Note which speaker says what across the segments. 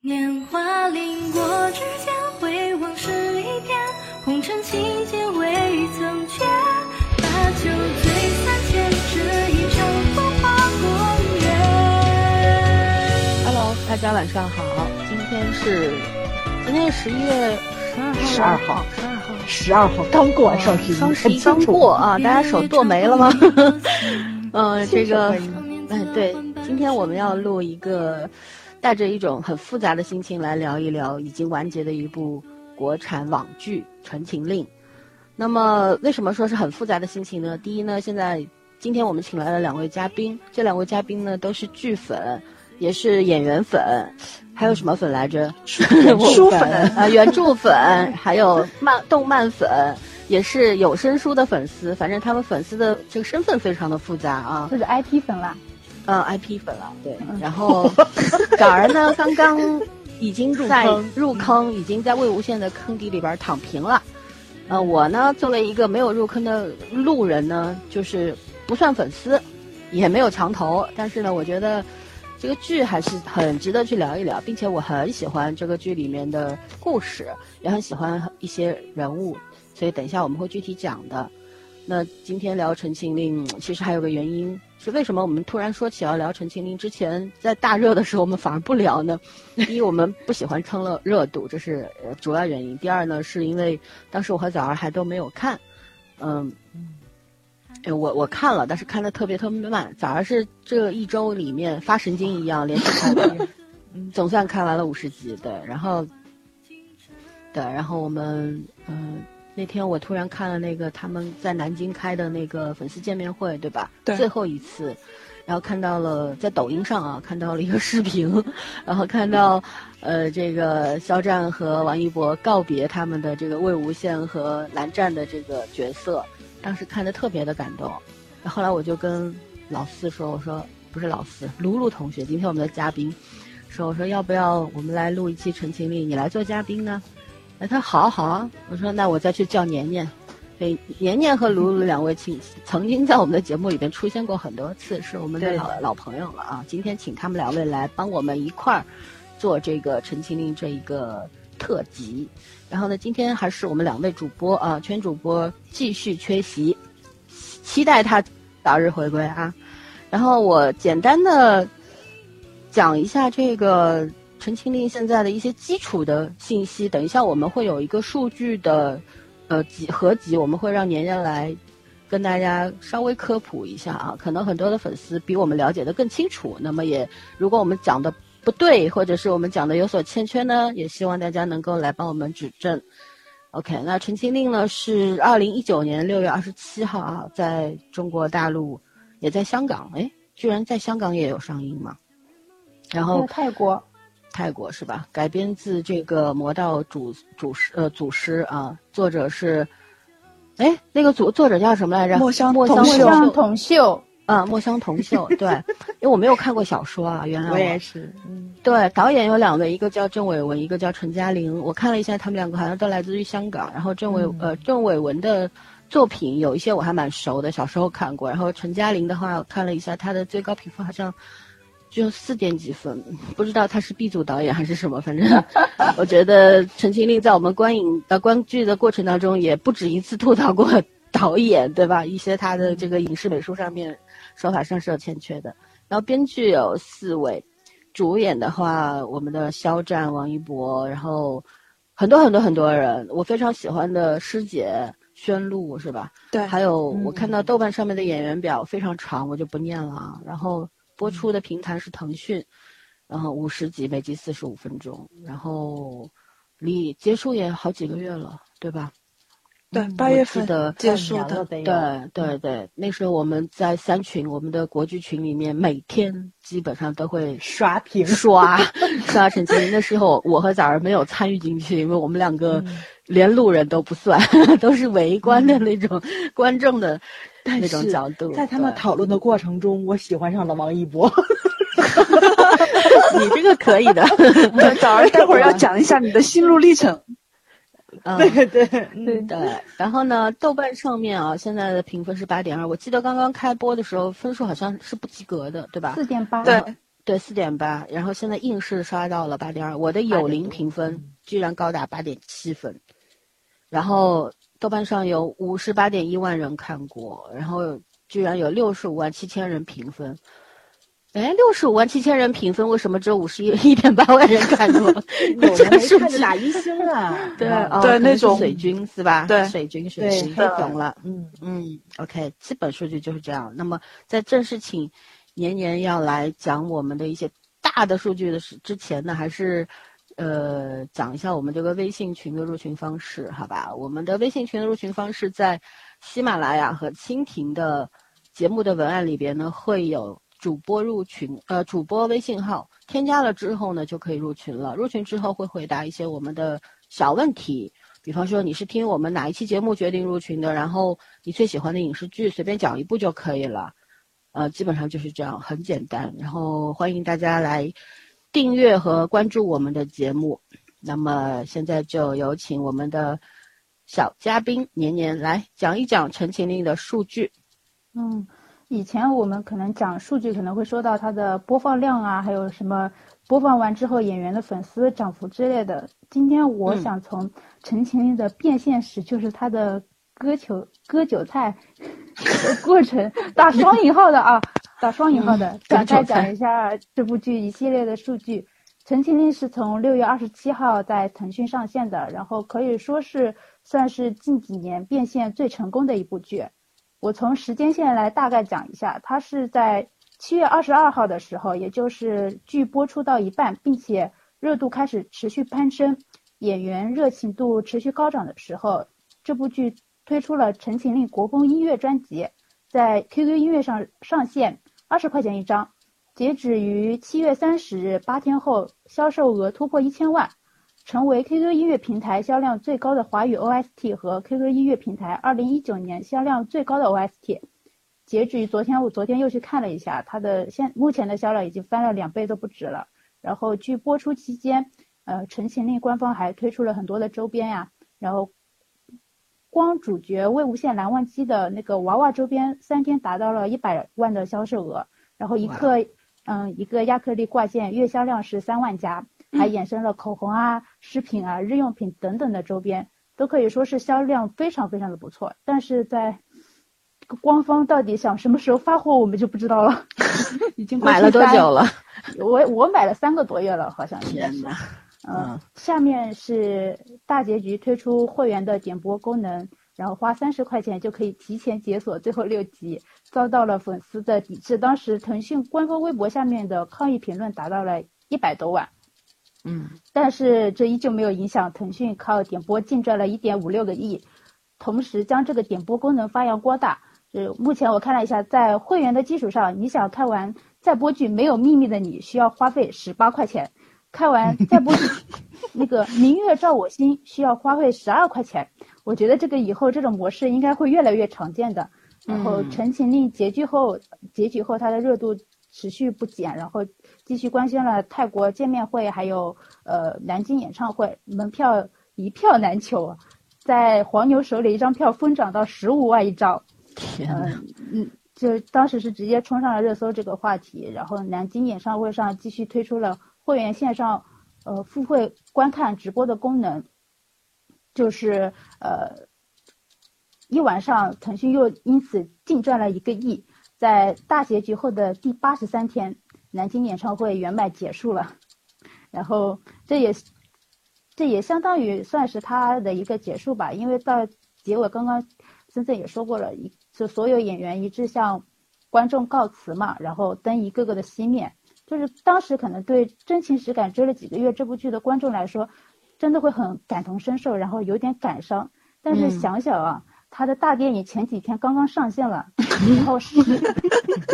Speaker 1: 年华临过之间，回望是一片红尘期间未曾觉，把酒醉三千，这一场风花过月。
Speaker 2: Hello，大家晚上好，今天是今天是十一月十二号，十二号，
Speaker 3: 十二号刚过哦完双十一，
Speaker 2: 双十一
Speaker 3: 很
Speaker 2: 刚
Speaker 3: 哎清楚
Speaker 2: 过，啊，大家手剁没了 吗？嗯，这个
Speaker 3: 清楚可以，
Speaker 2: 哎，对，今天我们要录一个，带着一种很复杂的心情来聊一聊已经完结的一部国产网剧《陈情令》。那么，为什么说是很复杂的心情呢？第一呢，现在今天我们请来了两位嘉宾，这两位嘉宾呢都是剧粉，也是演员粉，还有什么粉来着？书
Speaker 3: 书粉
Speaker 2: 啊，原著粉，还有漫动漫粉，也是有声书的粉丝。反正他们粉丝的这个身份非常的复杂啊。
Speaker 4: 就是 IP 粉啦，
Speaker 2: 嗯，IP 粉了，对。然后早儿呢，刚刚已经在
Speaker 3: 入坑
Speaker 2: 入坑，已经在魏无羡的坑底里边躺平了。呃，我呢，作为一个没有入坑的路人呢，就是不算粉丝，也没有墙头，但是呢，我觉得这个剧还是很值得去聊一聊，并且我很喜欢这个剧里面的故事，也很喜欢一些人物，所以等一下我们会具体讲的。那今天聊《陈情令》，其实还有个原因是为什么我们突然说起要聊《陈情令》之前，在大热的时候我们反而不聊呢？第一，我们不喜欢蹭了热度，这是呃主要原因；第二呢，是因为当时我和早儿还都没有看，嗯，哎我我看了，但是看的特别特别慢。早儿是这一周里面发神经一样连续看了，总算看完了五十集，对，然后对，然后我们嗯。那天我突然看了那个他们在南京开的那个粉丝见面会，对吧？
Speaker 3: 对
Speaker 2: 最后一次，然后看到了在抖音上啊，看到了一个视频， 然后看到呃这个肖战和王一博告别他们的这个魏无羡和蓝湛的这个角色，当时看的特别的感动。然后后来我就跟老四说，我说不是老四，卢卢同学，今天我们的嘉宾，说我说要不要我们来录一期《陈情令》，你来做嘉宾呢？哎，他说好啊好啊，我说那我再去叫年年。所以年年和卢卢两位请曾经在我们的节目里边出现过很多次，是我们的
Speaker 3: 对
Speaker 2: 老老朋友了啊。今天请他们两位来帮我们一块儿做这个《陈情令》这一个特辑。然后呢，今天还是我们两位主播啊，全主播继续缺席，期待他早日回归啊。然后我简单的讲一下这个《陈情令》现在的一些基础的信息。等一下我们会有一个数据的呃集合集，我们会让年年来跟大家稍微科普一下啊。可能很多的粉丝比我们了解的更清楚，那么也如果我们讲的不对，或者是我们讲的有所欠缺呢，也希望大家能够来帮我们指正。OK，那《陈情令》呢是二零一九年六月二十七号啊，在中国大陆，也在香港，哎，居然在香港也有上映嘛。然
Speaker 4: 那
Speaker 2: 后
Speaker 4: 个泰国
Speaker 2: 泰国是吧？改编自这个《魔道祖祖师》呃祖师啊，作者是，哎，那个作作者叫什么来着？
Speaker 3: 墨香
Speaker 2: 墨香
Speaker 3: 铜
Speaker 2: 铜
Speaker 3: 秀
Speaker 4: 像
Speaker 2: 秀
Speaker 4: 统秀，
Speaker 2: 啊，墨香铜秀， 对，因为我没有看过小说啊，原来
Speaker 3: 我也是，嗯，
Speaker 2: 对，导演有两位，一个叫郑伟文，一个叫陈嘉玲。我看了一下，他们两个好像都来自于香港。然后郑伟、呃郑伟文的作品有一些我还蛮熟的，小时候看过。然后陈嘉玲的话，我看了一下，她的最高评分好像只有四点几分，不知道她是 B 组导演还是什么。反正我觉得陈情令在我们观影呃观剧的过程当中，也不止一次吐槽过 导演，对吧？一些他的这个影视美术上面手法上是有欠缺的。然后编剧有四位，主演的话，我们的肖战、王一博，然后很多很多很多人，我非常喜欢的师姐宣露是吧？
Speaker 3: 对，
Speaker 2: 还有我
Speaker 3: 嗯
Speaker 2: 看到豆瓣上面的演员表非常长，我就不念了啊。然后播出的平台是腾讯，然后五十集，每集四十五分钟，然后离结束也好几个月了，对吧？
Speaker 3: 对
Speaker 4: 嗯
Speaker 3: 八月
Speaker 2: 我
Speaker 3: 份
Speaker 2: 记得
Speaker 3: 结束
Speaker 4: 两个
Speaker 3: 的，
Speaker 4: 得有
Speaker 2: 对对对，那时候我们在三群，我们的国剧群里面，每天基本上都会
Speaker 3: 刷屏，
Speaker 2: 刷刷陈情令。那时候我和崽儿没有参与进去，因为我们两个连路人都不算， 都是围观的那种、观众的
Speaker 3: 但
Speaker 2: 那种
Speaker 3: 是
Speaker 2: 角度。
Speaker 3: 在他们
Speaker 2: 对
Speaker 3: 讨论的过程中，我喜欢上了王一博。
Speaker 2: 你这个可以的。
Speaker 3: 早 上待会儿要讲一下你的心路历程。
Speaker 2: 嗯
Speaker 3: 对对，
Speaker 4: 对
Speaker 3: 嗯，
Speaker 2: 对，然后呢，豆瓣上面啊，现在的评分是八点二，我记得刚刚开播的时候分数好像是不及格的，对吧？
Speaker 4: 四点八，
Speaker 3: 对
Speaker 2: 对，四点八，然后现在硬是刷到了八点二，嗯我的友邻评分居然高达八点七分，然后豆瓣上有五十八点一万人看过，然后居然有六十五万七千人评分。哎，六十五万七千人评分，为什么只有五十一一点八万人看 过？
Speaker 4: 我们
Speaker 2: 这
Speaker 4: 没
Speaker 2: 数
Speaker 4: 看着
Speaker 2: 据
Speaker 4: 哪一星啊？
Speaker 2: 对
Speaker 4: 啊
Speaker 2: 哦可
Speaker 3: 对
Speaker 2: 能
Speaker 3: 那
Speaker 2: 是
Speaker 3: 种
Speaker 2: 水军是吧？
Speaker 3: 对
Speaker 2: 水军水
Speaker 4: 对
Speaker 2: 军，
Speaker 4: 是的
Speaker 2: 懂了。
Speaker 4: 嗯，
Speaker 2: 嗯，OK，基本数据就是这样。那么在正式请年年要来讲我们的一些大的数据的时之前呢，还是呃讲一下我们这个微信群的入群方式，好吧？我们的微信群的入群方式在喜马拉雅和蜻蜓的节目的文案里边呢，会有主播入群，呃，主播微信号添加了之后呢，就可以入群了。入群之后会回答一些我们的小问题，比方说你是听我们哪一期节目决定入群的，然后你最喜欢的影视剧随便讲一部就可以了。呃，基本上就是这样，很简单。然后欢迎大家来订阅和关注我们的节目。那么现在就有请我们的小嘉宾年年来讲一讲《陈情令》的数据。
Speaker 5: 嗯，以前我们可能讲数据，可能会说到它的播放量啊，还有什么播放完之后演员的粉丝涨幅之类的。今天我
Speaker 2: 嗯
Speaker 5: 想从陈情令的变现史，就是他的割韭割韭菜的 过程，打双引号的啊，打双引号的，
Speaker 2: 割
Speaker 5: 嗯展
Speaker 2: 韭菜
Speaker 5: 开讲一下这部剧一系列的数据。陈情令是从六月二十七号在腾讯上线的，然后可以说是算是近几年变现最成功的一部剧。我从时间线来大概讲一下，它是在七月二十二号的时候，也就是剧播出到一半，并且热度开始持续攀升，演员热情度持续高涨的时候，这部剧推出了《陈情令》国风音乐专辑，在 QQ 音乐上上线，二十块钱一张，截止于七月三十日，八天后销售额突破一千万。成为 QQ 音乐平台销量最高的华语 OST 和 QQ 音乐平台二零一九年销量最高的 OST。截止于昨天，我昨天又去看了一下，它的现目前的销量已经翻了两倍都不止了。然后据播出期间，呃，《陈情令》官方还推出了很多的周边呀、然后光主角魏无羡蓝忘机的那个娃娃周边，三天达到了一百万的销售额，然后一
Speaker 2: 哦
Speaker 5: 克，嗯，一个亚克力挂件月销量是三万加，
Speaker 2: 嗯
Speaker 5: 还衍生了口红啊、饰品啊、日用品等等的周边，都可以说是销量非常非常的不错。但是在官方到底想什么时候发货，我们就不知道了。 已经过
Speaker 2: 买了
Speaker 5: 去
Speaker 2: 多
Speaker 5: 三
Speaker 2: 久了？
Speaker 5: 我我买了三个多月了，好像是。
Speaker 2: 天哪！嗯
Speaker 5: 嗯，下面是大结局推出会员的点播功能，然后花三十块钱就可以提前解锁最后六集，遭到了粉丝的抵制。当时腾讯官方微博下面的抗议评论达到了一百多万，
Speaker 2: 嗯，
Speaker 5: 但是这依旧没有影响腾讯靠点播净赚了一点五六个亿，同时将这个点播功能发扬光大。就是目前我看了一下，在会员的基础上，你想看完再播剧《没有秘密的你》，需要花费十八块钱；看完再播剧那个《明月照我心》，需要花费十二块钱。我觉得这个以后这种模式应该会越来越常见的。然后
Speaker 2: 嗯
Speaker 5: 《陈情令》结局后，结局后它的热度持续不减，然后继续官宣了泰国见面会，还有呃南京演唱会，门票一票难求啊，在黄牛手里一张票疯涨到十五万一张，
Speaker 2: 天哪！
Speaker 5: 嗯嗯，就当时是直接冲上了热搜这个话题，然后南京演唱会上继续推出了会员线上呃付费观看直播的功能，就是呃一晚上，腾讯又因此净赚了一个亿。在大结局后的第八十三天，南京演唱会圆满结束了，然后这也这也相当于算是它的一个结束吧，因为到结尾刚刚森森也说过了，一就所有演员一致向观众告辞嘛，然后灯一个个的熄灭，就是当时可能对真情实感追了几个月这部剧的观众来说，真的会很感同身受，然后有点感伤。但是
Speaker 2: 嗯
Speaker 5: 想想啊，他的大电影前几天刚刚上线了，然后是，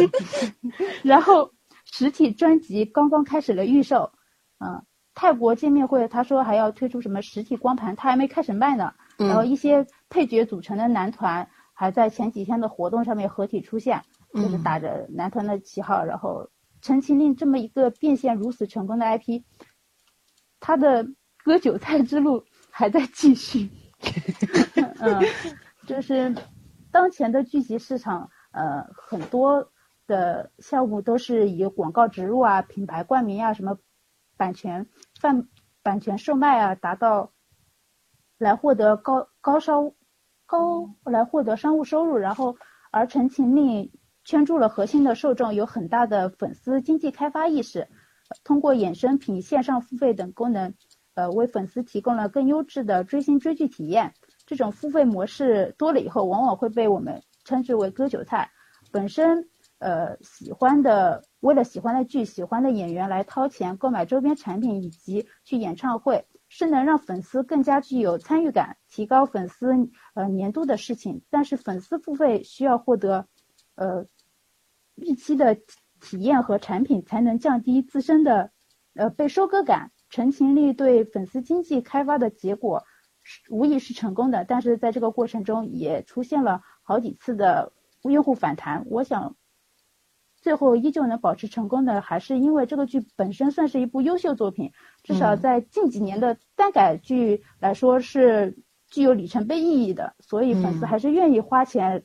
Speaker 5: 然后实体专辑刚刚开始了预售，嗯、泰国见面会他说还要推出什么实体光盘，他还没开始卖呢。然后一些配角组成的男团还在前几天的活动上面合体出现，就是打着男团的旗号，然后《陈情令》这么一个变现如此成功的 IP，他的割韭菜之路还在继续。嗯，就是当前的剧集市场，呃，很多的项目都是以广告植入啊、品牌冠名啊、什么版权贩、版权售卖啊，达到来获得高高商高来获得商务收入。然后，而《陈情令》圈住了核心的受众，有很大的粉丝经济开发意识，通过衍生品、线上付费等功能，呃，为粉丝提供了更优质的追星追剧体验。这种付费模式多了以后，往往会被我们称之为割韭菜。本身呃喜欢的，为了喜欢的剧、喜欢的演员来掏钱购买周边产品以及去演唱会，是能让粉丝更加具有参与感，提高粉丝呃粘度的事情。但是粉丝付费需要获得呃预期的体验和产品，才能降低自身的呃被收割感。陈情令对粉丝经济开发的结果。是无疑是成功的，但是在这个过程中也出现了好几次的用户反弹。我想，最后依旧能保持成功的，还是因为这个剧本身算是一部优秀作品，至少在近几年的单改剧来说是具有里程碑意义的，所以粉丝还是愿意花钱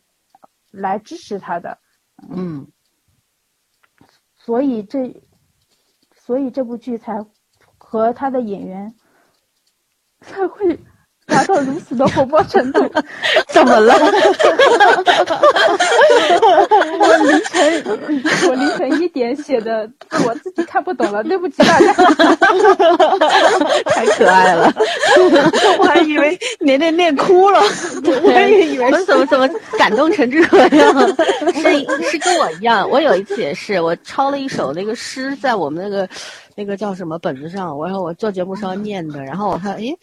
Speaker 5: 来支持他的。
Speaker 2: 嗯，
Speaker 5: 所以这，所以这部剧才和他的演员才会。达到如此的火爆程度，
Speaker 2: 怎么了？
Speaker 5: 我凌晨我凌晨一点写的，我自己看不懂了，对不起大家。
Speaker 2: 太可爱了！
Speaker 3: 我还以为年年念哭 了，我也以为
Speaker 2: 我们怎么怎么感动成这样？ 是是跟我一样，我有一次也是，我抄了一首那个诗，在我们那个那个叫什么本子上，我然后我做节目时
Speaker 3: 嗯
Speaker 2: 候念的，然后我看，诶，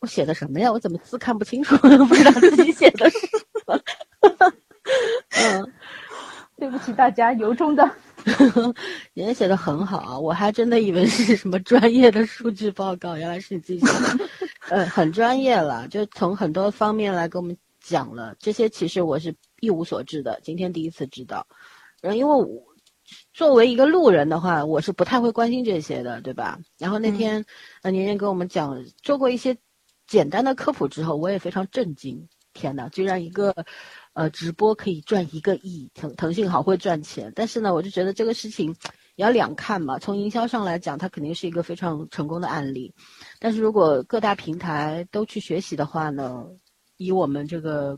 Speaker 2: 我写的什么呀？我怎么字看不清楚？ 不知道自己写的是什么。 嗯，
Speaker 5: 对不起大家，由衷的。
Speaker 2: 人家写的很好，啊我还真的以为是什么专业的数据报告，原来是你自己写的。 呃，很专业了，就从很多方面来给我们讲了。这些其实我是一无所知的，今天第一次知道。嗯，因为我作为一个路人的话，我是不太会关心这些的，对吧？然后那天，呃，年年给我们讲做过一些简单的科普之后，我也非常震惊。天哪，居然一个呃直播可以赚一个亿，腾腾讯好会赚钱。但是呢，我就觉得这个事情也要两看嘛。从营销上来讲，它肯定是一个非常成功的案例。但是如果各大平台都去学习的话呢，以我们这个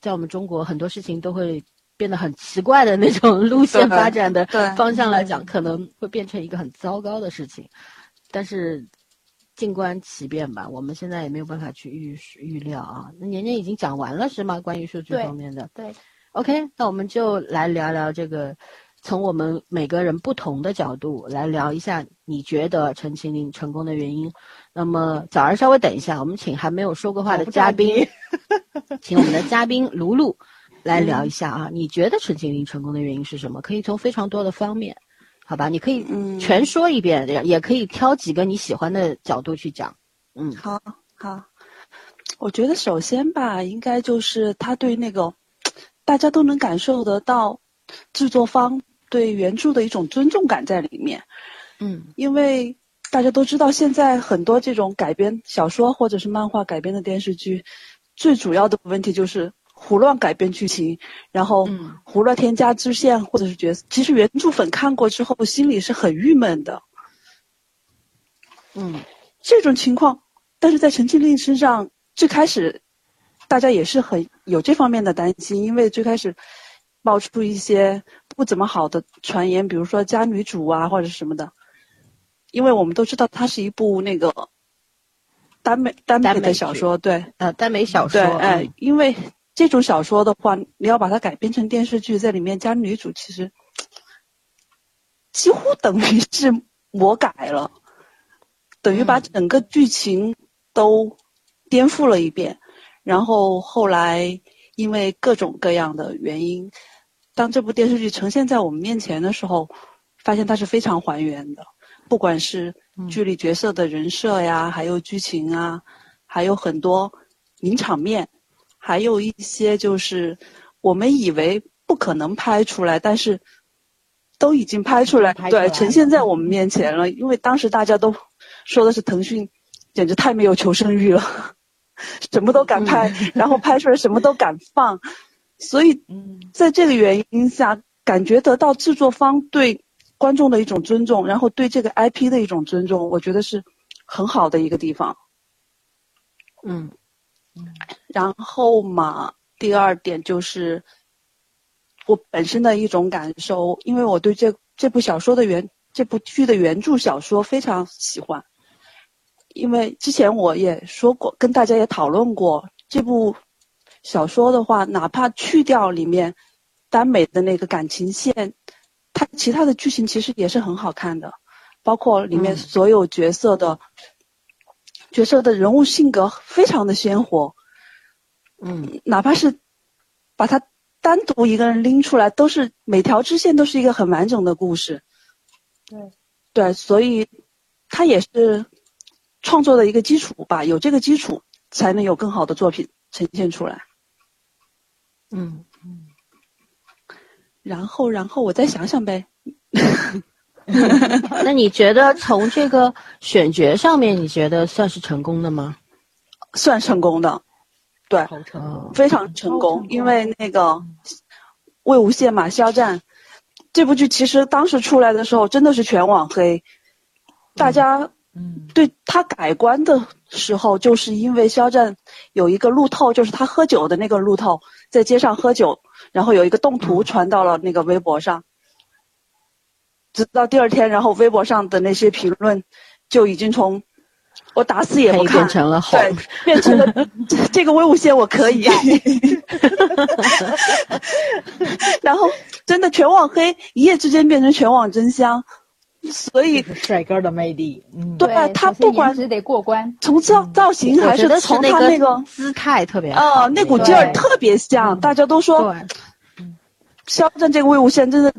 Speaker 2: 在我们中国很多事情都会变得很奇怪的那种路线发展的
Speaker 3: 对
Speaker 2: 方向来讲，可能会变成一个很糟糕的事情。但是静观其变吧，我们现在也没有办法去预预料啊。那年年已经讲完了是吗？关于数据
Speaker 5: 对
Speaker 2: 方面的。
Speaker 5: 对，
Speaker 2: OK，那我们就来聊聊这个，从我们每个人不同的角度来聊一下，你觉得陈情令成功的原因。那么，早儿稍微等一下，我们请还没有说过话的嘉 宾，请我们的嘉宾卢露来
Speaker 3: 嗯
Speaker 2: 聊一下啊，你觉得陈情令成功的原因是什么？可以从非常多的方面，好吧？你可以
Speaker 3: 嗯
Speaker 2: 全说一遍，也也可以挑几个你喜欢的角度去讲。嗯
Speaker 3: 好好，我觉得首先吧，应该就是他对那种大家都能感受得到制作方对原著的一种尊重感在里面，
Speaker 2: 嗯
Speaker 3: 因为大家都知道，现在很多这种改编小说或者是漫画改编的电视剧，最主要的问题就是。胡乱改编剧情，然后
Speaker 2: 嗯
Speaker 3: 胡乱添加支线或者是角色，其实原著粉看过之后心里是很郁闷的。
Speaker 2: 嗯
Speaker 3: 这种情况，但是在陈情令身上，最开始大家也是很有这方面的担心，因为最开始冒出一些不怎么好的传言，比如说加女主啊或者什么的，因为我们都知道它是一部那个耽美耽
Speaker 2: 耽
Speaker 3: 美
Speaker 2: 美
Speaker 3: 的小
Speaker 2: 剧
Speaker 3: 说，对
Speaker 2: 呃，耽美小说，嗯
Speaker 3: 对，哎、因为这种小说的话，你要把它改编成电视剧，在里面加女主，其实几乎等于是魔改了，等于
Speaker 2: 嗯
Speaker 3: 把整个剧情都颠覆了一遍。然后后来因为各种各样的原因，当这部电视剧呈现在我们面前的时候，发现它是非常还原的，不管是
Speaker 2: 嗯
Speaker 3: 剧里角色的人设呀，还有剧情啊，还有很多名场面，还有一些就是我们以为不可能拍出来，但是都已经拍出来，
Speaker 2: 拍出来
Speaker 3: 对，
Speaker 2: 了
Speaker 3: 呈现在我们面前了。因为当时大家都说的是腾讯简直太没有求生欲了， 什么都敢拍，然后拍出来什么都敢放，所以
Speaker 2: 嗯
Speaker 3: 在这个原因下，感觉得到制作方对观众的一种尊重，然后对这个 IP 的一种尊重，我觉得是很好的一个地方。
Speaker 2: 嗯，
Speaker 3: 然后嘛，第二点就是我本身的一种感受，因为我对这这部小说的原这部剧的原著小说非常喜欢，因为之前我也说过，跟大家也讨论过，这部小说的话，哪怕去掉里面耽美的那个感情线，它其他的剧情其实也是很好看的，包括里面
Speaker 2: 嗯
Speaker 3: 所有角色的、角色的人物性格非常的鲜活，
Speaker 2: 嗯
Speaker 3: 哪怕是把它单独一个人拎出来，都是每条支线都是一个很完整的故事。
Speaker 5: 对，
Speaker 3: 对，所以它也是创作的一个基础吧，有这个基础，才能有更好的作品呈现出来。
Speaker 2: 嗯，
Speaker 3: 然后，然后我再想想呗。
Speaker 2: 那你觉得从这个选角上面，你觉得算是成功的吗？
Speaker 3: 算成功的，对，
Speaker 4: 好成功。
Speaker 2: 嗯
Speaker 3: 非常哦成
Speaker 5: 超
Speaker 3: 功
Speaker 5: 成。功
Speaker 3: 因为那个《魏无羡马肖战》这部剧，其实当时出来的时候真的是全网黑，大家
Speaker 4: 嗯，
Speaker 3: 对他改观的时候，就是因为肖战有一个路透，就是他喝酒的那个路透，在街上喝酒，然后有一个动图传到了那个微博上，直到第二天，然后微博上的那些评论就已经从我打死也
Speaker 2: 可
Speaker 3: 不
Speaker 2: 以
Speaker 3: 看
Speaker 2: 变，成了红。
Speaker 3: 对，变成了 这这个威武线我可以。然后真的全网黑，一夜之间变成全网真香，所以
Speaker 4: 这是帅哥的魅力。嗯，
Speaker 3: 对啊他
Speaker 5: 首先
Speaker 3: 不管
Speaker 5: 颜值得过关，
Speaker 3: 从造造型
Speaker 2: 嗯我
Speaker 3: 还
Speaker 2: 觉得
Speaker 3: 从
Speaker 2: 那
Speaker 3: 他
Speaker 2: 个
Speaker 3: 那个
Speaker 2: 姿态特别好。
Speaker 3: 哦，那股劲儿
Speaker 5: 对
Speaker 3: 特别像，大家都说
Speaker 2: 对，
Speaker 3: 肖战这个魏无羡真的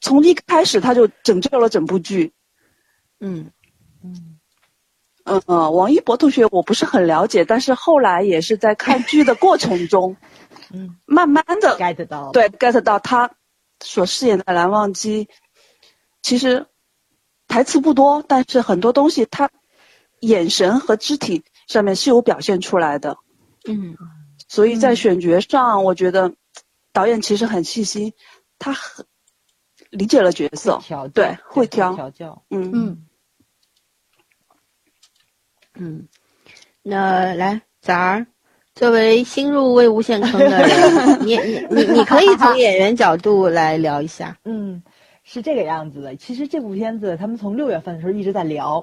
Speaker 3: 从一开始他就拯救了整部剧。
Speaker 2: 嗯
Speaker 3: 嗯嗯，王一博同学我不是很了解，但是后来也是在看剧的过程中，
Speaker 4: 嗯
Speaker 3: 慢慢的
Speaker 4: ，get 到了。
Speaker 3: 对 get 到他所饰演的蓝忘机，其实台词不多，但是很多东西他眼神和肢体上面是有表现出来的。
Speaker 2: 嗯
Speaker 3: 所以在选角上，我觉得导演其实很细心，他很理解了角色。
Speaker 4: 调教
Speaker 3: 对会调
Speaker 4: 调教。
Speaker 3: 嗯，
Speaker 5: 嗯，
Speaker 2: 嗯。那来，崽儿，作为新入魏无羡坑的人，你你你你可以从演员角度来聊一下。
Speaker 4: 嗯，是这个样子的。其实这部片子，他们从六月份的时候一直在聊，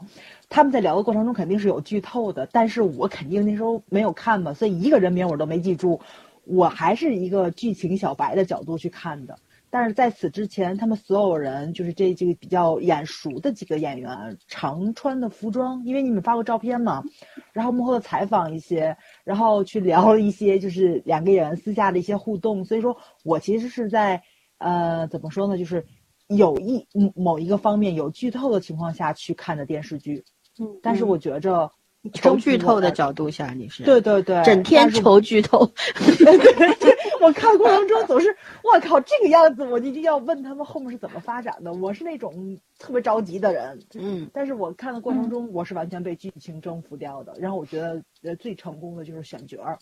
Speaker 4: 他们在聊的过程中肯定是有剧透的，但是我肯定那时候没有看嘛，所以一个人名我都没记住，我还是一个剧情小白的角度去看的。但是在此之前，他们所有人就是这这个比较眼熟的几个演员常穿的服装，因为你们发过照片嘛，然后幕后的采访一些，然后去聊了一些就是两个演员私下的一些互动，所以说我其实是在呃怎么说呢，就是有一嗯某一个方面有剧透的情况下去看的电视剧，
Speaker 2: 嗯
Speaker 4: 但是我觉着
Speaker 2: 求剧透的
Speaker 4: 角
Speaker 2: 角度下，你是
Speaker 4: 对对对，
Speaker 2: 整天
Speaker 4: 但是
Speaker 2: 求剧透。
Speaker 4: 我看过程中总是，我靠，这个样子，我一定要问他们后面是怎么发展的。我是那种特别着急的人，
Speaker 2: 嗯
Speaker 4: 但是我看的过程中，我是完全被剧情征服掉的。然后我觉得，呃，最成功的就是选角儿，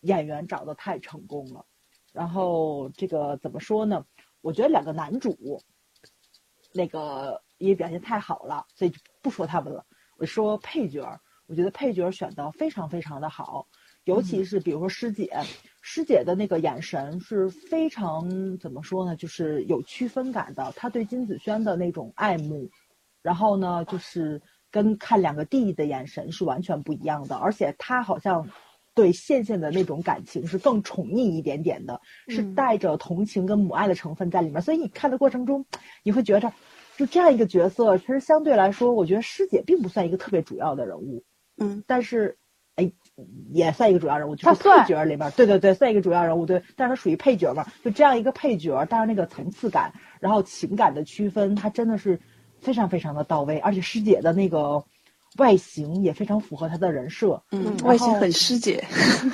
Speaker 4: 演员找的太成功了。然后这个怎么说呢？我觉得两个男主，那个也表现太好了，所以就不说他们了。我说配角儿，我觉得配角儿选的非常非常的好，尤其是比如说师姐，师姐的那个眼神是非常怎么说呢，就是有区分感的。她对金子轩的那种爱慕，然后呢，就是跟看两个弟弟的眼神是完全不一样的，而且她好像对羡羡的那种感情是更宠溺一点点的，是
Speaker 5: 嗯
Speaker 4: 带着同情跟母爱的成分在里面。所以你看的过程中，你会觉着，就这样一个角色，其实相对来说，我觉得师姐并不算一个特别主要的人物，
Speaker 3: 嗯，
Speaker 4: 但是。哎，也算一个主要人物，就
Speaker 5: 她
Speaker 4: 是
Speaker 5: 算
Speaker 4: 配角里面，对对对，算一个主要人物，对，但是她属于配角嘛，就这样一个配角，但是那个层次感，然后情感的区分，她真的是非常非常的到位，而且师姐的那个外形也非常符合她的人设，
Speaker 3: 嗯，
Speaker 4: 后
Speaker 3: 外形很师姐。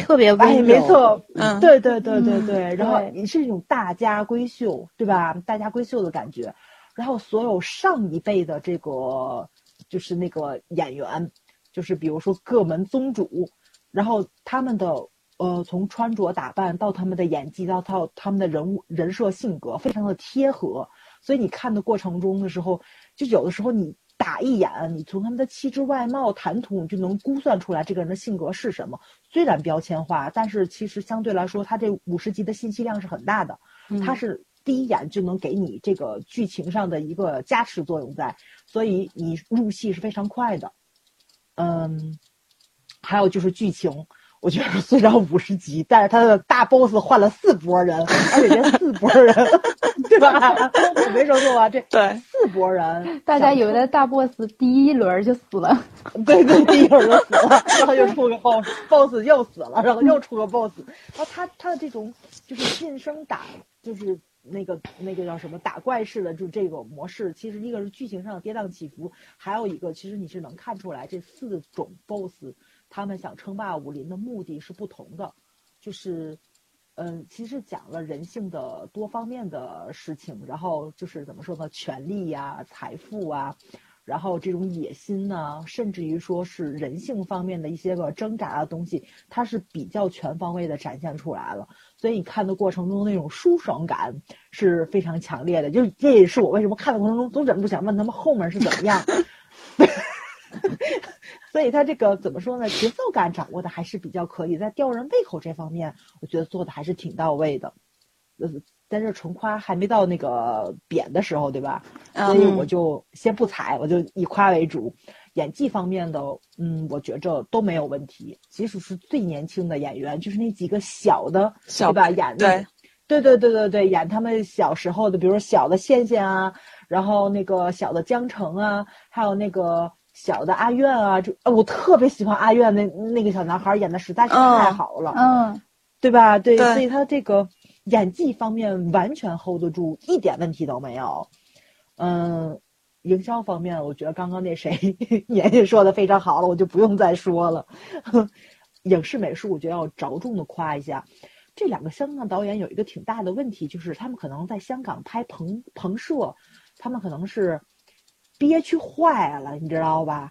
Speaker 2: 特别温
Speaker 4: 哎，
Speaker 2: 柔。
Speaker 4: 没错，
Speaker 3: 嗯
Speaker 4: 对对对对
Speaker 5: 嗯
Speaker 4: 对，然后
Speaker 5: 对
Speaker 4: 也是一种大家闺秀，对吧？大家闺秀的感觉，然后所有上一辈的这个就是那个演员，就是比如说各门宗主，然后他们的呃，从穿着打扮到他们的演技，到到他们的人物人设性格，非常的贴合。所以你看的过程中的时候，就有的时候你打一眼，你从他们的气质、外貌、谈吐，你就能估算出来这个人的性格是什么。虽然标签化，但是其实相对来说，它这五十集的信息量是很大的，它是第一眼就能给你这个剧情上的一个加持作用在，所以你入戏是非常快的。嗯，还有就是剧情。我觉得虽然五十集，但是他的大 boss 换了四波人，而且这四波人， 对吧？我没说错吧？这
Speaker 3: 对
Speaker 4: 四波人，
Speaker 5: 大家以为的大 boss 第一轮就死了，
Speaker 4: 对对，第一轮就死了，然后又出个 boss，boss 又死了，然后又出个 boss，然后他他的这种就是晋升打，就是那个那个叫什么打怪式的，就这个模式，其实一个是剧情上的跌宕起伏，还有一个其实你是能看出来这四种 boss 他们想称霸武林的目的是不同的，就是。嗯，其实讲了人性的多方面的事情，然后就是怎么说呢，权力呀、财富啊，然后这种野心呢，甚至于说是人性方面的一些个挣扎的啊东西，它是比较全方位的展现出来了。所以你看的过程中那种舒爽感是非常强烈的，就是这也是我为什么看的过程中总忍不住想问他们后面是怎么样。 所以他这个怎么说呢？节奏感掌握的还是比较可以，在吊人胃口这方面，我觉得做的还是挺到位的。呃，但是纯夸还没到那个贬的时候，对吧？
Speaker 3: 嗯
Speaker 4: 所以我就先不踩，我就以夸为主。演技方面的，嗯，我觉着都没有问题。即使是最年轻的演员，就是那几个小的，
Speaker 3: 小
Speaker 4: 对吧？演的
Speaker 3: 对，
Speaker 4: 对对对对对，演他们小时候的，比如说小的羡羡啊，然后那个小的江澄啊，还有那个小的阿苑啊，就啊，我特别喜欢阿苑那那个小男孩演的实在是太
Speaker 3: 嗯
Speaker 4: 好了，
Speaker 5: 嗯，
Speaker 4: 对吧？对，
Speaker 3: 对
Speaker 4: 所以他这个演技方面完全 hold 得住，一点问题都没有。嗯，营销方面，我觉得刚刚那谁 年年说的非常好了，我就不用再说了。 影视美术，我觉得要着重的夸一下。这两个香港导演有一个挺大的问题，就是他们可能在香港拍棚棚摄，他们可能是憋屈坏了，你知道吧？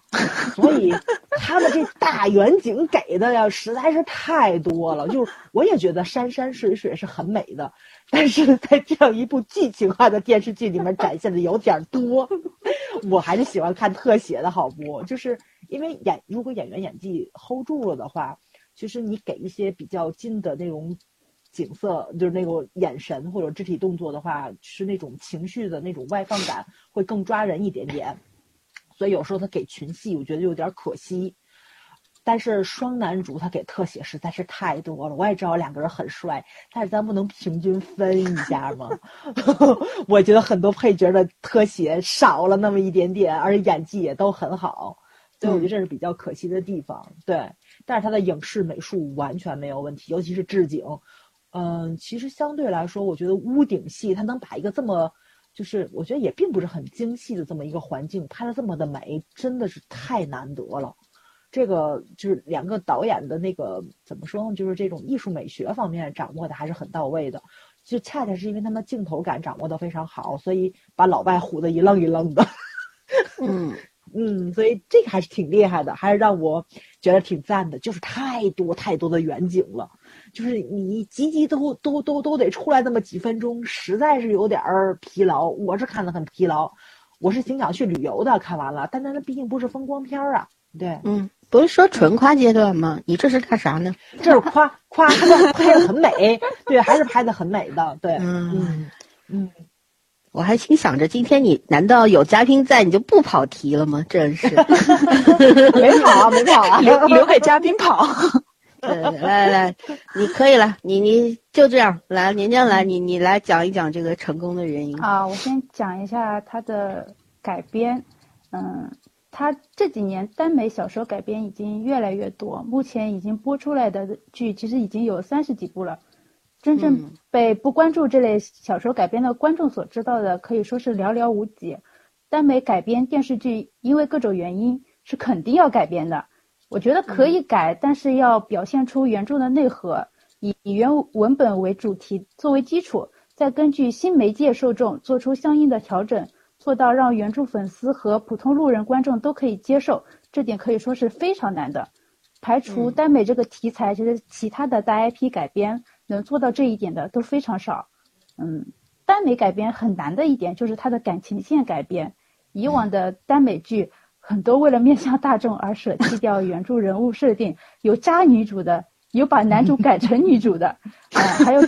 Speaker 4: 所以他们这大远景给的呀，实在是太多了。就是我也觉得山山水水是很美的，但是在这样一部剧情化的电视剧里面展现的有点多。我还是喜欢看特写的好不？就是因为演如果演员演技 hold 住了的话，其实你给一些比较近的那种景色，就是那种眼神或者肢体动作的话，是那种情绪的那种外放感会更抓人一点点。所以有时候他给群戏，我觉得有点可惜。但是双男主他给特写实在是太多了，我也知道两个人很帅，但是咱不能平均分一下吗？ 我觉得很多配角的特写少了那么一点点，而且演技也都很好，所以我觉得这是比较可惜的地方。对，但是他的影视美术完全没有问题，尤其是置景，嗯，其实相对来说，我觉得屋顶戏它能把一个这么，就是我觉得也并不是很精细的这么一个环境拍的这么的美，真的是太难得了。这个就是两个导演的那个怎么说呢？就是这种艺术美学方面掌握的还是很到位的，就恰恰是因为他们镜头感掌握的非常好，所以把老外唬得一愣一愣的。
Speaker 2: 嗯，
Speaker 4: 嗯，所以这个还是挺厉害的，还是让我觉得挺赞的。就是太多太多的远景了，就是你集集都都都都得出来那么几分钟，实在是有点儿疲劳。我是看得很疲劳，我是挺想去旅游的。看完了，但那毕竟不是风光片儿啊。对，
Speaker 2: 嗯，不是说纯夸阶段吗？你这是干啥呢？
Speaker 4: 这是夸夸夸拍的很美，对，还是拍的很美的，对，嗯
Speaker 2: 嗯，
Speaker 4: 嗯，
Speaker 2: 我还心想着今天你难道有嘉宾在，你就不跑题了吗？真是，
Speaker 4: 没跑啊，没跑啊，
Speaker 3: 留留给嘉宾 跑。
Speaker 2: 对来来来，你可以了，你你就这样来，年年来，你你来讲一讲这个成功的原因。
Speaker 5: 啊，我先讲一下它的改编。嗯，它这几年耽美小说改编已经越来越多，目前已经播出来的剧其实已经有三十几部了。真正
Speaker 2: 嗯
Speaker 5: 被不关注这类小说改编的观众所知道的，可以说是寥寥无几。耽美改编电视剧，因为各种原因是肯定要改编的。我觉得可以改，但是要表现出原著的内核，以以原文本为主题作为基础，再根据新媒介受众做出相应的调整，做到让原著粉丝和普通路人观众都可以接受，这点可以说是非常难的。排除耽美这个题材，其实其他的大 IP 改编能做到这一点的都非常少。嗯，耽美改编很难的一点就是它的感情线改编，以往的耽美剧很多为了面向大众而舍弃掉原著人物设定，有渣女主的，有把男主改成女主的，啊、还有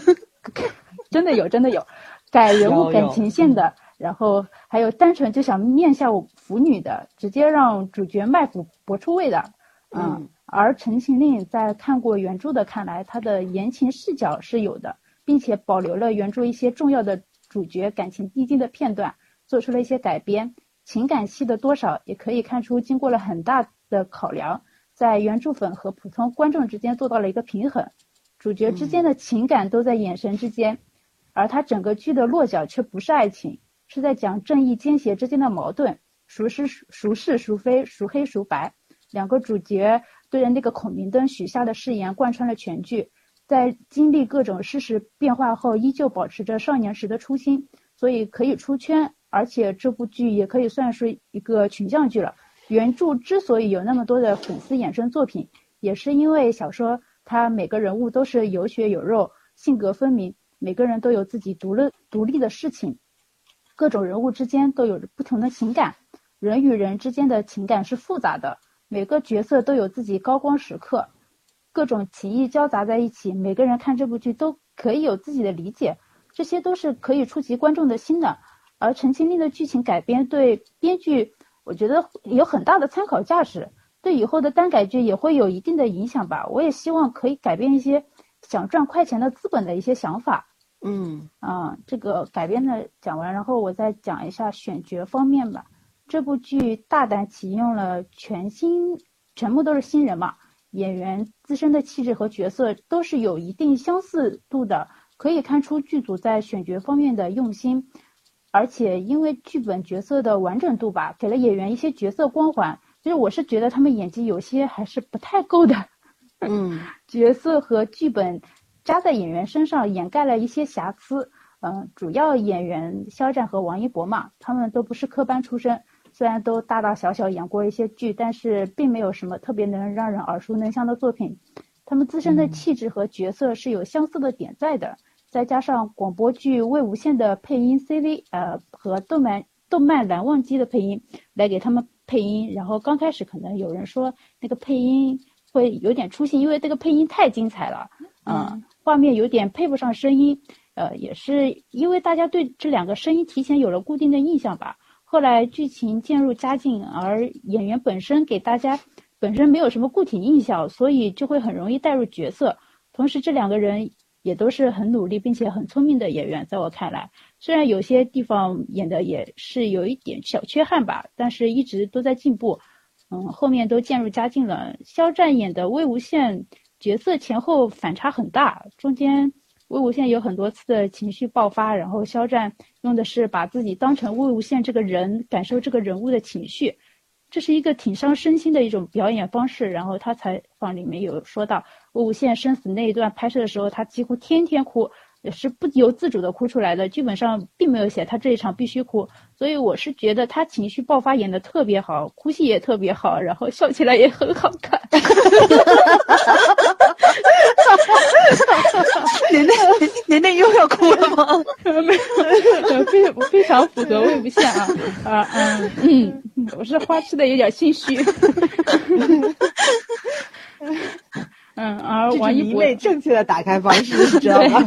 Speaker 5: 真的有真的有改人物
Speaker 4: 有
Speaker 5: 感
Speaker 4: 有
Speaker 5: 情线的，然后还有单纯就想面向腐女的，直接让主角卖腐博出位的，嗯，而《陈情令》在看过原著的看来，它的言情视角是有的，并且保留了原著一些重要的主角感情滴滴的片段，做出了一些改编。情感戏的多少也可以看出，经过了很大的考量，在原著粉和普通观众之间做到了一个平衡。主角之间的情感都在眼神之间，而他整个剧的落脚却不是爱情，是在讲正义奸邪之间的矛盾，孰是孰是孰非，孰黑孰白。两个主角对着那个孔明灯许下的誓言贯穿了全剧，在经历各种世事变化后，依旧保持着少年时的初心，所以可以出圈。而且这部剧也可以算是一个群像剧了。原著之所以有那么多的粉丝衍生作品，也是因为小说它每个人物都是有血有肉，性格分明，每个人都有自己独立独立的事情，各种人物之间都有着不同的情感，人与人之间的情感是复杂的，每个角色都有自己高光时刻，各种情谊交杂在一起，每个人看这部剧都可以有自己的理解，这些都是可以触及观众的心的。而《陈情令》的剧情改编对编剧，我觉得有很大的参考价值，对以后的单改剧也会有一定的影响吧。我也希望可以改变一些想赚快钱的资本的一些想法。
Speaker 2: 嗯
Speaker 5: 啊、这个改编的讲完，然后我再讲一下选角方面吧。这部剧大胆启用了全新，全部都是新人嘛，演员自身的气质和角色都是有一定相似度的，可以看出剧组在选角方面的用心。而且因为剧本角色的完整度吧，给了演员一些角色光环，就是我是觉得他们演技有些还是不太够的。
Speaker 2: 嗯
Speaker 5: 角色和剧本扎在演员身上，掩盖了一些瑕疵。嗯、主要演员肖战和王一博嘛，他们都不是科班出身，虽然都大大小小演过一些剧，但是并没有什么特别能让人耳熟能详的作品。他们自身的气质和角色是有相似的点在的，再加上广播剧《魏无羡》的配音 CV，呃，和动漫动漫《蓝忘机》的配音来给他们配音。然后刚开始可能有人说那个配音会有点出戏，因为这个配音太精彩了，嗯，画面有点配不上声音，呃，也是因为大家对这两个声音提前有了固定的印象吧。后来剧情渐入佳境，而演员本身给大家本身没有什么固体印象，所以就会很容易带入角色。同时，这两个人也都是很努力并且很聪明的演员，在我看来，虽然有些地方演的也是有一点小缺憾吧，但是一直都在进步。嗯，后面都渐入佳境了。肖战演的魏无羡角色前后反差很大，中间魏无羡有很多次的情绪爆发，然后肖战用的是把自己当成魏无羡这个人，感受这个人物的情绪，这是一个挺伤身心的一种表演方式。然后他采访里面有说到，魏无羡生死那一段拍摄的时候，他几乎天天哭，也是不由自主的哭出来的。剧本上并没有写他这一场必须哭，所以我是觉得他情绪爆发演的特别好，哭戏也特别好，然后笑起来也很好看。
Speaker 3: 年年年年又要哭了吗？
Speaker 5: 没有，非非常符合魏无羡啊啊嗯嗯，我是花痴的有点心虚。 嗯，而
Speaker 4: 这
Speaker 5: 王
Speaker 4: 是
Speaker 5: 一
Speaker 4: 一
Speaker 5: 博，
Speaker 4: 类正确的打开方式，知道吗？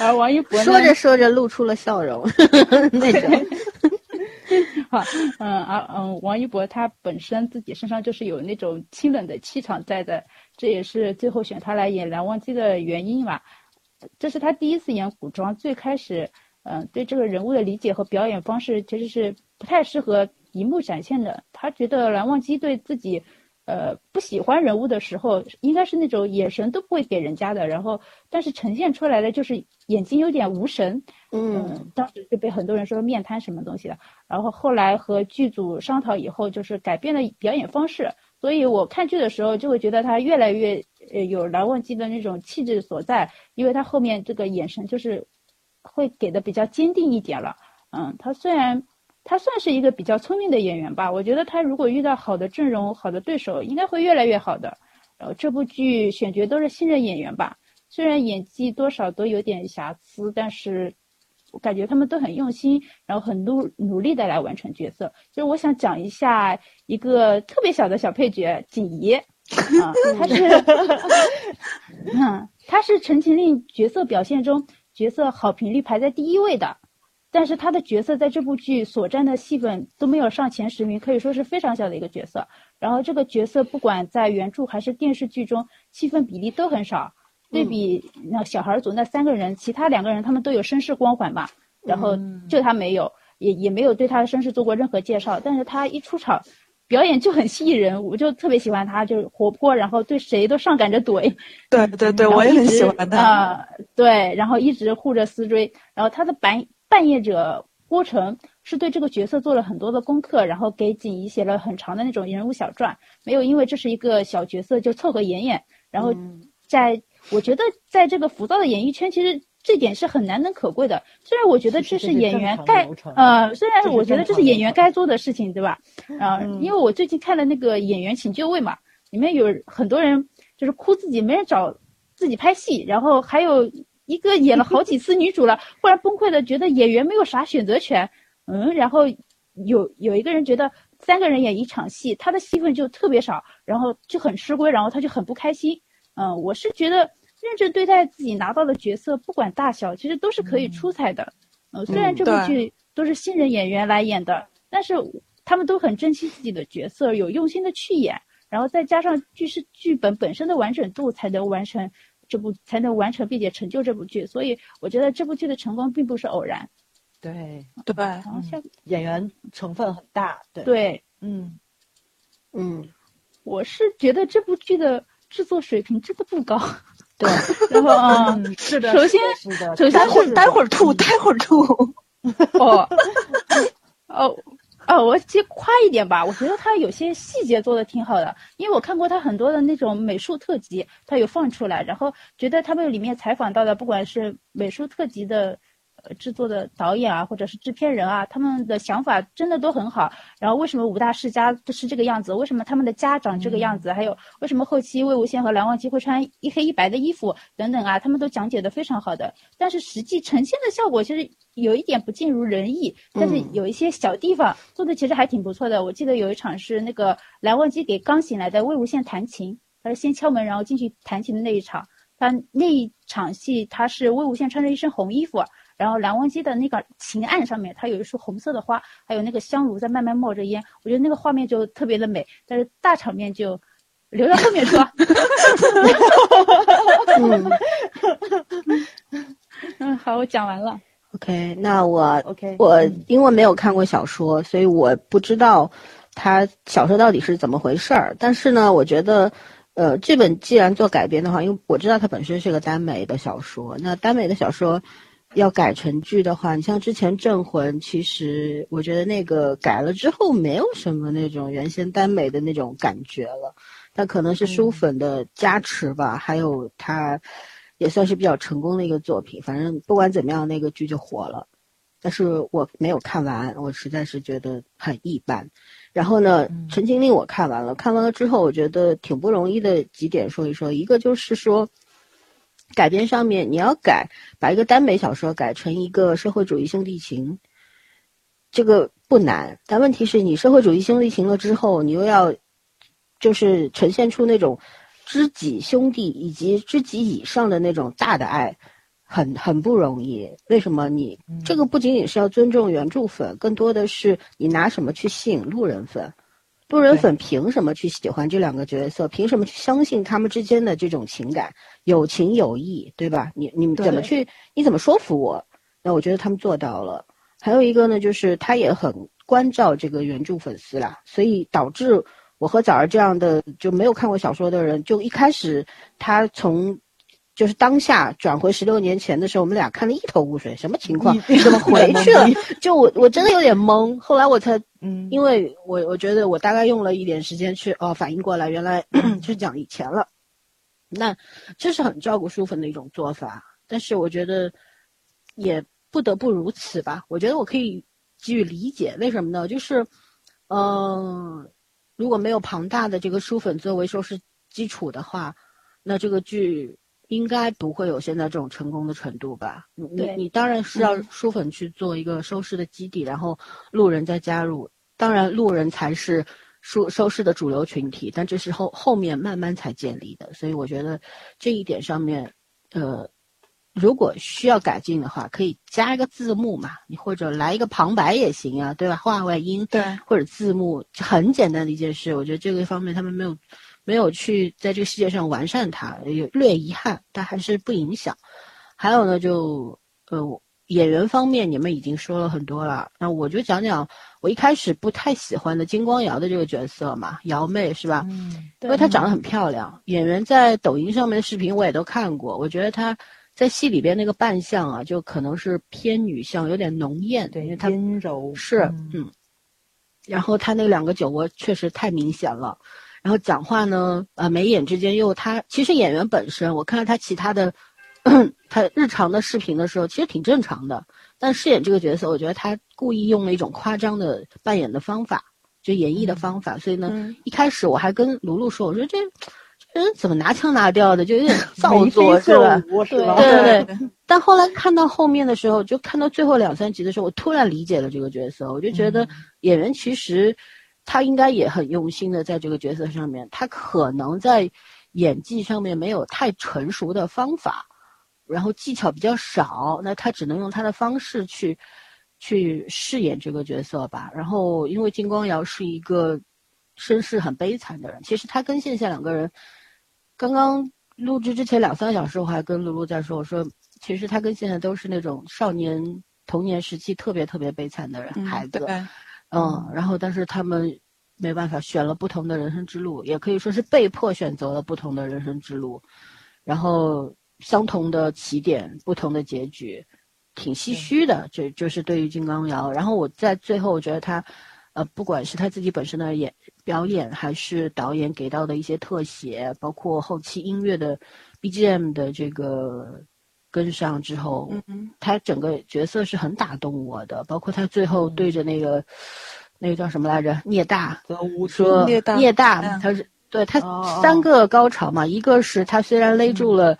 Speaker 5: 而王一博呢？
Speaker 2: 说着说着露出了笑容， 那种
Speaker 5: 哈， 嗯啊嗯，王一博他本身自己身上就是有那种清冷的气场在的，这也是最后选他来演《蓝忘机》的原因嘛。这是他第一次演古装，最开始，嗯，对这个人物的理解和表演方式其实是不太适合荧幕展现的。他觉得蓝忘机对自己，呃，不喜欢人物的时候，应该是那种眼神都不会给人家的，然后但是呈现出来的就是眼睛有点无神，
Speaker 2: 嗯
Speaker 5: 嗯，当时就被很多人说面瘫什么东西的。然后后来和剧组商讨以后，就是改变了表演方式，所以我看剧的时候就会觉得他越来越呃有蓝忘机的那种气质所在，因为他后面这个眼神就是会给的比较坚定一点了。嗯，他虽然他算是一个比较聪明的演员吧。我觉得他如果遇到好的阵容、好的对手，应该会越来越好的。然后这部剧选角都是新人演员吧，虽然演技多少都有点瑕疵，但是我感觉他们都很用心，然后很努努力的来完成角色。就是我想讲一下一个特别小的小配角锦怡，啊，她是，嗯，她是《陈情令》角色表现中角色好评率排在第一位的，但是她的角色在这部剧所占的戏份都没有上前十名，可以说是非常小的一个角色。然后这个角色不管在原著还是电视剧中，戏份比例都很少。对比那小孩组那三个人，其他两个人他们都有绅士光环嘛，然后就他没有，也也没有对他的身世做过任何介绍。但是他一出场，表演就很吸引人，我就特别喜欢他，就是活泼，然后对谁都上赶着怼，
Speaker 3: 对对对，
Speaker 5: 然后
Speaker 3: 我也很
Speaker 5: 一直
Speaker 3: 喜欢他。
Speaker 5: 啊、对，然后一直护着思追，然后他的扮扮演者郭晨是对这个角色做了很多的功课，然后给锦怡写了很长的那种人物小传，没有因为这是一个小角色就凑合演演，然后在、我觉得在这个浮躁的演艺圈，其实这点是很难能可贵的。虽然我觉得
Speaker 4: 其
Speaker 5: 这是
Speaker 4: 实这是
Speaker 5: 演
Speaker 4: 正
Speaker 5: 员
Speaker 4: 常
Speaker 5: 该
Speaker 4: 流程
Speaker 5: 呃，虽然
Speaker 4: 这是
Speaker 5: 我觉得
Speaker 4: 正
Speaker 5: 这是
Speaker 4: 常
Speaker 5: 演
Speaker 4: 流
Speaker 5: 员
Speaker 4: 程
Speaker 5: 该做的事情，对吧？啊、
Speaker 3: 嗯
Speaker 5: 因为我最近看了那个《演员请就位》嘛，里面有很多人就是哭自己没人找自己拍戏，然后还有一个演了好几次女主了，忽然崩溃的觉得演员没有啥选择权，嗯，然后有有一个人觉得三个人演一场戏，他的戏份就特别少，然后就很吃亏，然后他就很不开心。嗯，我是觉得认真对待自己拿到的角色，不管大小，其实都是可以出彩的。嗯，虽然这部剧都是新人演员来演的，但是他们都很珍惜自己的角色，有用心的去演，然后再加上剧是剧本本身的完整度，才能完成这部，才能完成并且成就这部剧。所以我觉得这部剧的成功并不是偶然。
Speaker 4: 对，
Speaker 3: 对，
Speaker 5: 然后下
Speaker 4: 演员成分很大，嗯对，
Speaker 5: 对，
Speaker 4: 嗯，
Speaker 2: 嗯，
Speaker 5: 我是觉得这部剧的制作水平真的不高。对， 然后嗯，
Speaker 4: 嗯， 是的，
Speaker 5: 首先
Speaker 4: 是的，
Speaker 5: 首先
Speaker 3: 待
Speaker 5: 但
Speaker 3: 会
Speaker 5: 是
Speaker 3: 儿待会儿吐，待会儿吐。
Speaker 5: 哦， 哦，哦，我先夸一点吧，我觉得他有些细节做的挺好的，因为我看过他很多的那种美术特辑，他有放出来，然后觉得他们里面采访到的，不管是美术特辑的。呃，制作的导演啊，或者是制片人啊，他们的想法真的都很好。然后为什么武大世家是这个样子？为什么他们的家长这个样子？还有为什么后期魏无羡和蓝忘机会穿一黑一白的衣服等等啊，他们都讲解的非常好的。但是实际呈现的效果其实有一点不尽如人意，但
Speaker 2: 嗯
Speaker 5: 是有一些小地方做的其实还挺不错的。我记得有一场是那个蓝忘机给刚醒来的魏无羡弹琴，他是先敲门然后进去弹琴的那一场。他那一场戏，他是魏无羡穿着一身红衣服，然后蓝忘机的那个琴案上面，它有一束红色的花，还有那个香炉在慢慢冒着烟，我觉得那个画面就特别的美，但是大场面就留到后面说。
Speaker 2: 嗯
Speaker 5: 嗯，好，我讲完了。
Speaker 2: ，OK，那我
Speaker 4: OK，
Speaker 2: 我
Speaker 4: 嗯
Speaker 2: 因为没有看过小说，所以我不知道他小说到底是怎么回事儿。但是呢，我觉得，呃，这本既然做改编的话，因为我知道它本身是个耽美的小说，那耽美的小说要改成剧的话，你像之前《镇魂》，其实我觉得那个改了之后没有什么那种原先耽美的那种感觉了，但可能是书粉的加持吧，还有它。也算是比较成功的一个作品，反正不管怎么样，那个剧就火了。但是我没有看完，我实在是觉得很一般。然后呢，
Speaker 4: 嗯
Speaker 2: 《陈情令》我看完了，看完了之后，我觉得挺不容易的几点说一说。一个就是说，改编上面你要改，把一个耽美小说改成一个社会主义兄弟情，这个不难。但问题是你社会主义兄弟情了之后，你又要就是呈现出那种知己兄弟以及知己以上的那种大的爱，很很不容易。为什么你这个不仅仅是要尊重原著粉，更多的是你拿什么去吸引路人粉？路人粉凭什么去喜欢这两个角色？凭什么去相信他们之间的这种情感、有情有义，对吧？你你们怎么去？你怎么说服我？那我觉得他们做到了。还有一个呢，就是他也很关照这个原著粉丝啦，所以导致我和枣儿这样的就没有看过小说的人，就一开始他从就是当下转回十六年前的时候，我们俩看得一头雾水，什么情况？怎么回去了？就我我真的有点懵，后来我才
Speaker 4: 嗯，
Speaker 2: 因为我我觉得我大概用了一点时间去哦反应过来，原来 是讲以前了。那这是很照顾书粉的一种做法，但是我觉得也不得不如此吧。我觉得我可以给予理解。为什么呢？就是，嗯，如果没有庞大的这个书粉作为收视基础的话，那这个剧应该不会有现在这种成功的程度吧？你你
Speaker 5: 对
Speaker 2: 你当然是要书粉去做一个收视的基底，然后路人再加入。当然，路人才是收收视的主流群体，但这是后后面慢慢才建立的。所以我觉得这一点上面，呃，如果需要改进的话，可以加一个字幕嘛，你或者来一个旁白也行啊，对吧？画外音，
Speaker 3: 对，
Speaker 2: 或者字幕，就很简单的一件事。我觉得这个方面他们没有没有去在这个世界上完善它，有略遗憾，但还是不影响。还有呢，就呃我演员方面，你们已经说了很多了，那我就讲讲我一开始不太喜欢的金光瑶的这个角色嘛，瑶妹是吧？
Speaker 4: 嗯，
Speaker 5: 对
Speaker 2: 因为她长得很漂亮，演员在抖音上面的视频我也都看过，我觉得她在戏里边那个扮相啊，就可能是偏女相，有点浓艳，
Speaker 4: 对，
Speaker 2: 因为她
Speaker 4: 阴柔
Speaker 2: 是，嗯，然后他那两个酒窝确实太明显了，然后讲话呢，呃，眉眼之间又他其实演员本身，我看到他其他的 他日常的视频的时候，其实挺正常的，但饰演这个角色，我觉得他故意用了一种夸张的扮演的方法，就演绎的方法，所以呢，
Speaker 3: 嗯，
Speaker 2: 一开始我还跟卢露说，我说这这人怎么拿腔拿调的，就 有点造
Speaker 4: 眉飞
Speaker 2: 作，是吧？
Speaker 4: 舞是吧？
Speaker 2: 对对对。但后来看到后面的时候，就看到最后两三集的时候，我突然理解了这个角色，我就觉得演员其实他应该也很用心的在这个角色上面，他可能在演技上面没有太成熟的方法，然后技巧比较少，那他只能用他的方式去去饰演这个角色吧。然后因为金光瑶是一个身世很悲惨的人，其实他跟线下两个人，刚刚录制之前两三个小时，我还跟露露在说，我说其实他跟现在都是那种少年童年时期特别特别悲惨的 人、
Speaker 3: 嗯
Speaker 2: 孩子，
Speaker 3: 对
Speaker 2: 嗯，然后但是他们没办法选了不同的人生之路，也可以说是被迫选择了不同的人生之路，然后相同的起点，不同的结局，挺唏嘘的。这就是对于金刚瑶。然后我在最后，我觉得他，呃，不管是他自己本身的演表演，还是导演给到的一些特写，包括后期音乐的 BGM 的这个跟上之后，
Speaker 3: 嗯，
Speaker 2: 他整个角色是很打动我的，包括他最后
Speaker 3: 嗯
Speaker 2: 对着那个、那个叫什么来着，聂大
Speaker 4: 则无
Speaker 2: 说
Speaker 3: 聂大嗯
Speaker 2: 他是对他
Speaker 4: 哦
Speaker 2: 三个高潮嘛，一个是他虽然勒住了，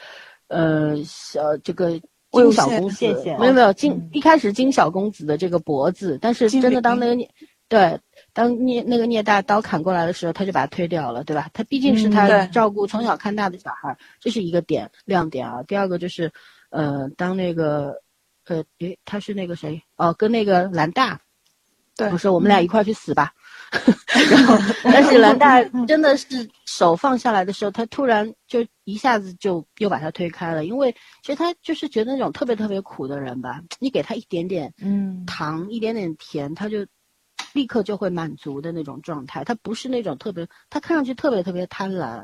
Speaker 2: 呃，小这个
Speaker 3: 嗯魏
Speaker 2: 金
Speaker 3: 无
Speaker 2: 小
Speaker 3: 羡
Speaker 2: 公子
Speaker 4: 谢谢，
Speaker 2: 没有没有金
Speaker 4: 嗯
Speaker 2: 一开始金小公子的这个脖子，但是
Speaker 3: 金
Speaker 2: 真的
Speaker 3: 缕
Speaker 2: 当那个聂对。当聂那个聂大刀砍过来的时候，他就把他推掉了，对吧？他毕竟是
Speaker 4: 嗯
Speaker 2: 他
Speaker 3: 对
Speaker 2: 照顾从小看大的小孩儿，这是一个点亮点啊。第二个就是，呃，当那个，呃，诶，他是那个谁？哦，跟那个兰大，
Speaker 3: 对嗯
Speaker 2: 我说我们俩一块儿去死吧。 然 后，但是兰
Speaker 3: 嗯
Speaker 2: 大真的是手放下来的时候，他突然就一下子就又把他推开了，因为其实他就是觉得那种特别特别苦的人吧，你给他一点点
Speaker 4: 嗯，
Speaker 2: 糖，一点点甜，他就立刻就会满足的那种状态。他不是那种特别，他看上去特别特别贪婪，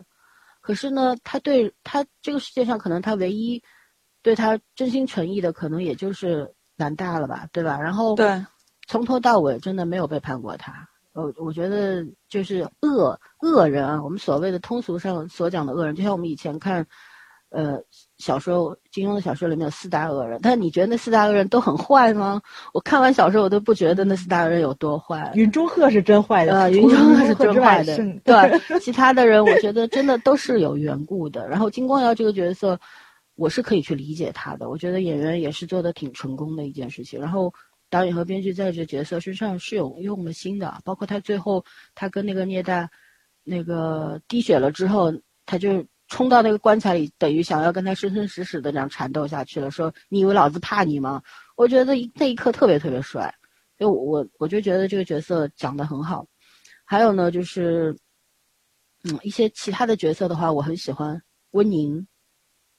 Speaker 2: 可是呢，他对他这个世界上可能他唯一对他真心诚意的，可能也就是兰大了吧，对吧？然后
Speaker 3: 对，
Speaker 2: 从头到尾真的没有背叛过他。我我觉得就是恶恶人啊，我们所谓的通俗上所讲的恶人，就像我们以前看，呃，小说金庸的小说里面有四大恶人，但你觉得那四大恶人都很坏吗？我看完小说，我都不觉得那四大恶人有多坏。
Speaker 4: 云中鹤是真坏的，
Speaker 2: 呃，
Speaker 4: 除
Speaker 2: 云
Speaker 4: 了
Speaker 2: 中鹤是
Speaker 4: 鹤
Speaker 2: 真
Speaker 4: 之
Speaker 2: 坏
Speaker 4: 外
Speaker 2: 的
Speaker 4: 剩，
Speaker 2: 对，其他的人我觉得真的都是有缘故的。然后金光瑶这个角色，我是可以去理解他的，我觉得演员也是做的挺成功的一件事情。然后导演和编剧在这角色身上是有用了心的，啊包括他最后他跟那个聂大那个滴血了之后，他就冲到那个棺材里，等于想要跟他生生死死的这样缠斗下去了。说你以为老子怕你吗？我觉得一那一刻特别特别帅，所以我我我就觉得这个角色讲得很好。还有呢，就是嗯一些其他的角色的话，我很喜欢温宁，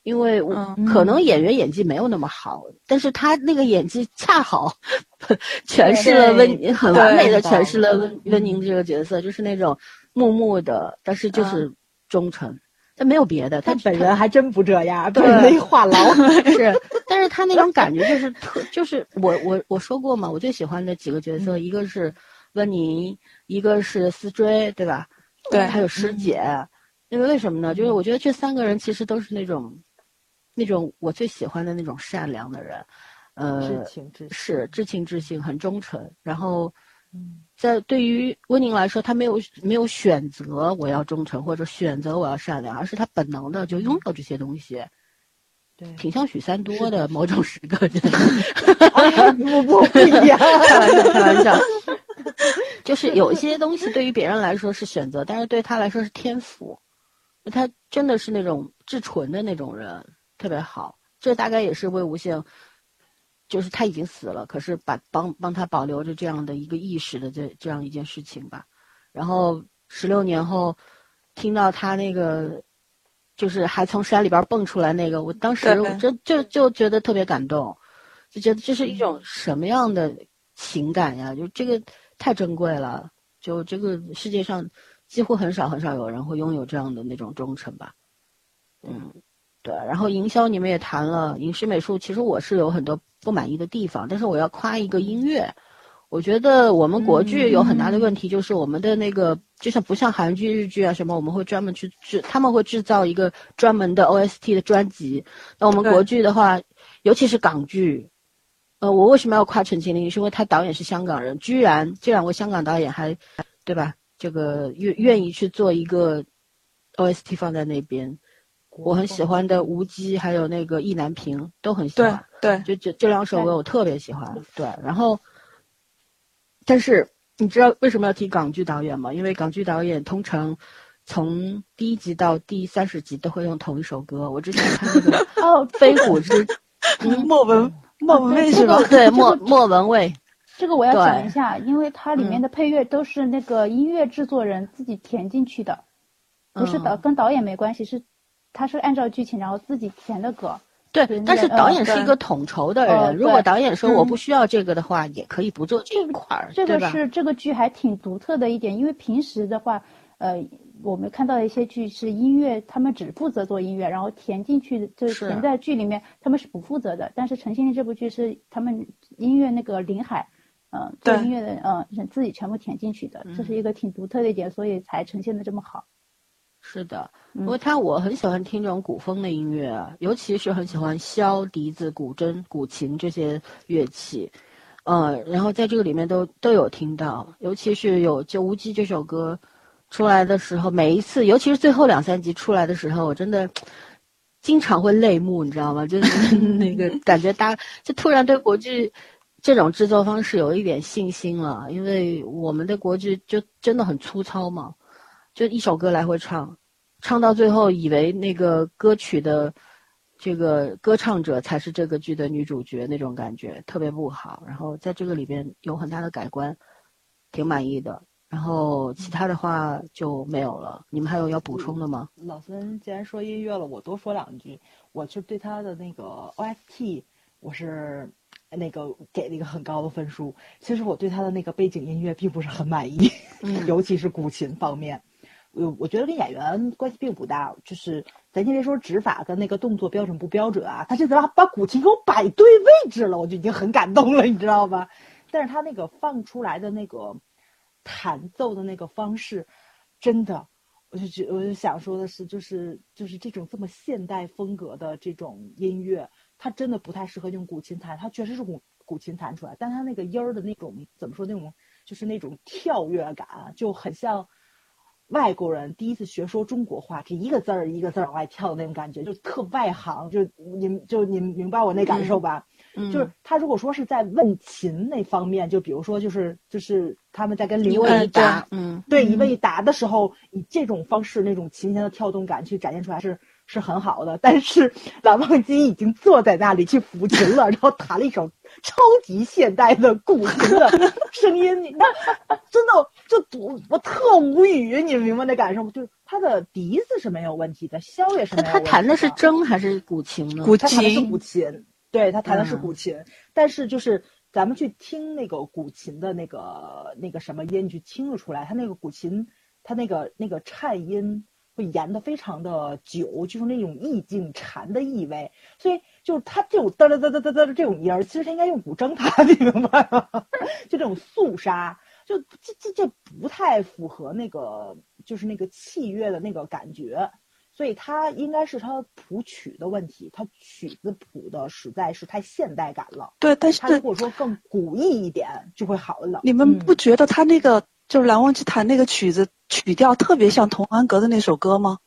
Speaker 2: 因为我、
Speaker 3: 嗯
Speaker 2: 可能演员演技没有那么好，但是他那个演技恰好 诠释了温很完美的诠释了温温宁这个角色，就是那种木木的，但是就是忠诚，但没有别的，他
Speaker 4: 他本
Speaker 2: 他
Speaker 4: 人还真不这样，
Speaker 2: 对
Speaker 4: 本人 一话痨。
Speaker 2: 是，但是他那种感觉就是特，就是我我我说过嘛，我最喜欢的几个角色，一个是温妮，一个是思追，对吧？
Speaker 3: 对
Speaker 2: 还有师姐。因为为什么呢？就是我觉得这三个人其实都是那种，那种我最喜欢的那种善良的人。呃
Speaker 4: 知，情知性
Speaker 2: 是知情知性，很忠诚。然后
Speaker 4: 嗯，
Speaker 2: 在对于温宁来说，他没有没有选择我要忠诚或者选择我要善良，而是他本能的就拥有这些东西，
Speaker 4: 对，
Speaker 2: 挺像许三多的某种时刻。 真的
Speaker 4: 不哎不不一样，
Speaker 2: 开玩笑，开玩 笑。就是有一些东西对于别人来说是选择，但是对他来说是天赋。他真的是那种至纯的那种人，特别好。这大概也是魏无羡，就是他已经死了，可是把帮帮他保留着这样的一个意识的这这样一件事情吧。然后十六年后，听到他那个，就是还从山里边蹦出来那个，我当时
Speaker 3: 对
Speaker 2: 我真就就觉得特别感动，就觉得这是
Speaker 3: 嗯
Speaker 2: 一种什么样的情感呀？就这个太珍贵了，就这个世界上几乎很少很少有人会拥有这样的那种忠诚吧。嗯，对。然后营销你们也谈了，影视美术其实我是有很多不满意的地方，但是我要夸一个音乐。我觉得我们国剧有很大的问题，就是我们的那个，就像不像韩剧、日剧啊什么，我们会专门去制，他们会制造一个专门的 OST 的专辑。那我们
Speaker 3: 对
Speaker 2: 国剧的话，尤其是港剧，呃，我为什么要夸陈情令？是因为他导演是香港人，居然这两位香港导演还，对吧？这个愿愿意去做一个 OST 放在那边，我很喜欢的吴姬，还有那个意难平都很喜
Speaker 3: 对
Speaker 2: 欢。
Speaker 3: 对，
Speaker 2: 就这这两首歌我特别喜欢，对。然后，但是你知道为什么要提港剧导演吗？因为港剧导演通常从第一集到第三十集都会用同一首歌。我之前看那个
Speaker 5: 哦，
Speaker 2: 《飞虎之
Speaker 3: 莫文莫文蔚是吧？
Speaker 2: 嗯 对莫莫文蔚，
Speaker 5: 这个我要
Speaker 2: 对
Speaker 5: 讲一下，因为它里面
Speaker 2: 嗯
Speaker 5: 的配乐都是那个音乐制作人自己填进去的，不是导
Speaker 2: 嗯
Speaker 5: 跟导演没关系，是他是按照剧情然后自己填的歌。
Speaker 2: 对，但是
Speaker 5: 嗯
Speaker 2: 导演是
Speaker 3: 对
Speaker 2: 一个统筹的
Speaker 5: 哦
Speaker 2: 人。如果
Speaker 5: 对
Speaker 2: 导演说
Speaker 5: 嗯
Speaker 2: 我不需要这个的话，也可以不做这一块儿，
Speaker 5: 这
Speaker 2: 对
Speaker 5: 个
Speaker 2: 吧？
Speaker 5: 是这个剧还挺独特的一点，因为平时的话，呃，我们看到的一些剧是音乐，他们只负责做音乐，然后填进去的，就是
Speaker 2: 是
Speaker 5: 填在剧里面，他们是不负责的。但是陈星丽这部剧是他们音乐那个林海，嗯、做
Speaker 3: 对
Speaker 5: 音乐的，嗯、是自己全部填进去的，
Speaker 2: 嗯
Speaker 5: 这是一个挺独特的一点，所以才呈现的这么好。
Speaker 2: 是的，
Speaker 5: 嗯
Speaker 2: 因为他我很喜欢听这种古风的音乐啊，尤其是很喜欢箫、笛子、古筝、古琴这些乐器，呃，然后在这个里面都都有听到，尤其是有就《无忌》这首歌出来的时候，每一次，尤其是最后两三集出来的时候，我真的经常会泪目，你知道吗？就是 那个感觉大，就突然对国剧这种制作方式有一点信心了，因为我们的国剧就真的很粗糙嘛，就一首歌来回唱，唱到最后以为那个歌曲的这个歌唱者才是这个剧的女主角那种感觉，特别不好。然后在这个里边有很大的改观，挺满意的。然后其他的话就没有了。你们还有要补充的吗？
Speaker 4: 老孙既然说音乐了，我多说两句。我就对他的那个 OST，我是那个给了一个很高的分数。其实我对他的那个背景音乐并不是很满意，
Speaker 2: 嗯
Speaker 4: 尤其是古琴方面。我我觉得跟演员关系并不大，就是咱先别说指法跟那个动作标准不标准啊，他这次把把古琴给我摆对位置了，我就已经很感动了，你知道吧？但是他那个放出来的那个弹奏的那个方式，真的，我就觉我就想说的是，就是就是这种这么现代风格的这种音乐，它真的不太适合用古琴弹，它确实是古古琴弹出来，但它那个音儿的那种怎么说那种就是那种跳跃感啊，就很像外国人第一次学说中国话，这一个字儿一个字儿往外跳的那种感觉，就特外行，就你们就你们明白我那感受吧？
Speaker 2: 嗯
Speaker 4: 就是他如果说是在问琴那方面，就比如说就是就是他们在跟
Speaker 2: 一
Speaker 4: 林
Speaker 2: 问一
Speaker 4: 问
Speaker 2: 答，嗯
Speaker 4: 对一问一答的时候，以这种方式那种琴弦的跳动感去展现出来是是很好的。但是蓝忘机已经坐在那里去抚琴了，然后弹了一首超级现代的古琴的声音，你那真的就我我特无语，你明白那感受吗？就是他的笛子是没有问题的，箫也是
Speaker 2: 那
Speaker 4: 没
Speaker 2: 他
Speaker 4: 有问题
Speaker 2: 弹的是
Speaker 4: 的
Speaker 2: 筝还是古琴呢？
Speaker 3: 古
Speaker 4: 他弹的是
Speaker 3: 琴
Speaker 4: 古琴，对他弹的是
Speaker 2: 嗯
Speaker 4: 古琴，但是就是咱们去听那个古琴的那个那个什么音，你去听得出来，他那个古琴，他那个那个颤音会延的非常的久，就是那种意境禅的意味，所以就是他这种嘚嘚嘚嘚嘚嘚这种音儿，其实他应该用古筝弹，你明白吗？ 就这种肃杀，就这这这不太符合那个就是那个器乐的那个感觉。所以它应该是它谱曲的问题，它曲子谱的实在是太现代感了。
Speaker 3: 对，但是
Speaker 4: 它如果说更古意一点就会好了。嗯
Speaker 3: 你
Speaker 2: 嗯
Speaker 3: 们不觉得他那个、就是蓝忘机弹那个曲子曲调特别像童安格的那首歌吗？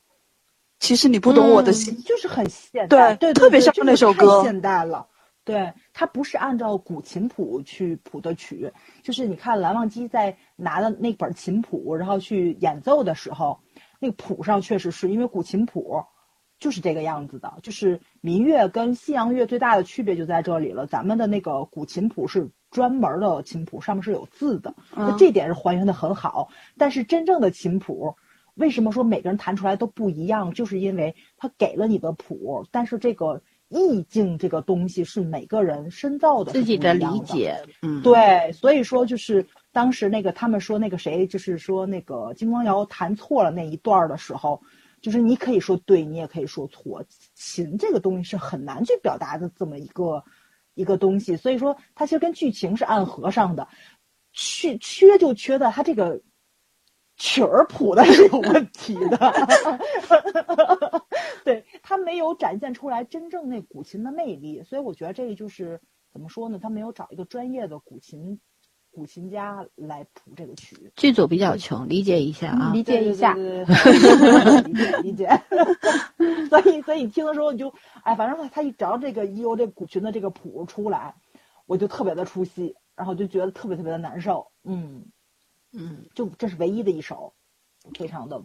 Speaker 3: 其实你不懂我的
Speaker 2: 嗯
Speaker 3: 心，
Speaker 4: 就是很现代，对，对
Speaker 3: 对特别像
Speaker 4: 对
Speaker 3: 那首
Speaker 4: 就是
Speaker 3: 歌
Speaker 4: 太现代了。对，它不是按照古琴谱去谱的曲，就是你看蓝忘机在拿的那本琴谱，然后去演奏的时候，那个谱上确实是因为古琴谱就是这个样子的，就是民乐跟西洋乐最大的区别就在这里了。咱们的那个古琴谱是专门的琴谱，上面是有字的，那
Speaker 3: 嗯
Speaker 4: 这点是还原的很好。但是真正的琴谱，为什么说每个人弹出来都不一样？就是因为它给了你的谱，但是这个意境这个东西是每个人深造的
Speaker 2: 自己
Speaker 4: 是不一样
Speaker 2: 理
Speaker 4: 的
Speaker 2: 解，嗯，
Speaker 4: 对，所以说就是当时那个他们说那个谁，就是说那个金光瑶弹错了那一段儿的时候，就是你可以说对，你也可以说错。琴这个东西是很难去表达的这么一个一个东西，所以说它其实跟剧情是暗合上的， 缺缺就缺在它这个曲儿谱的是有问题的。对他没有展现出来真正那古琴的魅力，所以我觉得这个就是怎么说呢？他没有找一个专业的古琴古琴家来谱这个曲。
Speaker 2: 剧组比较穷，理解一下啊
Speaker 5: 嗯。理解一下
Speaker 4: 对，对对对对理解理解。所以所以听的时候你就哎，反正他一只要这个一有这古琴的这个谱出来，我就特别的出戏，然后就觉得特别特别的难受。嗯，
Speaker 2: 嗯，
Speaker 4: 就这是唯一的一首，非常的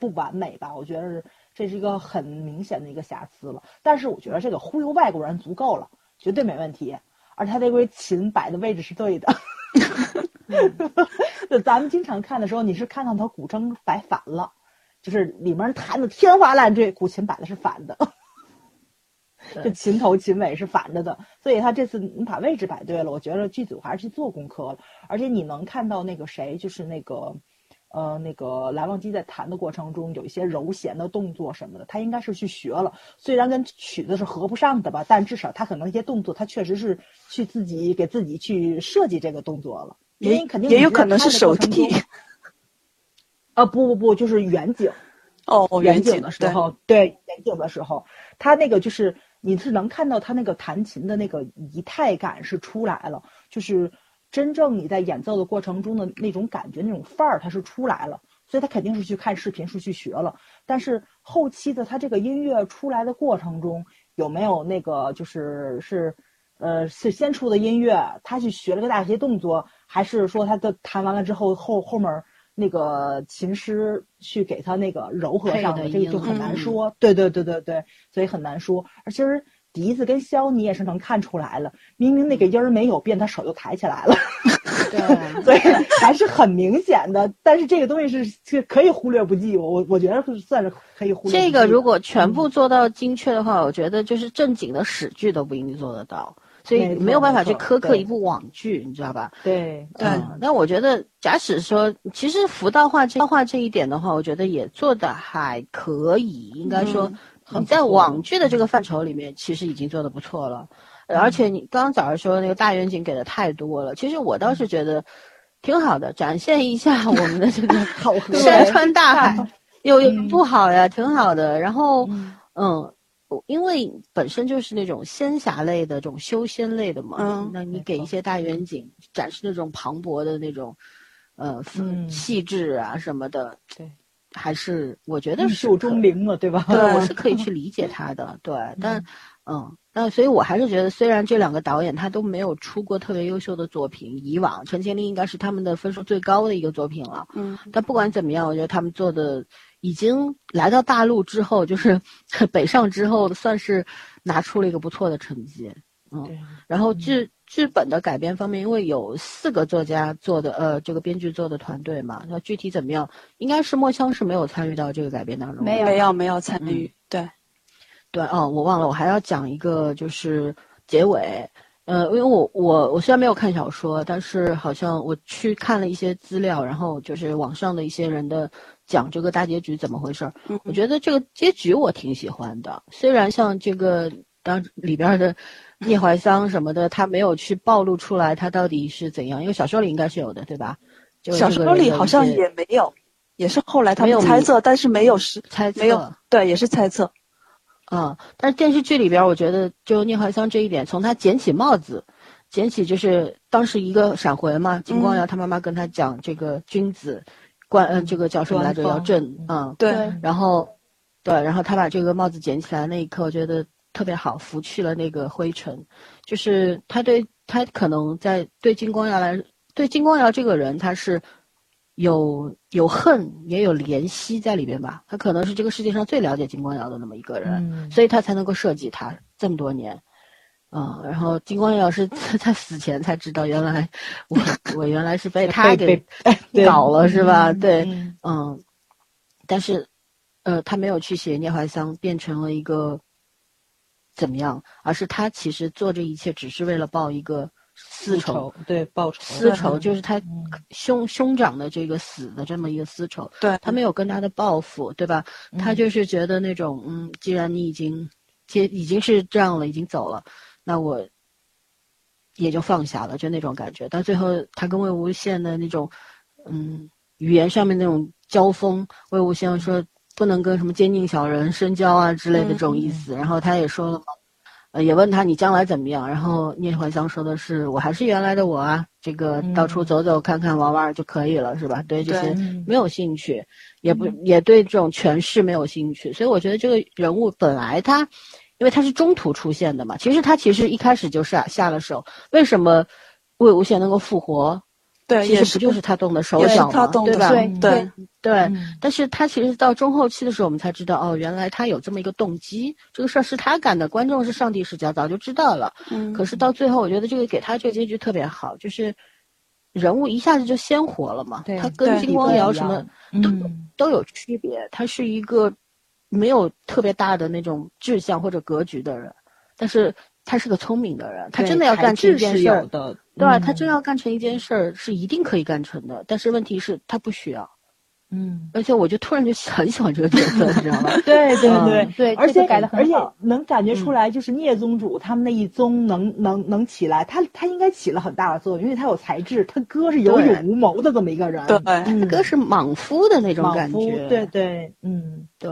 Speaker 4: 不完美吧？我觉得是这是一个很明显的一个瑕疵了。但是我觉得这个忽悠外国人足够了，绝对没问题。而且他这回琴摆的位置是对的。 就咱们经常看的时候，你是看到他古筝摆反了，就是里面弹的天花乱坠，古琴摆的是反的，这 琴头琴尾是反着的。所以他这次你把位置摆对了，我觉得剧组还是去做功课了。而且你能看到那个谁，就是那个，呃，那个蓝忘机在弹的过程中有一些揉弦的动作什么的，他应该是去学了。虽然跟曲子是合不上的吧，但至少他可能一些动作，他确实是去自己给自己去设计这个动作了。因为
Speaker 3: 也
Speaker 4: 肯定
Speaker 3: 也
Speaker 4: 你
Speaker 3: 有
Speaker 4: 在
Speaker 3: 可能
Speaker 4: 看
Speaker 3: 是
Speaker 4: 的过
Speaker 3: 手
Speaker 4: 程
Speaker 3: 替
Speaker 4: 中。呃，不不不，就是远景。
Speaker 3: 哦，
Speaker 4: 远景
Speaker 3: 景
Speaker 4: 的时
Speaker 3: 对，
Speaker 4: 候，对远景的时候，他那个就是你是能看到他那个弹琴的那个仪态感是出来了，就是真正你在演奏的过程中的那种感觉、那种范儿，它是出来了。所以他肯定是去看视频，是去学了。但是后期的他这个音乐出来的过程中，有没有那个就是是，呃，是先出的音乐，他去学了个大提动作，还是说他的弹完了之后后后面儿那个琴师去给他那个柔和
Speaker 2: 配
Speaker 4: 上
Speaker 2: 的
Speaker 4: 的，这个
Speaker 2: 音
Speaker 4: 就很难
Speaker 2: 嗯
Speaker 4: 说。对对对对对，所以很难说。而其实笛子跟箫你也是能看出来了，明明那个音儿没有变，他手就抬起来了。
Speaker 2: 对，
Speaker 4: 所以还是很明显的。但是这个东西是是可以忽略不计，我我我觉得是算是嗯可以忽略不
Speaker 2: 这
Speaker 4: 计的。
Speaker 2: 个如果全部做到精确的话，我觉得就是正经的史剧都不一定做得到，所以
Speaker 4: 没错
Speaker 2: 没有办法去
Speaker 4: 没错
Speaker 2: 苛刻
Speaker 4: 对
Speaker 2: 一部网剧，你知道吧？
Speaker 4: 对
Speaker 3: 对
Speaker 2: 嗯但我觉得，假使说，其实福道化这化这一点的话，我觉得也做的还可以，应该说、
Speaker 4: 嗯很
Speaker 2: 你
Speaker 4: 不
Speaker 2: 在
Speaker 4: 错
Speaker 2: 网剧的这个范畴里面，其实已经做的不错了。
Speaker 4: 嗯
Speaker 2: 呃而且你刚刚早上说的那个大远景给的太多了，其实我倒是觉得挺好的，展现一下我们的这个
Speaker 4: 考核
Speaker 2: 山川大海，有有
Speaker 4: 嗯
Speaker 2: 不好呀，挺好的。然后，嗯，我因为本身就是那种仙侠类的、这种修仙类的嘛，
Speaker 3: 嗯
Speaker 2: 那你
Speaker 4: 没
Speaker 2: 给
Speaker 4: 错
Speaker 2: 一些大远景，展示那种磅礴的那种，呃，
Speaker 4: 嗯
Speaker 2: 气质啊什么的，
Speaker 4: 对，
Speaker 2: 还是我觉得
Speaker 4: 艺
Speaker 2: 是
Speaker 4: 术
Speaker 2: 可
Speaker 4: 钟灵了，对吧？
Speaker 2: 对，我是
Speaker 4: 嗯
Speaker 2: 可以去理解他的，对，但，嗯，那所以我还是觉得，虽然这两个导演他都没有出过特别优秀的作品，以往《陈情令》应该是他们的分数最高的一个作品了，
Speaker 3: 嗯，
Speaker 2: 但不管怎么样，我觉得他们做的已经来到大陆之后，就是 北上之后，算是拿出了一个不错的成绩。
Speaker 4: 对
Speaker 2: 然后剧、剧本的改编方面，因为有四个作家做的，呃，这个编剧做的团队嘛，那具体怎么样，应该是墨香是没有参与到这个改编当中的，
Speaker 5: 没有
Speaker 3: 没有没有
Speaker 2: 嗯
Speaker 3: 参与，对，
Speaker 2: 对哦，我忘了，我还要讲一个就是结尾。呃，因为我我我虽然没有看小说，但是好像我去看了一些资料，然后就是网上的一些人的讲这个大结局怎么回事儿。
Speaker 3: 嗯
Speaker 2: 我觉得这个结局我挺喜欢的，虽然像这个当里边儿的聂怀桑什么的，他没有去暴露出来他到底是怎样，因为小说里应该是有的，对吧？就
Speaker 3: 小
Speaker 2: 这个
Speaker 3: 说
Speaker 2: 人
Speaker 3: 里
Speaker 2: 的一
Speaker 3: 好像
Speaker 2: 些
Speaker 3: 也没有，也是后来他
Speaker 2: 没有
Speaker 3: 们猜测，但是没有实
Speaker 2: 猜测
Speaker 3: 没有对，也是猜测。
Speaker 2: 啊、但是电视剧里边，我觉得就聂怀桑这一点，从他捡起帽子，捡起就是当时一个闪回嘛，金光
Speaker 3: 嗯
Speaker 2: 瑶他妈妈跟他讲这个君子，冠嗯、这个叫什么来着？
Speaker 4: 端
Speaker 2: 要
Speaker 4: 方
Speaker 2: 正啊、
Speaker 3: 对，
Speaker 5: 对
Speaker 2: 然后对，然后他把这个帽子捡起来那一刻，我觉得特别好，拂去了那个灰尘，就是他对他可能在对金光瑶来，对金光瑶这个人，他是有有恨也有怜惜在里边吧，他可能是这个世界上最了解金光瑶的那么一个人。
Speaker 4: 嗯，
Speaker 2: 所以他才能够设计它这么多年。啊、然后金光耀是 在死前才知道，原来 我我原来是被他
Speaker 4: 被
Speaker 2: 给
Speaker 4: 被哎对
Speaker 2: 搞了，是吧？ 对，
Speaker 4: 嗯
Speaker 2: 嗯，但是，呃，他没有去写聂怀桑变成了一个怎么样，而是他其实做这一切只是为了报一个私
Speaker 4: 复
Speaker 2: 仇，
Speaker 4: 仇对报仇，
Speaker 2: 嗯私仇就是他
Speaker 4: 嗯
Speaker 2: 兄兄长的这个死的这么一个私仇，
Speaker 3: 对
Speaker 2: 他没有跟他的报复，对吧？他就是觉得那种，嗯，既然你已经接已经是这样了，已经走了，那我也就放下了，就那种感觉。到最后，他跟魏无羡的那种，嗯，语言上面那种交锋，魏无羡说不能跟什么奸佞小人深交啊之类的这种意思。然后他也说了嘛，呃，也问他你将来怎么样。然后聂怀桑说的是，我还是原来的我啊，这个
Speaker 4: 嗯
Speaker 2: 到处走走看看玩玩就可以了，是吧？对这些
Speaker 3: 对
Speaker 4: 嗯
Speaker 2: 没有兴趣，也不
Speaker 3: 嗯
Speaker 2: 也对这种权势没有兴趣，所以我觉得这个人物本来他，因为他是中途出现的嘛，其实他其实一开始就下下了手。为什么魏无羡能够复活？
Speaker 3: 对，
Speaker 2: 其
Speaker 3: 呃也
Speaker 2: 实
Speaker 3: 是
Speaker 2: 不就是他动的手
Speaker 3: 也是
Speaker 2: 脚
Speaker 3: 他
Speaker 2: 嘛，
Speaker 3: 动
Speaker 2: 对
Speaker 3: 的
Speaker 2: 吧？
Speaker 3: 手，
Speaker 5: 对
Speaker 3: 对
Speaker 5: 对
Speaker 2: 对。
Speaker 4: 嗯
Speaker 2: 但是他其实到中后期的时候，我们才知道哦，原来他有这么一个动机，这个事儿是他干的，观众是上帝视角，早就知道了。
Speaker 3: 嗯，
Speaker 2: 可是到最后，我觉得这个给他这个结局特别好，就是人物一下子就鲜活了嘛。
Speaker 4: 对
Speaker 2: 他跟
Speaker 3: 对
Speaker 2: 金光瑶什么
Speaker 4: 嗯
Speaker 2: 都都有区别，他是一个没有特别大的那种志向或者格局的人，但是他是个聪明的人，他
Speaker 4: 对
Speaker 2: 真的要
Speaker 4: 才
Speaker 2: 干成
Speaker 4: 智
Speaker 2: 一件
Speaker 4: 是
Speaker 2: 事
Speaker 4: 有
Speaker 2: 儿，
Speaker 4: 的，
Speaker 2: 对吧？
Speaker 4: 嗯
Speaker 2: 他真要干成一件事儿是一定可以干成的，但是问题是他不需要，
Speaker 4: 嗯，
Speaker 2: 而且我就突然就很喜欢这个角色，你知 道吗？
Speaker 4: 对对
Speaker 2: 嗯
Speaker 4: 对。
Speaker 5: 对，
Speaker 4: 而
Speaker 5: 这
Speaker 4: 且
Speaker 5: 个改的
Speaker 4: 而
Speaker 5: 很
Speaker 4: 且
Speaker 5: 好。
Speaker 4: 能感觉出
Speaker 2: 嗯
Speaker 4: 来，就是聂宗主他们那一宗能能能起来，他他应该起了很大的作用，因为他有才智，他哥是有
Speaker 2: 对
Speaker 4: 勇无谋的这么一个人，
Speaker 3: 对，
Speaker 2: 他哥是莽夫的那种
Speaker 4: 莽
Speaker 2: 感
Speaker 4: 夫
Speaker 2: 觉，
Speaker 4: 对对，嗯，
Speaker 2: 对，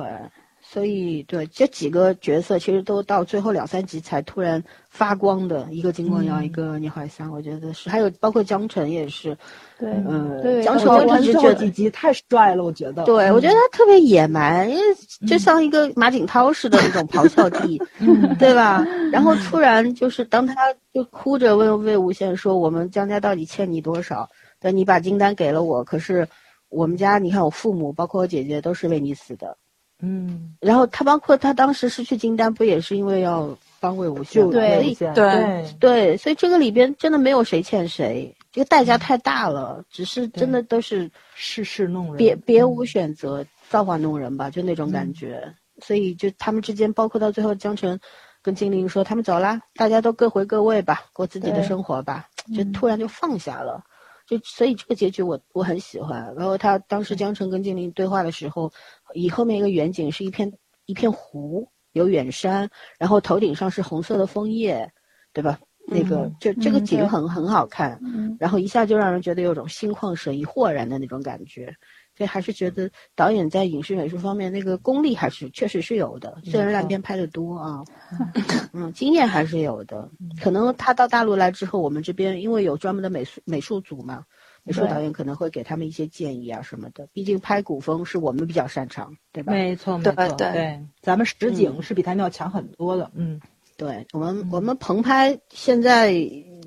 Speaker 2: 所以对这几个角色其实都到最后两三集才突然发光的，一个金光瑶，
Speaker 4: 嗯
Speaker 2: 一个聂怀桑，我觉得是，还有包括江晨也是，
Speaker 5: 对，
Speaker 2: 嗯，
Speaker 5: 对
Speaker 2: 江
Speaker 5: 包
Speaker 2: 晨
Speaker 5: 括
Speaker 2: 我
Speaker 4: 王
Speaker 2: 一
Speaker 4: 晨
Speaker 2: 直
Speaker 4: 最
Speaker 2: 觉
Speaker 4: 后
Speaker 2: 得
Speaker 4: 几。集太帅了，我觉得，
Speaker 2: 对，我觉得他特别野蛮，因为就
Speaker 4: 嗯
Speaker 2: 像一个马景涛似的那种咆哮 帝，
Speaker 4: 嗯，
Speaker 2: 对吧？然后突然就是当他就哭着问魏无羡说：“我们江家到底欠你多少？对，你把金丹给了我，可是我们家，你看我父母，包括我姐姐，都是为你死的。”
Speaker 4: 嗯，
Speaker 2: 然后他包括他当时失去金丹，不也是因为要帮魏无羡吗？所
Speaker 5: 对
Speaker 4: 对
Speaker 2: 以
Speaker 4: 对
Speaker 3: 对
Speaker 2: 对，所以这个里边真的没有谁欠谁，这个代价太大了，只是真的都是
Speaker 4: 世事弄人，
Speaker 2: 别别
Speaker 5: 嗯
Speaker 2: 无选择，造化弄人吧，就那种感觉。所以就他们之间，包括到最后江辰跟金陵说他们走啦，大家都各回各位吧，过自己的
Speaker 5: 对嗯
Speaker 2: 生活吧，就突然就放下了。就所以这个结局我我很喜欢。然后他当时江辰跟金陵对话的时候，以后面一个远景是一片一片湖，有远山，然后头顶上是红色的枫叶，对吧？那个就这个
Speaker 5: 嗯
Speaker 2: 景
Speaker 5: 对
Speaker 2: 很很好看，
Speaker 5: 嗯，
Speaker 2: 然后一下就让人觉得有种心旷神怡、豁然的那种感觉。所以还是
Speaker 4: 嗯
Speaker 2: 觉得导演在影视美术方面那个功力还是确实是有的，虽然烂片拍的多啊， 嗯，经验还是有的。
Speaker 4: 嗯
Speaker 2: 可能他到大陆来之后，我们这边因为有专门的美术美术组嘛，美术
Speaker 5: 对
Speaker 2: 导演可能会给他们一些建议啊什么的。毕竟拍古风是我们比较擅长，对吧？
Speaker 4: 没错，没
Speaker 3: 对
Speaker 4: 错，
Speaker 3: 对
Speaker 4: 对，咱们实景是比他们要强很多的，嗯，
Speaker 2: 对我们我们棚拍现在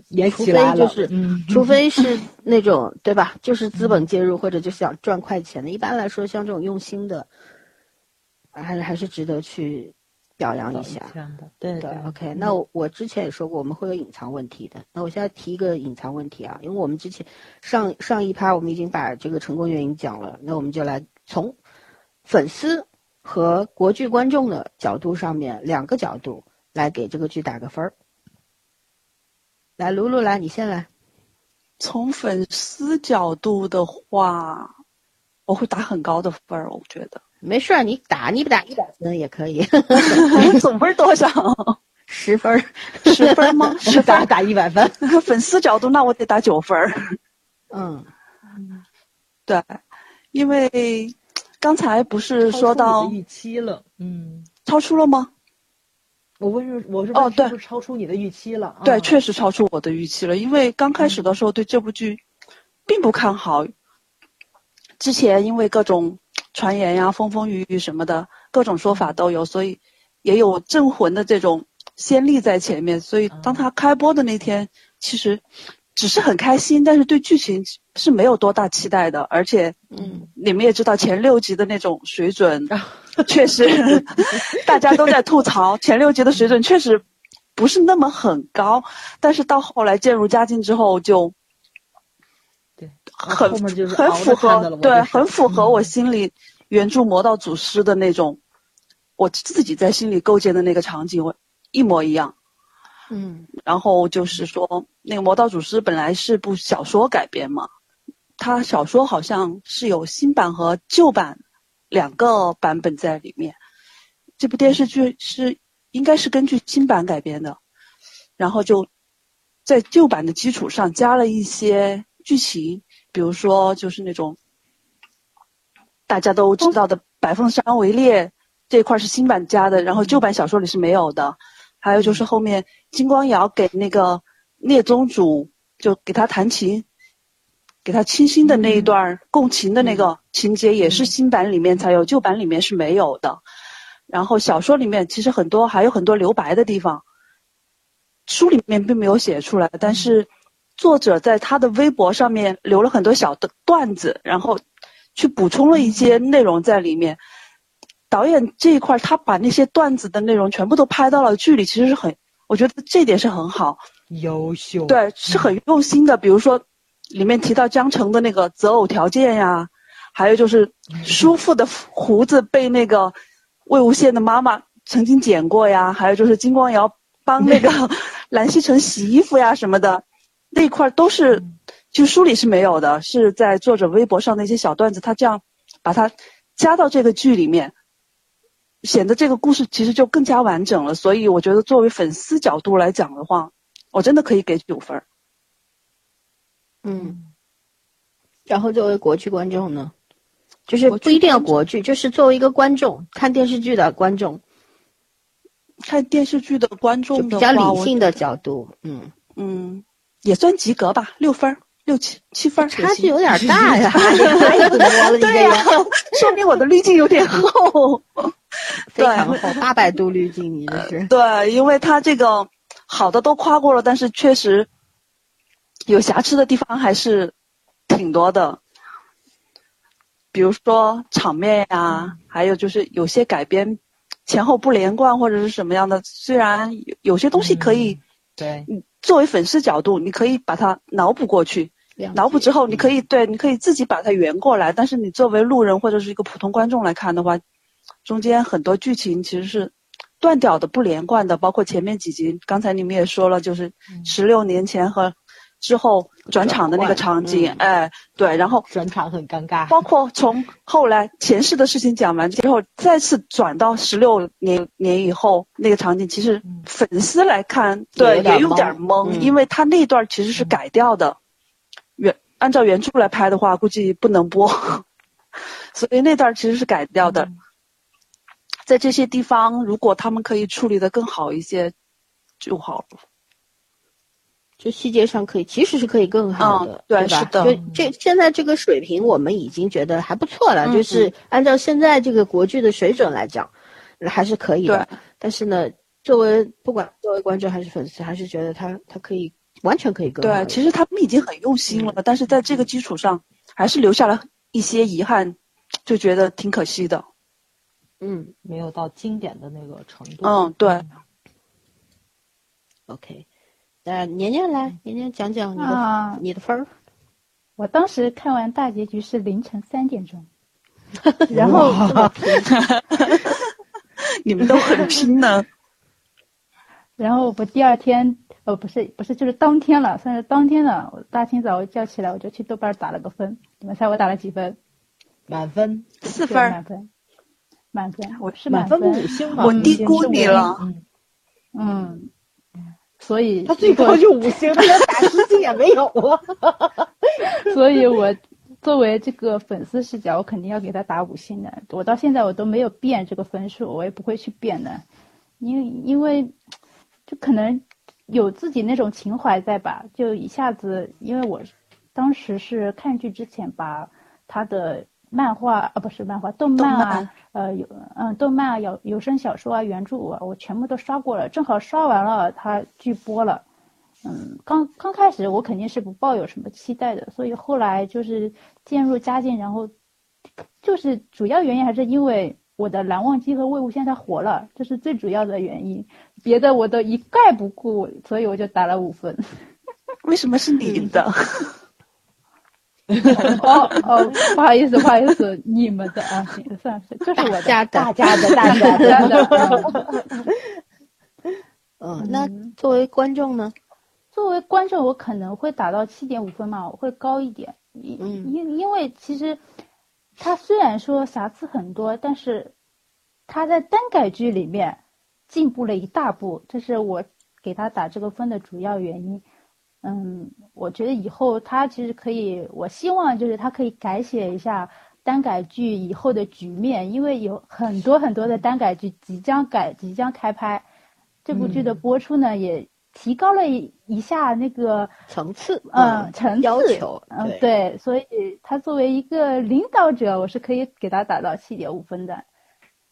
Speaker 4: 也
Speaker 2: 除
Speaker 4: 起来
Speaker 2: 非
Speaker 4: 了，
Speaker 2: 就是
Speaker 4: 嗯，
Speaker 2: 除非是那种对吧，就是资本介入或者就想赚快钱的。一般来说，像这种用心的，啊还是还是值得去表扬一下。
Speaker 4: 嗯这样的，对
Speaker 2: 对，OK，那我我之前也说过我们会有隐藏问题的。那我现在提一个隐藏问题啊，因为我们之前上上一趴我们已经把这个成功原因讲了，那我们就来从粉丝和国剧观众的角度上面两个角度来给这个剧打个分儿。来，卢卢来，你先来。
Speaker 3: 从粉丝角度的话，我会打很高的分儿，我觉得。
Speaker 2: 没事儿，你打你不打一百分也可以，
Speaker 3: 总分 多少？
Speaker 2: 十分儿。
Speaker 3: 十分吗？十分
Speaker 4: 打。打一百分，
Speaker 3: 粉丝角度，那我得打九分儿。
Speaker 2: 嗯
Speaker 3: 对，因为刚才不是
Speaker 4: 超
Speaker 3: 说
Speaker 4: 出
Speaker 3: 到
Speaker 4: 你的预期了，嗯，
Speaker 3: 超出了吗？
Speaker 4: 我问是我是
Speaker 3: 哦
Speaker 4: 问是
Speaker 3: 对
Speaker 4: 不是超出你的预期了？啊
Speaker 3: 对，确实超出我的预期了。因为刚开始的时候对这部剧并不看好，之前因为各种传言呀、风风雨雨什么的，各种说法都有，所以也有镇魂的这种先例在前面。所以当他开播的那天，其实只是很开心，但是对剧情是没有多大期待的。而且，
Speaker 2: 嗯，
Speaker 3: 你们也知道前六集的那种水准
Speaker 4: 啊，
Speaker 3: 确 实大家都在吐槽前六集的水准确实不是那么很高，但是到后来渐入佳境之后就。
Speaker 4: 对，啊
Speaker 3: 很
Speaker 4: 后面就是
Speaker 3: 很
Speaker 4: 熬着
Speaker 3: 符
Speaker 4: 看的
Speaker 3: 合
Speaker 4: 了，我
Speaker 3: 对，
Speaker 4: 就是
Speaker 3: 很符合
Speaker 4: 嗯
Speaker 3: 我心里原著《魔道祖师》的那种，我自己在心里构建的那个场景，我一模一样。
Speaker 2: 嗯
Speaker 3: 然后就是说，那个《魔道祖师》本来是部小说改编嘛，它小说好像是有新版和旧版两个版本在里面。这部电视剧是应该是根据新版改编的，然后就在旧版的基础上加了一些剧情，比如说就是那种大家都知道的白凤山围猎这块是新版加的，然后旧版小说里是没有的。还有就是后面金光瑶给那个聂宗主就给他弹琴，给他清心的那一段儿共情的那个情节也是新版里面才有，旧版里面是没有的。然后小说里面其实很多还有很多留白的地方，书里面并没有写出来，但是作者在他的微博上面留了很多小的段子，然后去补充了一些内容在里面。导演这一块儿，他把那些段子的内容全部都拍到了剧里，其实是很，我觉得这点是很好，
Speaker 4: 优秀，
Speaker 3: 对，是很用心的。比如说，里面提到江澄的那个择偶条件呀，还有就是叔父的胡子被那个魏无羡的妈妈曾经剪过呀，还有就是金光瑶帮那个蓝曦臣洗衣服呀什么的，那一块儿都是，就书里是没有的，是在作者微博上的一些小段子，他这样把它加到这个剧里面。显得这个故事其实就更加完整了，所以我觉得作为粉丝角度来讲的话，我真的可以给九分儿。
Speaker 2: 嗯。然后作为国剧观众呢，就是不一定要国剧，就是作为一个观众看电视剧的观众，
Speaker 3: 看电视剧的观
Speaker 2: 就
Speaker 3: 众
Speaker 2: 比
Speaker 3: 的
Speaker 2: 较
Speaker 3: 话，
Speaker 2: 理
Speaker 3: 我
Speaker 2: 性的角度，嗯，
Speaker 3: 嗯，也算及格吧，六分儿，六七七分儿也行，
Speaker 2: 差距有点大呀， 啊太多了，你这个
Speaker 3: 对呀、 说明我的滤镜有点厚。
Speaker 2: 非常厚，八百度滤镜，你这是。
Speaker 3: 对，因为他这个好的都夸过了，但是确实有瑕疵的地方还是挺多的，比如说场面呀、还有就是有些改编前后不连贯或者是什么样的，虽然有有些东西可以、
Speaker 4: 对，
Speaker 3: 作为粉丝角度，你可以把它脑补过去，脑补之后，你可以对，你可以自己把它圆过来。但是你作为路人或者是一个普通观众来看的话，中间很多剧情其实是断掉的、不连贯的，包括前面几集，刚才你们也说了，就是十六年前和之后转场的那个场景，
Speaker 2: 转换
Speaker 3: 哎，对，然后
Speaker 4: 转场很尴尬，
Speaker 3: 包括从后来前世的事情讲完之后，再次转到十六年年以后那个场景，其实粉丝来看，
Speaker 2: 嗯
Speaker 3: 对
Speaker 2: 有点
Speaker 3: 也有点
Speaker 2: 懵
Speaker 3: 懵，
Speaker 2: 嗯
Speaker 3: 因为他那段其实是改掉的，原按照原著来拍的话，估计不能播， 所以那段其实是改掉
Speaker 2: 嗯
Speaker 3: 的。在这些地方，如果他们可以处理的更好一些，就好了。
Speaker 2: 就细节上可以，其实是可以更好的，
Speaker 3: 嗯
Speaker 2: 吧？
Speaker 3: 对是的
Speaker 2: 就这现在这个水平，我们已经觉得还不错了，
Speaker 3: 嗯
Speaker 2: 就是按照现在这个国剧的水准来讲，还是可以的。但是呢，作为不管作为观众还是粉丝，还是觉得他他可以完全可以更好
Speaker 3: 对，
Speaker 2: 的。
Speaker 3: 其实他们已经很用心了，但是在这个基础上，还是留下了一些遗憾，就觉得挺可惜的。
Speaker 2: 嗯
Speaker 4: 没有到经典的那个程度。
Speaker 3: 嗯，对，
Speaker 2: ，OK。那年年
Speaker 5: 嗯
Speaker 2: 来，年年讲讲你的、
Speaker 5: 啊
Speaker 2: 你的分儿。
Speaker 5: 我当时看完大结局是凌晨三点钟，然后
Speaker 3: 你们都很拼呢。
Speaker 5: 然后我第二天，呃，不是不是，就是当天了，算是当天了。我大清早我叫起来，我就去豆瓣打了个分。你们猜我打了几分？
Speaker 4: 满分，
Speaker 3: 四
Speaker 5: 对
Speaker 3: 分儿，
Speaker 5: 满分，满分，
Speaker 3: 我
Speaker 5: 是
Speaker 4: 满
Speaker 5: 分
Speaker 4: 分。五星吧，
Speaker 3: 我
Speaker 4: 五
Speaker 3: 低
Speaker 4: 星
Speaker 3: 估
Speaker 4: 是
Speaker 3: 你
Speaker 4: 五星
Speaker 3: 了
Speaker 4: 嗯
Speaker 5: 嗯，所以
Speaker 4: 他最
Speaker 5: 如果
Speaker 4: 高就五星，他连打十星也没有啊。
Speaker 5: 所以我作为这个粉丝视角，我肯定要给他打五星的。我到现在我都没有变这个分数，我也不会去变的，因为因为就可能有自己那种情怀在吧，就一下子，因为我当时是看剧之前把他的漫画啊，不是漫画，动漫啊，
Speaker 3: 动漫
Speaker 5: 呃有嗯动漫啊、有有声小说啊、原著啊，我全部都刷过了，正好刷完了，他剧播了。嗯，刚刚开始我肯定是不抱有什么期待的，所以后来就是渐入佳境，然后就是主要原因还是因为我的蓝忘机和魏无羡它火了，这是最主要的原因，别的我都一概不顾，所以我就打了五 分。
Speaker 3: 为什么是你的？
Speaker 5: 哦哦，不好意思，不好意思，你们的啊，行算了，就是我的
Speaker 2: 家的
Speaker 5: 大家的，大家的，的。
Speaker 2: 嗯，那作为观众呢？
Speaker 5: 作为观众，我可能会打到七点五分嘛，我会高一点。因
Speaker 2: 嗯
Speaker 5: 因因为其实它虽然说瑕疵很多，但是它在单改剧里面进步了一大步，这是我给它打这个分的主要原因。嗯，我觉得以后它其实可以，我希望就是它可以改写一下单改剧以后的局面，因为有很多很多的单改剧即将改即将开拍，这部剧的播出呢、也提高了一一下那个
Speaker 2: 层次，
Speaker 5: 嗯，层次
Speaker 2: 要求，
Speaker 5: 嗯，对，所以他作为一个领导者，我是可以给他打到七点五分的。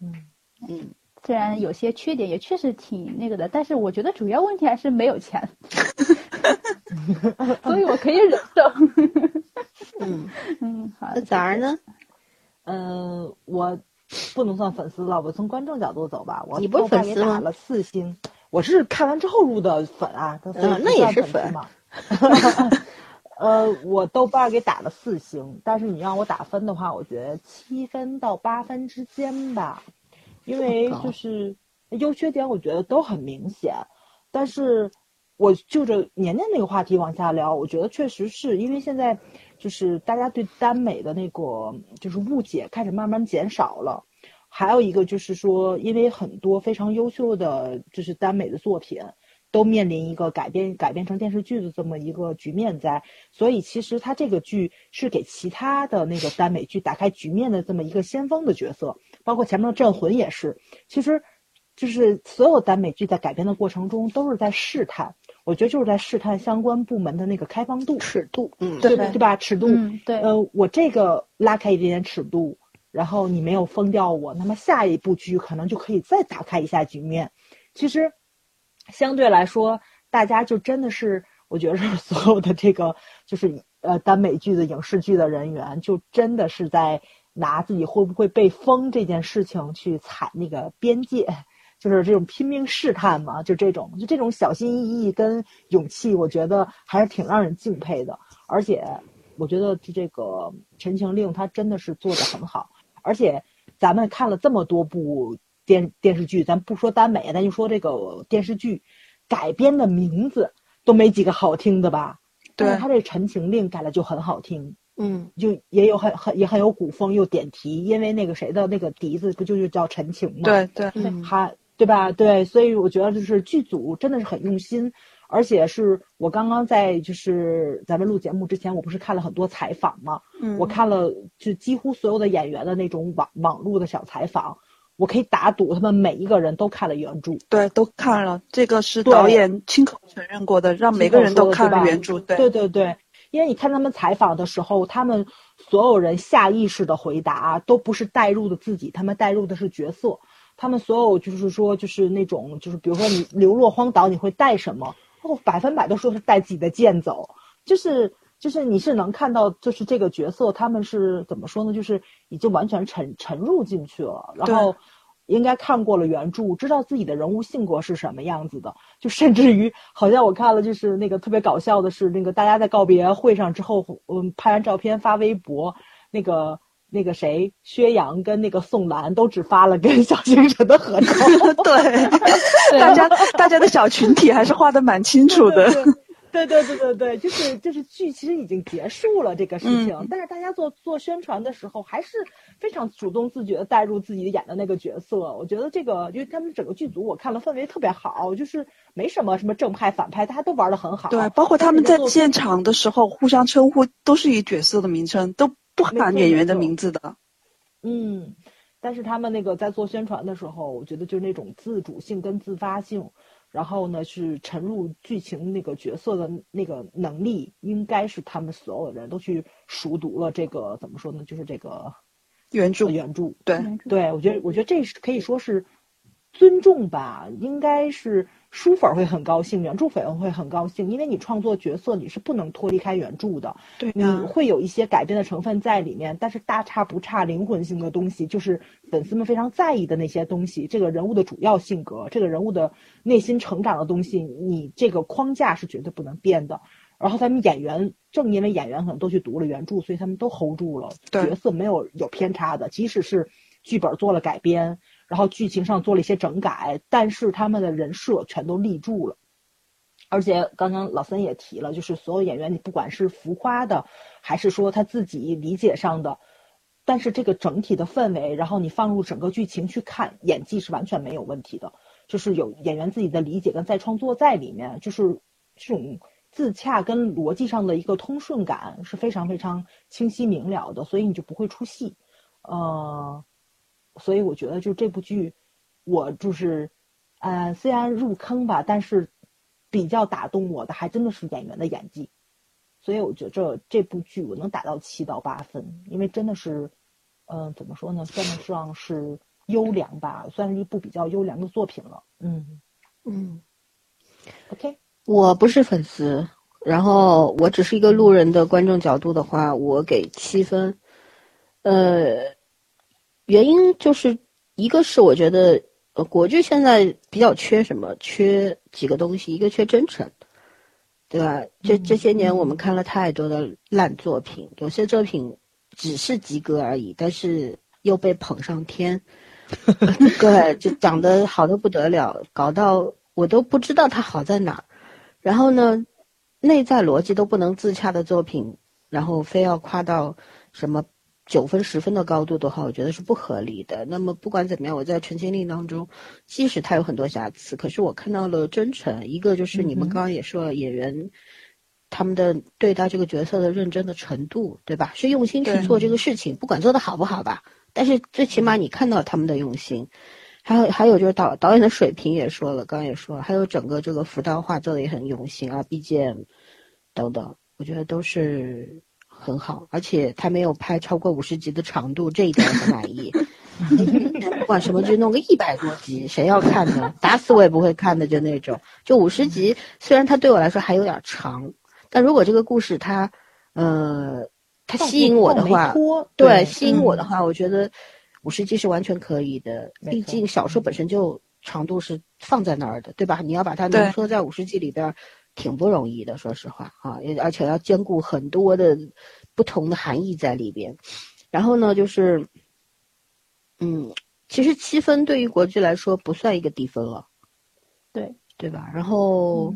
Speaker 2: 嗯，
Speaker 5: 虽然有些缺点也确实挺那个的，但是我觉得主要问题还是没 有钱，所以我可以忍受。
Speaker 2: 嗯，
Speaker 5: 嗯，好
Speaker 2: 那，咱儿呢？
Speaker 4: 嗯，我不能算粉丝了，我从观众角度走吧。我
Speaker 2: 你不是
Speaker 4: 豆瓣
Speaker 2: 粉
Speaker 4: 也
Speaker 2: 丝吗
Speaker 4: 打了四星，我是看完之后入的粉啊，所以
Speaker 2: 嗯
Speaker 4: 不
Speaker 2: 那也
Speaker 4: 算
Speaker 2: 是
Speaker 4: 丝嘛。 呃，我豆瓣给打了四星，但是你让我打分的话，我觉得七分到八分之间吧，因为
Speaker 2: 这么高啊
Speaker 4: 就是优缺点我觉得都很明显，但是我就着年年那个话题往下聊，我觉得确实是因为现在就是大家对耽美的那个就是误解开始慢慢减少了。还有一个就是说，因为很多非常优秀的就是耽美的作品，都面临一个改编改编成电视剧的这么一个局面在，所以其实它这个剧是给其他的那个耽美剧打开局面的这么一个先锋的角色，包括前面的《镇魂》也是，其实就是所有耽美剧在改编的过程中都是在试探，我觉得就是在试探相关部门的那个开放度，
Speaker 2: 尺度，嗯，
Speaker 4: 对
Speaker 5: 对
Speaker 4: 对吧？尺度，
Speaker 5: 嗯，对，
Speaker 4: 呃，我这个拉开一点点尺度，然后你没有封掉我，那么下一步局可能就可以再打开一下局面。其实，相对来说，大家就真的是，我觉得是所有的这个就是呃耽美剧的影视剧的人员，就真的是在拿自己会不会被封这件事情去踩那个边界。就是这种拼命试探嘛，就这种，就这种小心翼翼跟勇气，我觉得还是挺让人敬佩的。而且我觉得这这个《陈情令》它真的是做的很好，而且咱们看了这么多部电电视剧，咱不说耽美，咱就说这个电视剧改编的名字都没几个好听的吧？但是它这《陈情令》改了就很好听，
Speaker 2: 嗯，
Speaker 4: 就也有很很也很有古风，又点题，因为那个谁的那个笛子不就就叫陈情吗？
Speaker 3: 对对，
Speaker 2: 嗯，
Speaker 4: 还对吧？对，所以我觉得就是剧组真的是很用心，而且是我刚刚在就是咱们录节目之前，我不是看了很多采访嘛，
Speaker 3: 嗯
Speaker 4: 我看了就几乎所有的演员的那种网网络的小采访，我可以打赌他们每一个人都看了原著。
Speaker 3: 对都看了，这个是
Speaker 4: 对
Speaker 3: 导演亲口承认过的，让每个人都看了原著。对
Speaker 4: 对对对，因为你看他们采访的时候，他们所有人下意识的回答都不是带入的自己，他们带入的是角色。他们所有就是说，就是那种，就是比如说你流落荒岛，你会带什么？哦，百分百都说是带自己的剑走，就是就是你是能看到，就是这个角色他们是怎么说呢？就是已经完全沉沉入进去了，然后应该看过了原著，知道自己的人物性格是什么样子的，就甚至于好像我看了，就是那个特别搞笑的是，那个大家在告别会上之后，嗯，拍完照片发微博，那个那个谁，薛洋跟那个宋兰都只发了跟小星辰的合照。
Speaker 3: 对，大家大家的小群体还是画的蛮清楚的。
Speaker 4: 对对对对对 对对对，就是就是剧其实已经结束了这个事情，
Speaker 3: 嗯
Speaker 4: 但是大家做做宣传的时候还是非常主动自觉的带入自己演的那个角色。我觉得这个，因为他们整个剧组我看了氛围特别好，就是没什么什么正派反派，大家都玩的很好。
Speaker 3: 对，包括他们在现场的时候互相称呼都是以角色的名称，都不喊演员的名字的。
Speaker 4: 嗯，但是他们那个在做宣传的时候，我觉得就是那种自主性跟自发性，然后呢是沉入剧情那个角色的那个能力，应该是他们所有人都去熟读了这个怎么说呢，就是这个
Speaker 3: 原著
Speaker 4: 呃原著。
Speaker 3: 对，
Speaker 4: 对，我觉得我觉得这是可以说是尊重吧，应该是书粉儿会很高兴，原著粉会很高兴，因为你创作角色你是不能脱离开原著的，
Speaker 3: 对啊
Speaker 4: 你嗯会有一些改编的成分在里面，但是大差不差，灵魂性的东西就是粉丝们非常在意的那些东西，这个人物的主要性格，这个人物的内心成长的东西，你这个框架是绝对不能变的。然后他们演员正因为演员可能都去读了原著，所以他们都 hold 住了，
Speaker 3: 对
Speaker 4: 角色没有有偏差的，即使是剧本做了改编，然后剧情上做了一些整改，但是他们的人设全都立住了。而且刚刚老三也提了，就是所有演员，你不管是浮夸的，还是说他自己理解上的，但是这个整体的氛围，然后你放入整个剧情去看，演技是完全没有问题的，就是有演员自己的理解跟再创作在里面，就是这种自洽跟逻辑上的一个通顺感是非常非常清晰明了的，所以你就不会出戏。呃，所以我觉得就这部剧，我就是，呃，虽然入坑吧，但是比较打动我的还真的是演员的演技，所以我觉着这部剧我能打到七到八分，因为真的是，嗯、怎么说呢，算得上是优良吧，算是一部比较优良的作品了。嗯
Speaker 2: 嗯，
Speaker 4: ，OK，
Speaker 2: 我不是粉丝，然后我只是一个路人的观众角度的话，我给七分。呃，原因就是一个是我觉得呃国剧现在比较缺什么，缺几个东西，一个缺真诚，对吧？这这些年我们看了太多的烂作品，有些作品只是及格而已，但是又被捧上天， 对，就长得好的不得了，搞到我都不知道它好在哪儿。然后呢，内在逻辑都不能自洽的作品，然后非要夸到什么九分、十分的高度的话，我觉得是不合理的。那么不管怎么样，我在《陈情令》当中，即使它有很多瑕疵，可是我看到了真诚。一个就是你们
Speaker 4: 嗯哼
Speaker 2: 刚刚也说了，演员他们的对待这个角色的认真的程度，对吧？是用心去
Speaker 3: 对
Speaker 2: 做这个事情，不管做的好不好吧，但是最起码你看到他们的用心。还有还有就是导导演的水平也说了，刚刚也说了，还有整个这个服道化做的也很用心啊，BGM 等等，我觉得都是很好，而且他没有拍超过五十集的长度，这一点我很满意。不 管什么剧弄个一百多集，谁要看呢？打死我也不会看的，就那种。就五十集，虽然它对我来说还有点长，但如果这个故事它，呃，它吸引我的话，
Speaker 4: 拖
Speaker 2: 对，吸引我的
Speaker 4: 嗯
Speaker 2: 话，我觉得五十 G 是完全可以的。
Speaker 4: 没
Speaker 2: 毕
Speaker 4: 错
Speaker 2: 竟小说本身就长度是放在那儿的，对吧？你要把它
Speaker 3: 对
Speaker 2: 浓缩在五十 G 里边儿，挺不容易的，说实话啊，也而且要兼顾很多的不同的含义在里边。然后呢，就是，嗯，其实七分对于国剧来说不算一个低分了，
Speaker 5: 对
Speaker 2: 对吧？然后。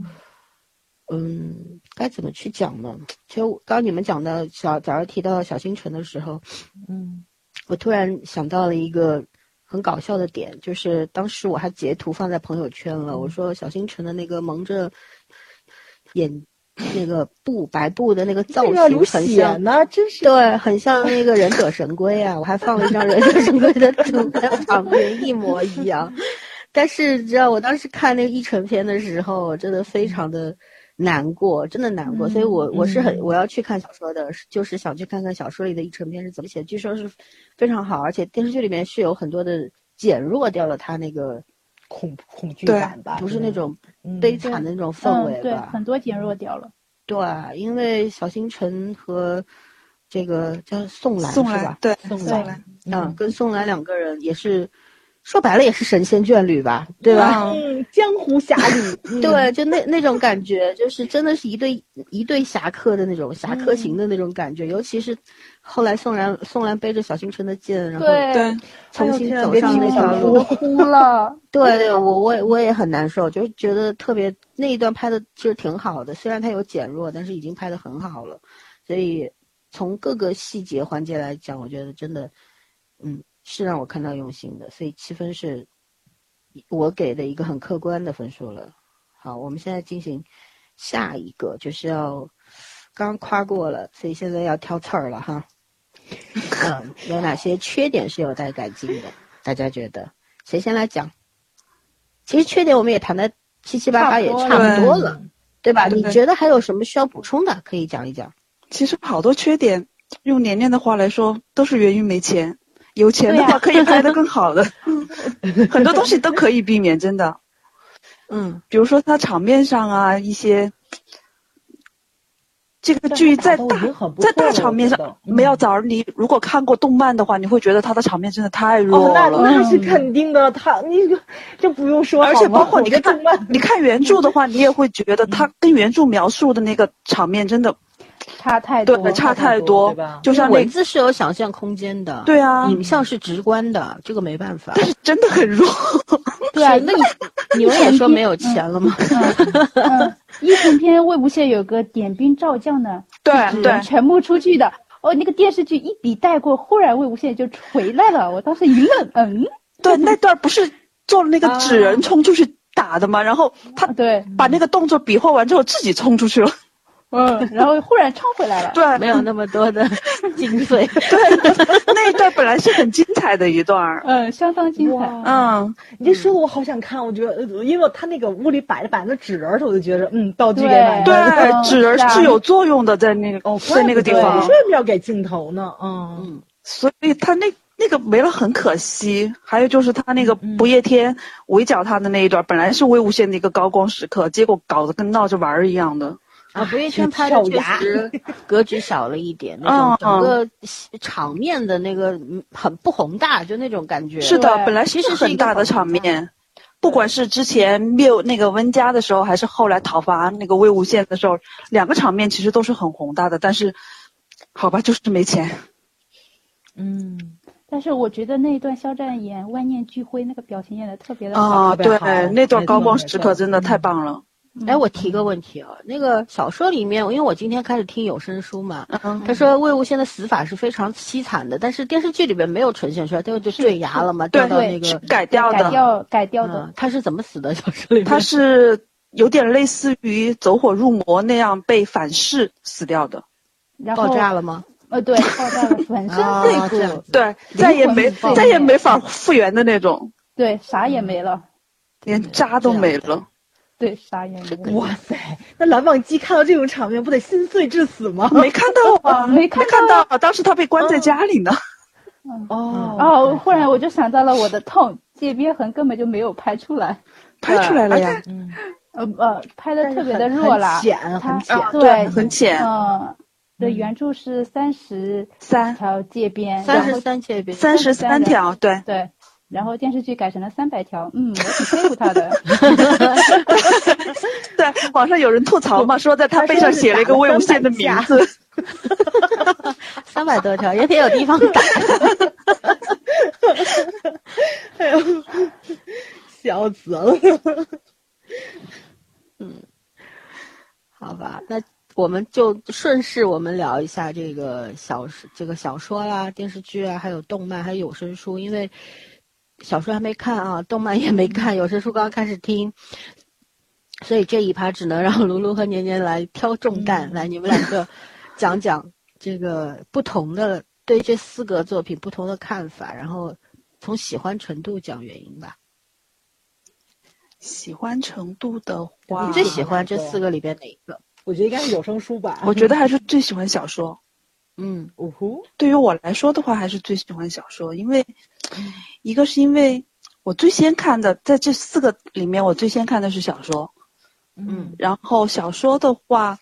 Speaker 2: 嗯，该怎么去讲呢？其实我刚刚你们讲到小，早上提到小星辰的时候，
Speaker 4: 嗯
Speaker 2: 我突然想到了一个很搞笑的点，就是当时我还截图放在朋友圈了，
Speaker 4: 嗯
Speaker 2: 我说小星辰的那个蒙着眼那个布白布的那个造
Speaker 4: 这个
Speaker 2: 型
Speaker 4: 流
Speaker 2: 很
Speaker 4: 血
Speaker 2: 像。
Speaker 4: 呢，真是
Speaker 2: 对，很像那个忍者神龟啊！我还放了一张忍者神龟的图在旁边，一模一样。但是你知道，我当时看那个译成片的时候，我真的非常的难过，真的难过。所以
Speaker 4: 嗯
Speaker 2: 我我是很我要去看小说的，是就是想去看看小说里的译成片是怎么写。据说是非常好，而且电视剧里面是有很多的减弱掉了它那个
Speaker 4: 恐恐惧
Speaker 3: 对
Speaker 4: 感吧，
Speaker 2: 不是那种
Speaker 4: 嗯
Speaker 2: 悲惨的那种氛围
Speaker 5: 嗯，对，
Speaker 2: 吧。
Speaker 5: 很多减弱掉了。
Speaker 2: 对，因为小星辰和这个叫宋兰
Speaker 3: 宋
Speaker 2: 是
Speaker 3: 兰
Speaker 2: 吧？嗯
Speaker 3: 对
Speaker 4: 宋嗯
Speaker 5: 对
Speaker 4: 兰，
Speaker 2: 嗯，跟宋兰两个人也是说白了也是神仙眷侣吧，对吧？
Speaker 4: 嗯，江湖侠侣，嗯
Speaker 2: 对，就那那种感觉，就是真的是一对一对侠客的那种侠
Speaker 4: 嗯
Speaker 2: 客行的那种感觉，尤其是后来宋然宋然背着小星辰的剑，然后
Speaker 5: 对，
Speaker 3: 对，
Speaker 4: 哎
Speaker 2: 重新走
Speaker 4: 啊别提
Speaker 2: 上那
Speaker 4: 我
Speaker 2: 条
Speaker 4: 了
Speaker 2: 路
Speaker 5: 我都，哭了。
Speaker 2: 对对，我我也我也很难受，就是觉得特别那一段拍的其实挺好的，虽然它有减弱，但是已经拍的很好了，所以从各个细节环节来讲，我觉得真的，嗯，是让我看到用心的，所以七分是我给的一个很客观的分数了。好，我们现在进行下一个，就是要刚夸过了，所以现在要挑刺儿了哈。嗯，有哪些缺点是有待改进的？大家觉得谁先来讲？其实缺点我们也谈的七七八八，也差
Speaker 4: 嗯
Speaker 2: 不多了，对吧？你
Speaker 3: 对
Speaker 2: 觉得还有什么需要补充的？可以讲一讲。
Speaker 3: 其实好多缺点，用年年的话来说，都是源于没钱。有钱的
Speaker 5: 对
Speaker 3: 话，
Speaker 5: 啊
Speaker 3: 可以拍得更好 的，很多东西都可以避免，真的。
Speaker 2: 嗯，
Speaker 3: 比如说它场面上啊，一些这个
Speaker 4: 但
Speaker 3: 剧
Speaker 4: 他
Speaker 3: 在
Speaker 4: 打斗
Speaker 3: 大
Speaker 4: 已经很不
Speaker 3: 在
Speaker 4: 错
Speaker 3: 大
Speaker 4: 了
Speaker 3: 场面
Speaker 4: 我觉
Speaker 3: 上
Speaker 4: 得嗯
Speaker 3: 没有早儿，你如果看过动漫的话，你会觉得它的场面真的太
Speaker 4: 哦
Speaker 3: 弱，
Speaker 4: 那
Speaker 3: 了。
Speaker 4: 那是肯定的，他你这不用说，
Speaker 3: 而且包括你
Speaker 4: 跟
Speaker 3: 看
Speaker 4: 动漫，
Speaker 3: 你看原著的话，你也会觉得它
Speaker 4: 嗯
Speaker 3: 跟原著描述的那个场面真的
Speaker 5: 差太多，
Speaker 3: 对差
Speaker 4: 太
Speaker 3: 太
Speaker 4: 多
Speaker 3: 多
Speaker 4: 对吧，
Speaker 3: 就像那
Speaker 2: 文字是有想象空间的，
Speaker 3: 对啊，
Speaker 2: 影像是直观的，这个没办法。
Speaker 3: 但是真的很弱。
Speaker 5: 对啊，
Speaker 2: 是那你你们也说没有钱了吗？
Speaker 5: 嗯，疫情片魏无羡有个点兵照将呢，
Speaker 3: 对对，
Speaker 5: 全部出去的。哦，那个电视剧一笔带过，忽然魏无羡就回来了，我当时一愣，嗯，
Speaker 3: 对，那段不是做了那个纸人冲出去打的吗？然后他
Speaker 5: 啊对，
Speaker 3: 把那个动作比划完之后，自己冲出去了。
Speaker 5: 嗯，然后忽然冲回来了，
Speaker 3: 对，
Speaker 2: 没有那么多 的经费。
Speaker 3: 那一段本来是很精彩的一 段儿。
Speaker 5: 嗯，相当精彩。
Speaker 4: 哇，
Speaker 3: 嗯，
Speaker 4: 你这说的我好想看，我觉得，呃因为他那个屋里摆着摆那纸人儿，我就觉得，嗯，道具给买
Speaker 3: 对
Speaker 4: 了。，
Speaker 3: 纸人
Speaker 5: 是啊
Speaker 3: 是有作用的，在那个、
Speaker 4: 哦，
Speaker 3: 在那个地
Speaker 4: 怪不
Speaker 3: 方
Speaker 4: 得，为什么要给镜头呢？嗯，
Speaker 2: 嗯，
Speaker 3: 所以他那那个没了很可惜。还有就是他那个
Speaker 4: 嗯
Speaker 3: 不夜天围剿他的那一段，本来是魏无羡的一个高光时刻，结果搞得跟闹着玩儿一样的。
Speaker 2: 啊，不夜天拍
Speaker 4: 跳
Speaker 2: 的确
Speaker 4: 崖
Speaker 2: 实格局小了一 点，那种
Speaker 3: 嗯
Speaker 2: 整个场面的那个嗯很不宏大，就那种感觉。
Speaker 3: 是的，
Speaker 5: 对
Speaker 3: 本来
Speaker 2: 其
Speaker 3: 是
Speaker 2: 实是一个
Speaker 3: 很大的
Speaker 2: 好
Speaker 3: 场
Speaker 2: 评价
Speaker 3: 面，不管是之前灭那个温家的时候，还是后来讨伐那个魏无羡的时候，两个场面其实都是很宏大的，但是。好吧，就是没钱。
Speaker 4: 嗯，
Speaker 5: 但是我觉得那一段肖战演万念俱灰那个表情演的特别的好，
Speaker 3: 啊，
Speaker 4: 特别
Speaker 3: 对
Speaker 4: 好，
Speaker 3: 那段
Speaker 4: 没
Speaker 3: 高
Speaker 4: 错
Speaker 3: 光
Speaker 4: 没
Speaker 3: 时
Speaker 4: 错
Speaker 3: 刻真的太
Speaker 4: 嗯
Speaker 3: 棒了。
Speaker 2: 哎，我提个问题啊，那个小说里面，因为我今天开始听有声书嘛，
Speaker 3: 嗯，
Speaker 2: 他说魏无羡的死法是非常凄惨的，但是电视剧里边没有呈现出来，他就坠崖了嘛，掉到那
Speaker 5: 对
Speaker 3: 是
Speaker 2: 个，
Speaker 3: 改掉
Speaker 5: 改
Speaker 3: 的，
Speaker 5: 掉改掉的
Speaker 2: 嗯，，他是怎么死的？小说里面
Speaker 3: 他是有点类似于走火入魔那样被反噬死掉的。
Speaker 5: 然后
Speaker 2: 爆炸了吗？
Speaker 5: 呃，对，爆炸了，粉身
Speaker 2: 啊
Speaker 5: 碎
Speaker 2: 这样
Speaker 5: 骨，
Speaker 2: 子
Speaker 3: 对，再也
Speaker 5: 魂
Speaker 3: 没
Speaker 5: 不放
Speaker 3: 再也
Speaker 5: 灭
Speaker 3: 没法复原的那种，
Speaker 5: 对，啥也没了，
Speaker 3: 连渣都
Speaker 2: 这样
Speaker 3: 没
Speaker 2: 的
Speaker 3: 了。
Speaker 5: 对，啥也没了。
Speaker 4: 嗯哇塞，那蓝忘机看到这种场面，不得心碎致死吗？
Speaker 3: 没看到啊，
Speaker 5: 没哦看
Speaker 3: 看到啊，当时他被关在家里呢。
Speaker 4: 哦
Speaker 5: 哦，忽然我就想到了我的痛，界边痕根本就没有拍出来，
Speaker 3: 拍出来了呀，
Speaker 4: 嗯，
Speaker 5: 呃呃，拍的
Speaker 4: 但是
Speaker 5: 特别
Speaker 4: 很
Speaker 5: 的弱啦
Speaker 4: 很，浅，
Speaker 5: 它
Speaker 4: 很浅。
Speaker 5: 啊
Speaker 3: 对，
Speaker 5: 对，
Speaker 3: 很浅，
Speaker 5: 嗯，对，原著是三十
Speaker 3: 三
Speaker 5: 条界边，
Speaker 2: 三
Speaker 5: 然
Speaker 2: 十
Speaker 5: 后
Speaker 2: 嗯三界别，
Speaker 3: 三十三
Speaker 5: 33
Speaker 3: 条，对，
Speaker 5: 对，然后电视剧改成了三百条，嗯，我挺佩服他的，
Speaker 3: 对，网上有人吐槽嘛，说在他
Speaker 4: 他
Speaker 3: 背
Speaker 4: 说
Speaker 3: 上
Speaker 4: 是
Speaker 3: 写了一
Speaker 4: 打
Speaker 3: 个
Speaker 4: 了
Speaker 3: 魏无
Speaker 4: 300
Speaker 3: 羡的名
Speaker 4: 架
Speaker 3: 字，
Speaker 2: 三百多条，也得有 地方打。
Speaker 4: 哎呦，笑死了。
Speaker 2: 嗯好吧，那我们就顺势我们聊一下这个小说、这个小说啦、电视剧啊，还有动漫，还有有声书。因为小说还没看啊，动漫也没看，有声书刚刚开始听，所以这一趴只能让卢卢和年年来挑重担。来，你们两个讲讲这个不同的对这四个作品不同的看法，然后从喜欢程度讲原因吧。
Speaker 3: 喜欢程度的
Speaker 4: 哇
Speaker 3: 话
Speaker 2: 你，最喜欢这四个里边哪一个？
Speaker 4: 我觉得应该是有声书吧。嗯哦
Speaker 3: 我觉得还是最喜欢小说。
Speaker 2: 嗯
Speaker 4: 呜呼，
Speaker 3: 对于我来说的话，还是最喜欢小说，因为一个是因为我最先看的，在这四个里面，我最先看的是小说。
Speaker 2: 嗯，
Speaker 3: 然后小说的话，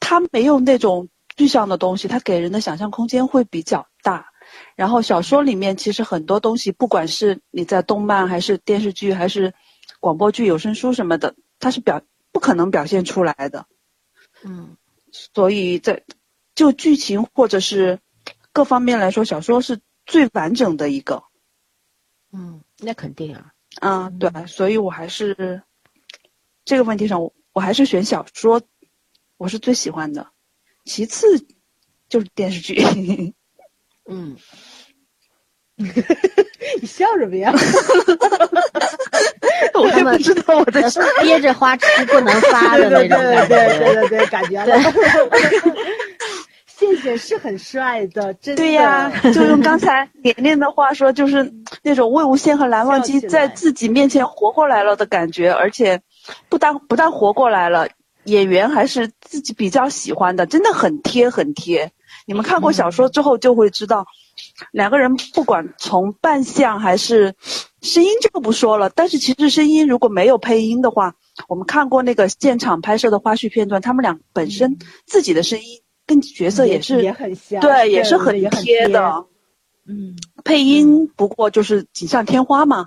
Speaker 3: 它没有那种具象的东西，它给人的想象空间会比较大。然后小说里面其实很多东西，不管是你在动漫还是电视剧还是广播剧、有声书什么的，它是表不可能表现出来的。
Speaker 2: 嗯
Speaker 3: 所以在就剧情或者是各方面来说，小说是最完整的一个。
Speaker 2: 嗯，那肯定啊。
Speaker 3: 啊，对，所以我还是这个问题上，我我还是选小说，我是最喜欢的。其次就是电视剧，
Speaker 2: 嗯，
Speaker 4: 你笑什么呀？
Speaker 3: 我也不知道我在说。
Speaker 2: 憋着花痴不能发的那种
Speaker 4: 对对
Speaker 2: 感
Speaker 4: 对
Speaker 2: 觉。
Speaker 4: 对对对，感觉了。 谢谢，是很帅的，真的。
Speaker 3: 对呀、 就用刚才年年的话说，就是那种魏无羡和蓝忘机
Speaker 4: 笑起来
Speaker 3: 在自己面前活过来了的感觉，而且不但不但活过来了，演员还是自己比较喜欢的，真的很贴很贴。你们看过小
Speaker 4: 嗯
Speaker 3: 说之后就会知道，两个人不管从扮相还是声音就不说了，但是其实声音如果没有配音的话，我们看过那个现场拍摄的花絮片段，他们俩本身自己的声音跟角色
Speaker 4: 也
Speaker 3: 也是
Speaker 4: 嗯也很像，
Speaker 3: 对，也是
Speaker 4: 我觉得
Speaker 3: 很
Speaker 4: 也很
Speaker 3: 贴的。
Speaker 4: 嗯
Speaker 3: 配音不过就是锦上添花嘛。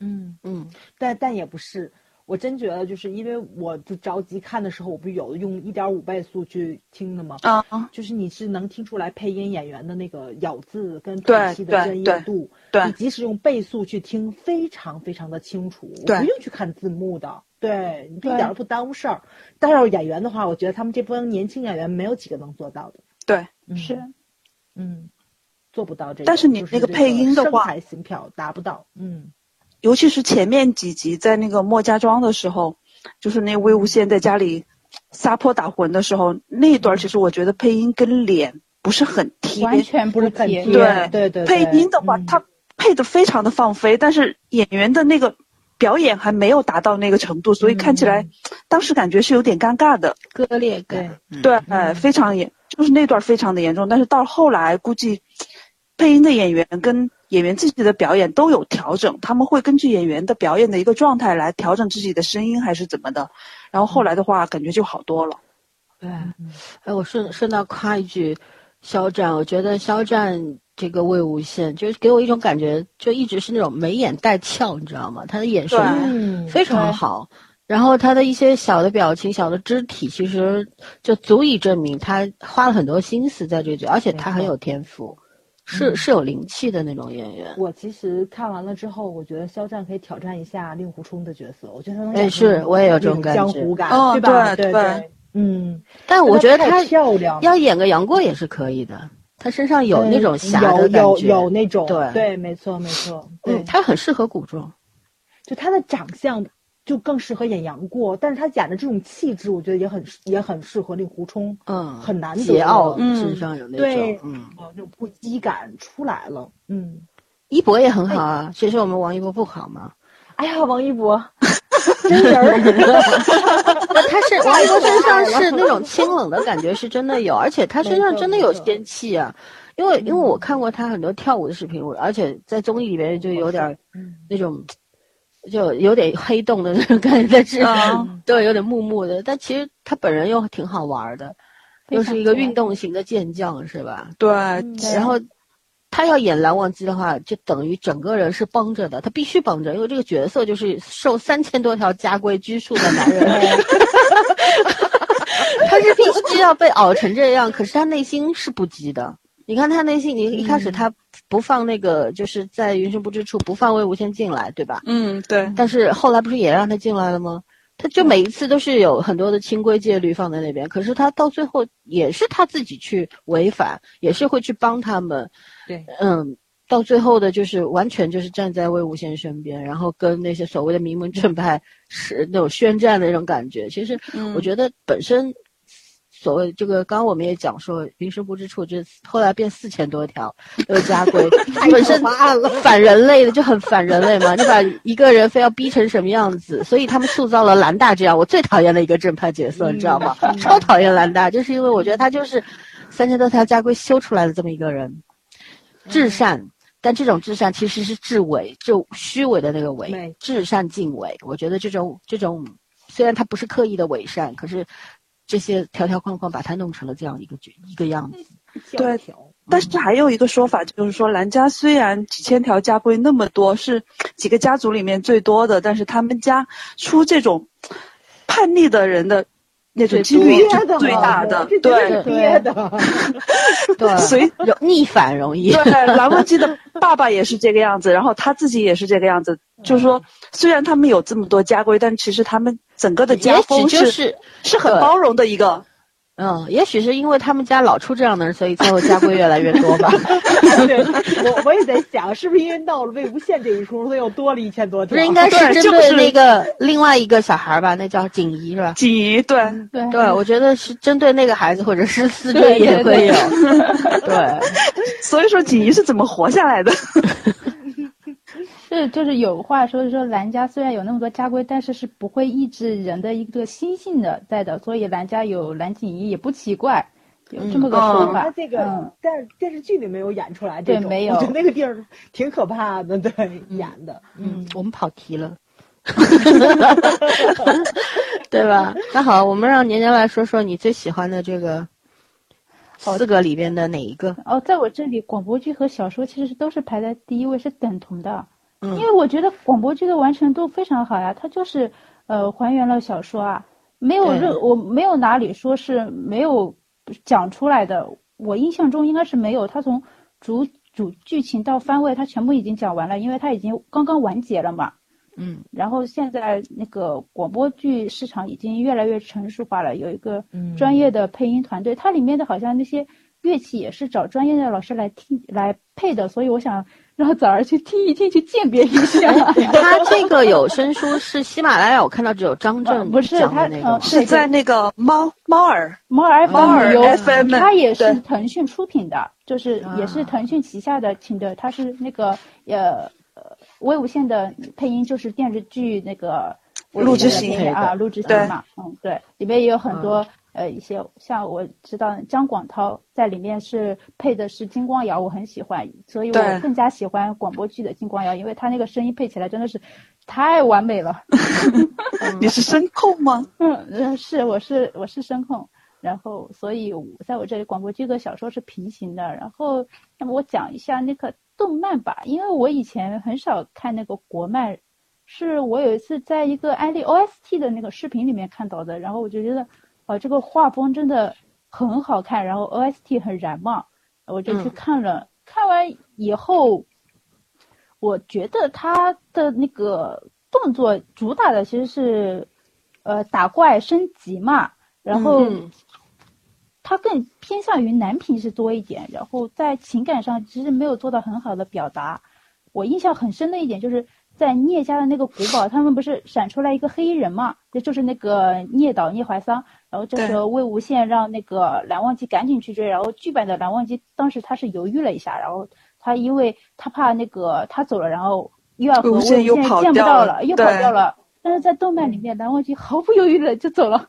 Speaker 4: 嗯。
Speaker 2: 嗯
Speaker 4: 但但也不是，我真觉得就是因为我就着急看的时候，我不有的用一点五倍速去听的吗？
Speaker 3: 啊，
Speaker 4: 就是你是能听出来配音演员的那个咬字跟吐
Speaker 3: 对
Speaker 4: 气的
Speaker 3: 对
Speaker 4: 专业
Speaker 3: 对
Speaker 4: 度，
Speaker 3: 对
Speaker 4: 你即使用倍速去听，非常非常的清楚，
Speaker 3: 对
Speaker 4: 不用去看字幕的，对，你一
Speaker 5: 对
Speaker 4: 点都不耽误事儿。但要是演员的话，我觉得他们这帮年轻演员没有几个能做到的，
Speaker 3: 对，
Speaker 4: 嗯、
Speaker 5: 是，
Speaker 4: 嗯，做不到这个。
Speaker 3: 但是你
Speaker 4: 就是
Speaker 3: 那个
Speaker 4: 这
Speaker 3: 配音的
Speaker 4: 声
Speaker 3: 话
Speaker 4: 台形漂达不到，嗯
Speaker 3: 尤其是前面几集在那个莫家庄的时候，就是那魏无羡在家里撒泼打混的时候，那一段其实我觉得配音跟脸不是很贴。
Speaker 5: 完全
Speaker 4: 不
Speaker 5: 不
Speaker 4: 是很
Speaker 5: 贴
Speaker 4: 贴，
Speaker 3: 对
Speaker 4: 对对
Speaker 3: 配音的话，
Speaker 4: 嗯
Speaker 3: 他配的非常的放飞，但是演员的那个表演还没有达到那个程度，所以看起来、
Speaker 4: 嗯
Speaker 3: 当时感觉是有点尴尬的。
Speaker 2: 割裂
Speaker 4: 对
Speaker 2: 感。。嗯
Speaker 3: 对，
Speaker 4: 嗯
Speaker 3: 非常严，就是那段非常的严重。但是到后来，估计配音的演员跟演员自己的表演都有调整，他们会根据演员的表演的一个状态来调整自己的声音还是怎么的。然后后来的话，感觉就好多了。
Speaker 2: 对，哎，我顺顺道夸一句，肖战，我觉得肖战这个魏无羡，就是给我一种感觉，就一直是那种眉眼带翘，你知道吗？他的眼神
Speaker 3: 对
Speaker 4: 嗯，
Speaker 2: 非常好，然后他的一些小的表情、小的肢体，其实就足以证明他花了很多心思在这里，而且他很有天赋，
Speaker 4: 嗯
Speaker 2: 是是有灵气的那种演员。
Speaker 4: 我其实看完了之后，我觉得肖战可以挑战一下令狐冲的角色，我觉得他能
Speaker 2: 哎
Speaker 4: 演出
Speaker 2: 是
Speaker 4: 那种
Speaker 2: 我也有这种
Speaker 4: 那江
Speaker 2: 感觉
Speaker 4: 湖感，
Speaker 3: 哦
Speaker 4: 对吧？对
Speaker 3: 对对，
Speaker 4: 嗯，
Speaker 2: 但我觉得
Speaker 4: 她
Speaker 2: 他
Speaker 4: 太漂亮了，
Speaker 2: 要演个杨过也是可以的，他身上有
Speaker 4: 对
Speaker 2: 那种侠的感觉，
Speaker 4: 有有有那种，
Speaker 2: 对
Speaker 4: 对，没错没错，对
Speaker 2: 嗯，，他很适合古装。
Speaker 4: 就他的长相就更适合演杨过，但是他演的这种气质，我觉得也很也很适合令狐冲，
Speaker 2: 嗯，
Speaker 4: 很难得
Speaker 2: 桀骜
Speaker 4: 嗯
Speaker 2: 身上有那
Speaker 4: 对
Speaker 2: 种，嗯，
Speaker 4: 哦，那种不羁感出来了，嗯，
Speaker 2: 一博也很好啊，谁说我们王一博不好嘛？
Speaker 4: 哎呀，王一博， 真人儿，
Speaker 2: 他是王一博身上是那种清冷的感觉是真的有，而且他身上真的有仙气啊。因为因为我看过他很多跳舞的视频，我而且在综艺里面就有点
Speaker 4: 嗯
Speaker 2: 那种，就有点黑洞的那种感觉，但是、
Speaker 3: 嗯
Speaker 2: 对有点木木的，但其实他本人又挺好玩的，又是一个运动型的健将是吧？
Speaker 3: 对，
Speaker 4: 对
Speaker 2: 然后他要演蓝忘机的话，就等于整个人是绷着的，他必须绷着，因为这个角色就是受三千多条家规拘束的 男人，他是必须要被熬成这样，可是他内心是不羁的。你看他内心，你一开始他不放那个，就是在云深不知处不放魏无羡进来，对吧？
Speaker 3: 嗯，对，
Speaker 2: 但是后来不是也让他进来了吗？他就每一次都是有很多的清规戒律放在那边，可是他到最后也是他自己去违反，也是会去帮他们。
Speaker 4: 对，
Speaker 2: 嗯，到最后的就是完全就是站在魏无羡身边，然后跟那些所谓的名门正派是那种宣战的那种感觉。其实
Speaker 3: 嗯
Speaker 2: 我觉得本身所谓这个，刚刚我们也讲说云深不知处，这后来变四千多条 有家规，本身反人类的就很反人类嘛。你把一个人非要逼成什么样子，所以他们塑造了兰大这样我最讨厌的一个正派角色，你知道吗？超讨厌兰大，就是因为我觉得他就是三千多条家规修出来的这么一个人，至善。但这种至善其实是至伪，就虚伪的那个伪
Speaker 4: 伪，
Speaker 2: 至善尽伪。我觉得这种这种虽然他不是刻意的伪善，可是这些条条框框把它弄成了这样一个角一个样子。
Speaker 4: 教条，
Speaker 3: 但是还有一个说法就是说，兰家虽然几千条家规那么多，是几个家族里面最多的，但是他们家出这种叛逆的人的那种几率也是最大的，
Speaker 4: 这绝对
Speaker 3: 对
Speaker 4: 是憋的，
Speaker 2: 对，
Speaker 3: 所以
Speaker 2: 容逆反容易。
Speaker 3: 对，蓝文基的爸爸也是这个样子，然后他自己也是这个样子。就是说，虽然他们有这么多家规，但其实他们整个的家
Speaker 2: 也许
Speaker 3: 风
Speaker 2: 就是是，
Speaker 3: 是很
Speaker 2: 对
Speaker 3: 包容的一个。
Speaker 2: 嗯，也许是因为他们家老出这样的人，所以最后家规越来越多吧。
Speaker 4: 对，我我也在想，是不是因为到了魏无羡这一出，他又多了一千多
Speaker 2: 不
Speaker 4: 条？
Speaker 2: 是，应该是
Speaker 3: 对
Speaker 2: 针
Speaker 3: 就是
Speaker 2: 对那个另外一个小孩儿吧？那叫锦怡是吧？
Speaker 3: 锦怡对，
Speaker 5: 对
Speaker 2: 对，我觉得是针对那个孩子，或者是四追也会有。对，嗯
Speaker 3: 所以说锦怡是怎么活下来的？
Speaker 5: 是，就是有话说说兰家虽然有那么多家规，但是是不会抑制人的一个心性的在的，所以兰家有蓝锦衣也不奇怪，有这么个说
Speaker 3: 嗯
Speaker 5: 法。
Speaker 4: 他这个，
Speaker 5: 嗯
Speaker 4: 但是电视剧里没有演出来这种，
Speaker 5: 对没有
Speaker 4: 我觉得那个地儿挺可怕的，对，演的。
Speaker 2: 嗯，我们跑题了，对吧？那好，我们让年年来说说你最喜欢的这个四个里边的哪一个？
Speaker 5: 哦，在我这里，广播剧和小说其实都是排在第一位，是等同的。
Speaker 2: 嗯
Speaker 5: 因为我觉得广播剧的完成度非常好呀，它就是呃还原了小说啊，没有
Speaker 2: 对
Speaker 5: 任我没有哪里说是没有讲出来的，我印象中应该是没有。它从主主剧情到番位，它全部已经讲完了，因为它已经刚刚完结了嘛。
Speaker 2: 嗯，
Speaker 5: 然后现在那个广播剧市场已经越来越成熟化了，有一个
Speaker 4: 嗯
Speaker 5: 专业的配音团队，它里面的好像那些乐器也是找专业的老师来听来配的，所以我想让早儿去听一听，去鉴别一下。
Speaker 2: 他这个有声书是喜马拉雅，我看到只有张
Speaker 5: 呃
Speaker 2: 震
Speaker 5: 不是
Speaker 2: 讲
Speaker 5: 他
Speaker 2: 的那
Speaker 5: 呃
Speaker 2: 个。
Speaker 3: 是在那个猫猫儿
Speaker 5: 猫儿
Speaker 3: 猫儿 FM
Speaker 5: 有，它也是
Speaker 3: 对啊
Speaker 5: 腾讯出品的，就是也是腾讯旗下的，请的它是那个呃呃魏无羡的配音，就是电视剧那个
Speaker 3: 陆之
Speaker 5: 行
Speaker 2: 行
Speaker 5: 啊，陆之
Speaker 3: 对啊
Speaker 5: 行嘛，嗯，对，里面也有很多呃一些像我知道姜广涛在里面是配的是金光瑶，我很喜欢，所以
Speaker 3: 对
Speaker 5: 我更加喜欢广播剧的金光瑶，因为他那个声音配起来真的是太完美了。
Speaker 3: 你是声控吗？
Speaker 5: 嗯，呃是，我是我是声控，然后所以我在我这里广播剧和小说是平行的。然后，那么我讲一下那个动漫吧，因为我以前很少看那个国漫，是我有一次在一个安利 OST 的那个视频里面看到的，然后我就觉得，哦，这个画风真的很好看，然后 OST 很燃嘛，我就去
Speaker 2: 嗯
Speaker 5: 看了。看完以后，我觉得他的那个动作主打的其实是，呃，打怪升级嘛，然后
Speaker 2: 嗯
Speaker 5: 他更偏向于男频是多一点，然后在情感上其实没有做到很好的表达。我印象很深的一点就是在聂家的那个古堡，他们不是闪出来一个黑衣人嘛，这就是那个聂导聂怀桑。然后这时候魏无羡让那个蓝忘机赶紧去追，然后剧版的蓝忘机当时他是犹豫了一下，然后他因为他怕那个他走了，然后又要和
Speaker 3: 魏
Speaker 5: 魏
Speaker 3: 无
Speaker 5: 无
Speaker 3: 羡
Speaker 5: 羡
Speaker 3: 又跑
Speaker 5: 见不
Speaker 3: 掉
Speaker 5: 到
Speaker 3: 了
Speaker 5: 了，又跑
Speaker 3: 对
Speaker 5: 掉了。但是在动漫里面，蓝忘机毫不犹豫的就走了。
Speaker 3: 嗯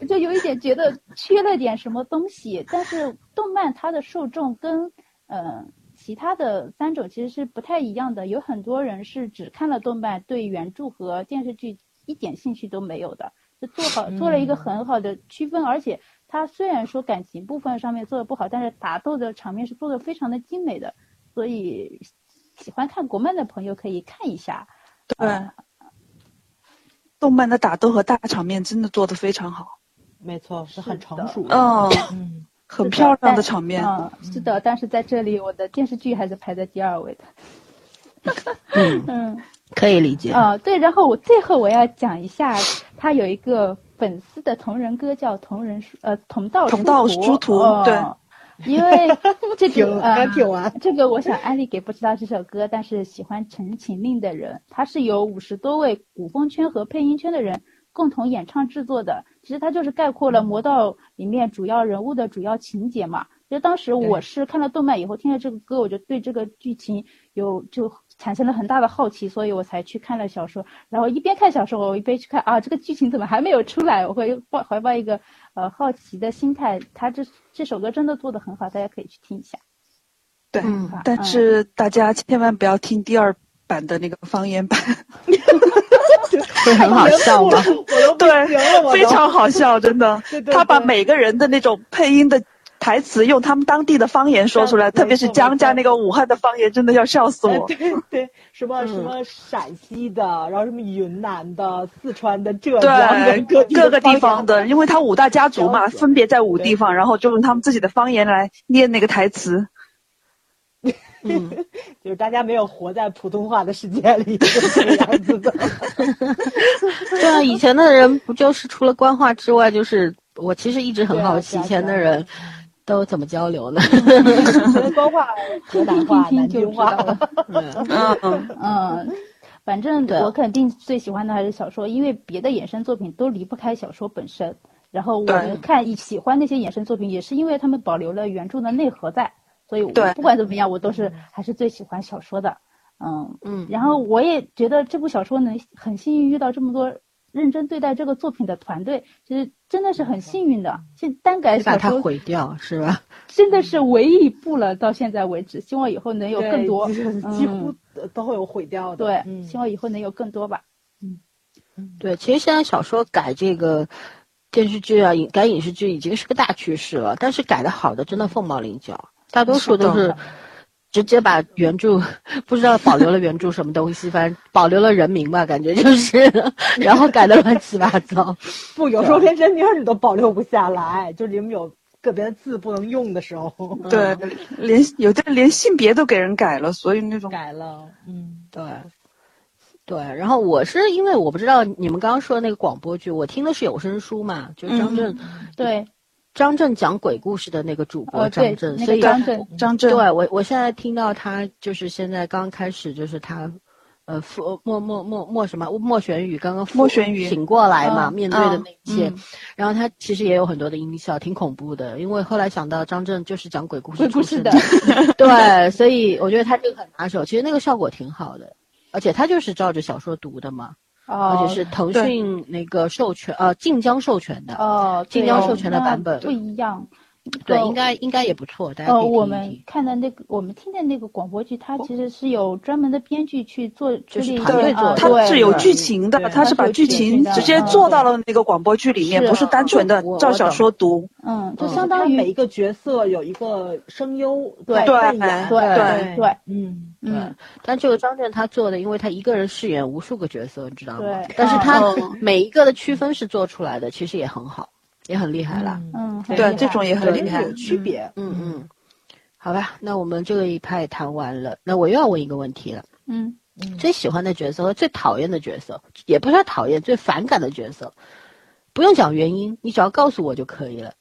Speaker 5: 我就有一点觉得缺了点什么东西。但是动漫它的受众跟呃其他的三种其实是不太一样的，有很多人是只看了动漫，对原著和电视剧一点兴趣都没有的，就做好做了一个很好的区分，而且。它虽然说感情部分上面做的不好，但是打斗的场面是做的非常的精美的，所以喜欢看国漫的朋友可以看一下。呃
Speaker 3: 对，动漫的打斗和大场面真的做得非常好，
Speaker 4: 没错，是很
Speaker 5: 的
Speaker 4: 成熟的。
Speaker 3: 嗯，
Speaker 4: 嗯，
Speaker 3: 很漂亮
Speaker 5: 但
Speaker 3: 的场面。
Speaker 5: 嗯，是的，但是在这里我的电视剧还是排在第二位的。
Speaker 2: 嗯，
Speaker 5: 嗯，
Speaker 2: 可以理解。
Speaker 5: 啊、对，然后我最后我要讲一下，他有一个粉丝的同人歌叫《同人书》，呃，同道
Speaker 3: 同道殊途
Speaker 5: 哦
Speaker 3: 对
Speaker 5: 因 为这
Speaker 4: 挺
Speaker 5: 个
Speaker 4: 还
Speaker 5: 呃，
Speaker 4: 挺 完。
Speaker 5: 这个我想安利给不知道这首歌，但是喜欢《陈情令》的人，它是由五十多位古风圈和配音圈的人共同演唱制作的。其实它就是概括了《魔道》里面主要人物的主要情节嘛。其实当时我是看了动漫以后，听了这个歌，我就对这个剧情有就产生了很大的好奇，所以我才去看了小说。然后一边看小说，我一边去看啊，这个剧情怎么还没有出来？我会抱怀抱一个呃好奇的心态。它这这首歌真的做得很好，大家可以去听一下。
Speaker 3: 对，
Speaker 2: 嗯，
Speaker 3: 但是大家千万不要听第二版的那个方言版，
Speaker 2: 会 很好笑吗？
Speaker 4: 我都不行了，我都
Speaker 3: 非常好笑，真的
Speaker 4: 对对。对
Speaker 3: 他把每个人的那种配音的台词用他们当地的方言说出来，
Speaker 4: 没错
Speaker 3: 特别是江家那个武汉的方言，真的要笑死
Speaker 4: 哎
Speaker 3: 我。
Speaker 4: 对对，什么什么陕西的，然后什么云南的、四川的、浙江的
Speaker 3: 对，各各个地方
Speaker 4: 方
Speaker 3: 的，因为他五大家族嘛，
Speaker 4: 了解
Speaker 3: 分别在五地
Speaker 4: 对
Speaker 3: 方，然后就用他们自己的方言来念那个台词。
Speaker 2: 嗯，
Speaker 4: 言，就是大家没有活在普通话的世界里，就是这样子的。
Speaker 2: 对啊，以前的人不就是除了官话之外，就是我其实一直很
Speaker 4: 对啊
Speaker 2: 好奇，
Speaker 4: 对
Speaker 2: 以
Speaker 4: 啊
Speaker 2: 前的
Speaker 4: 对啊
Speaker 2: 人都怎么交流呢？
Speaker 4: 觉得官话、河
Speaker 5: 听
Speaker 4: 南
Speaker 5: 听
Speaker 4: 话、
Speaker 5: 听
Speaker 4: 南
Speaker 5: 听就
Speaker 4: 京
Speaker 5: 知道
Speaker 4: 话，
Speaker 5: 了。
Speaker 2: 嗯
Speaker 3: 嗯，
Speaker 5: 嗯，反正
Speaker 2: 对
Speaker 5: 我肯定最喜欢的还是小说，因为别的衍生作品都离不开小说本身。然后我
Speaker 3: 对
Speaker 5: 们看喜欢那些衍生作品，也是因为他们保留了原著的内核在，所以我
Speaker 3: 对
Speaker 5: 不管怎么样，我都是还是最喜欢小说的。嗯，
Speaker 2: 嗯，
Speaker 5: 然后我也觉得这部小说能很幸运遇到这么多认真对待这个作品的团队，就是真的是很幸运的。现单改
Speaker 2: 你 把
Speaker 5: 小
Speaker 2: 它
Speaker 5: 说
Speaker 2: 毁掉是吧？
Speaker 5: 真的是唯一一部了，到现在为止，希望以后能有
Speaker 4: 对
Speaker 5: 更多。
Speaker 4: 就是
Speaker 5: 嗯
Speaker 4: 几乎都会有毁掉的。
Speaker 5: 对，
Speaker 4: 嗯
Speaker 5: 希望以后能有更多吧。
Speaker 2: 对，其实现在小说改这个电视剧啊，影改影视剧已经是个大趋势了，但是改的好的真的凤毛麟角，大多数都
Speaker 3: 是
Speaker 2: 是直接把原著 不知道保留了原著什么东西，反正保留了人名吧，感觉 就是，然后改的乱七八糟。
Speaker 4: 不，有时候连人名儿你都保留不下来，就是你们有个别的字不能用的时候，
Speaker 5: 嗯
Speaker 3: 对，连有的连性别都给人改了，所以那种
Speaker 4: 改了，嗯，
Speaker 2: 对，对。然后我是因为我不知道你们刚刚说的那个广播剧，我听的是有声书嘛，就是
Speaker 5: 嗯
Speaker 2: 张震、
Speaker 5: 对，
Speaker 2: 张震讲鬼故事的那个主播
Speaker 5: 呃，
Speaker 2: 张
Speaker 5: 对，
Speaker 2: 震，
Speaker 5: 那
Speaker 2: 所
Speaker 5: 个
Speaker 2: 以
Speaker 5: 张震，
Speaker 3: 张震，
Speaker 2: 对我，我现在听到他就是现在刚开始，就是他，呃，复莫莫莫莫什么莫玄宇刚刚复
Speaker 3: 莫玄宇
Speaker 2: 醒过来嘛，
Speaker 5: 嗯
Speaker 2: 面对的那一切，
Speaker 3: 嗯
Speaker 2: 然后他其实也有很多的音效，挺恐怖的。因为后来想到张震就是讲鬼故事
Speaker 5: 鬼故
Speaker 2: 出
Speaker 5: 事
Speaker 2: 身
Speaker 5: 的
Speaker 2: 对，所以我觉得他这个很拿手，其实那个效果挺好的。而且他就是照着小说读的嘛，而
Speaker 5: 哦
Speaker 2: 且是腾
Speaker 3: 对
Speaker 2: 讯那个授权，呃，晋江授权的，
Speaker 5: 哦，
Speaker 2: 晋
Speaker 5: 对
Speaker 2: 江
Speaker 5: 哦
Speaker 2: 授权的
Speaker 5: 那
Speaker 2: 版本
Speaker 5: 不一样。
Speaker 2: 对，
Speaker 5: 呃
Speaker 2: 应该应该也不错，大家可以
Speaker 5: 呃，
Speaker 2: 听一
Speaker 5: 我
Speaker 2: 听
Speaker 5: 们看的那个，我们听的那个广播剧，它其实是有专门的编剧去做，
Speaker 2: 就是
Speaker 5: 处理
Speaker 2: 团队
Speaker 5: 啊
Speaker 2: 做的
Speaker 3: 它
Speaker 5: 对
Speaker 3: 是有
Speaker 2: 对
Speaker 3: 剧情的
Speaker 4: 对，
Speaker 3: 它是把
Speaker 5: 它是有
Speaker 3: 剧
Speaker 5: 剧
Speaker 3: 情
Speaker 5: 情的
Speaker 3: 直接
Speaker 5: 嗯
Speaker 3: 做到了那个广播剧里面，
Speaker 5: 是
Speaker 3: 不是单纯的
Speaker 2: 我我
Speaker 3: 照小
Speaker 2: 懂
Speaker 3: 说读。
Speaker 5: 嗯，就
Speaker 2: 嗯
Speaker 5: 相当
Speaker 4: 它每
Speaker 5: 于
Speaker 4: 一个角色有一个声优
Speaker 5: 对
Speaker 4: 在扮演，
Speaker 5: 对
Speaker 2: 对
Speaker 5: 对，
Speaker 4: 嗯，
Speaker 5: 嗯，
Speaker 2: 但这个张震他做的，因为他一个人饰演无数个角色，你知道吗
Speaker 5: 对？
Speaker 2: 但是他
Speaker 3: 嗯
Speaker 2: 每一个的区分是做出来的，其实也很好，也很厉害啦。
Speaker 4: 嗯，
Speaker 5: 嗯，很
Speaker 3: 对，
Speaker 5: 厉
Speaker 3: 这
Speaker 5: 害
Speaker 3: 种也很
Speaker 4: 肯
Speaker 3: 厉
Speaker 4: 定
Speaker 3: 害
Speaker 4: 是有。区别，
Speaker 2: 嗯嗯，好吧，那我们这个一趴也谈完了，那我又要问一个问题了：
Speaker 5: 嗯，
Speaker 2: 最喜欢的角色和最讨厌的角色，也不算讨厌，最反感的角色，不用讲原因，你只要告诉我就可以了。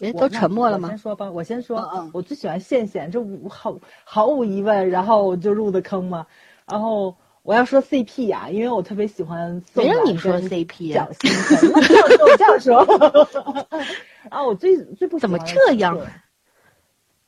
Speaker 2: 哎，
Speaker 4: 我
Speaker 2: 都沉默了
Speaker 4: 我
Speaker 2: 吗
Speaker 4: 先？说吧，我先说，
Speaker 2: 嗯嗯
Speaker 4: 我最喜欢现贤，这无毫毫无疑问，然后就入的坑嘛。然后我要说 CP 呀、因为我特别喜欢宋
Speaker 2: 没让
Speaker 4: 岚
Speaker 2: 你说
Speaker 4: 跟
Speaker 2: CP 啊
Speaker 4: 蒋？欣雯，那这样说我这样说。 然啊后我最最不喜
Speaker 2: 怎
Speaker 4: 欢
Speaker 2: 么
Speaker 4: 的
Speaker 2: 这
Speaker 4: 角
Speaker 2: 样啊
Speaker 4: 色？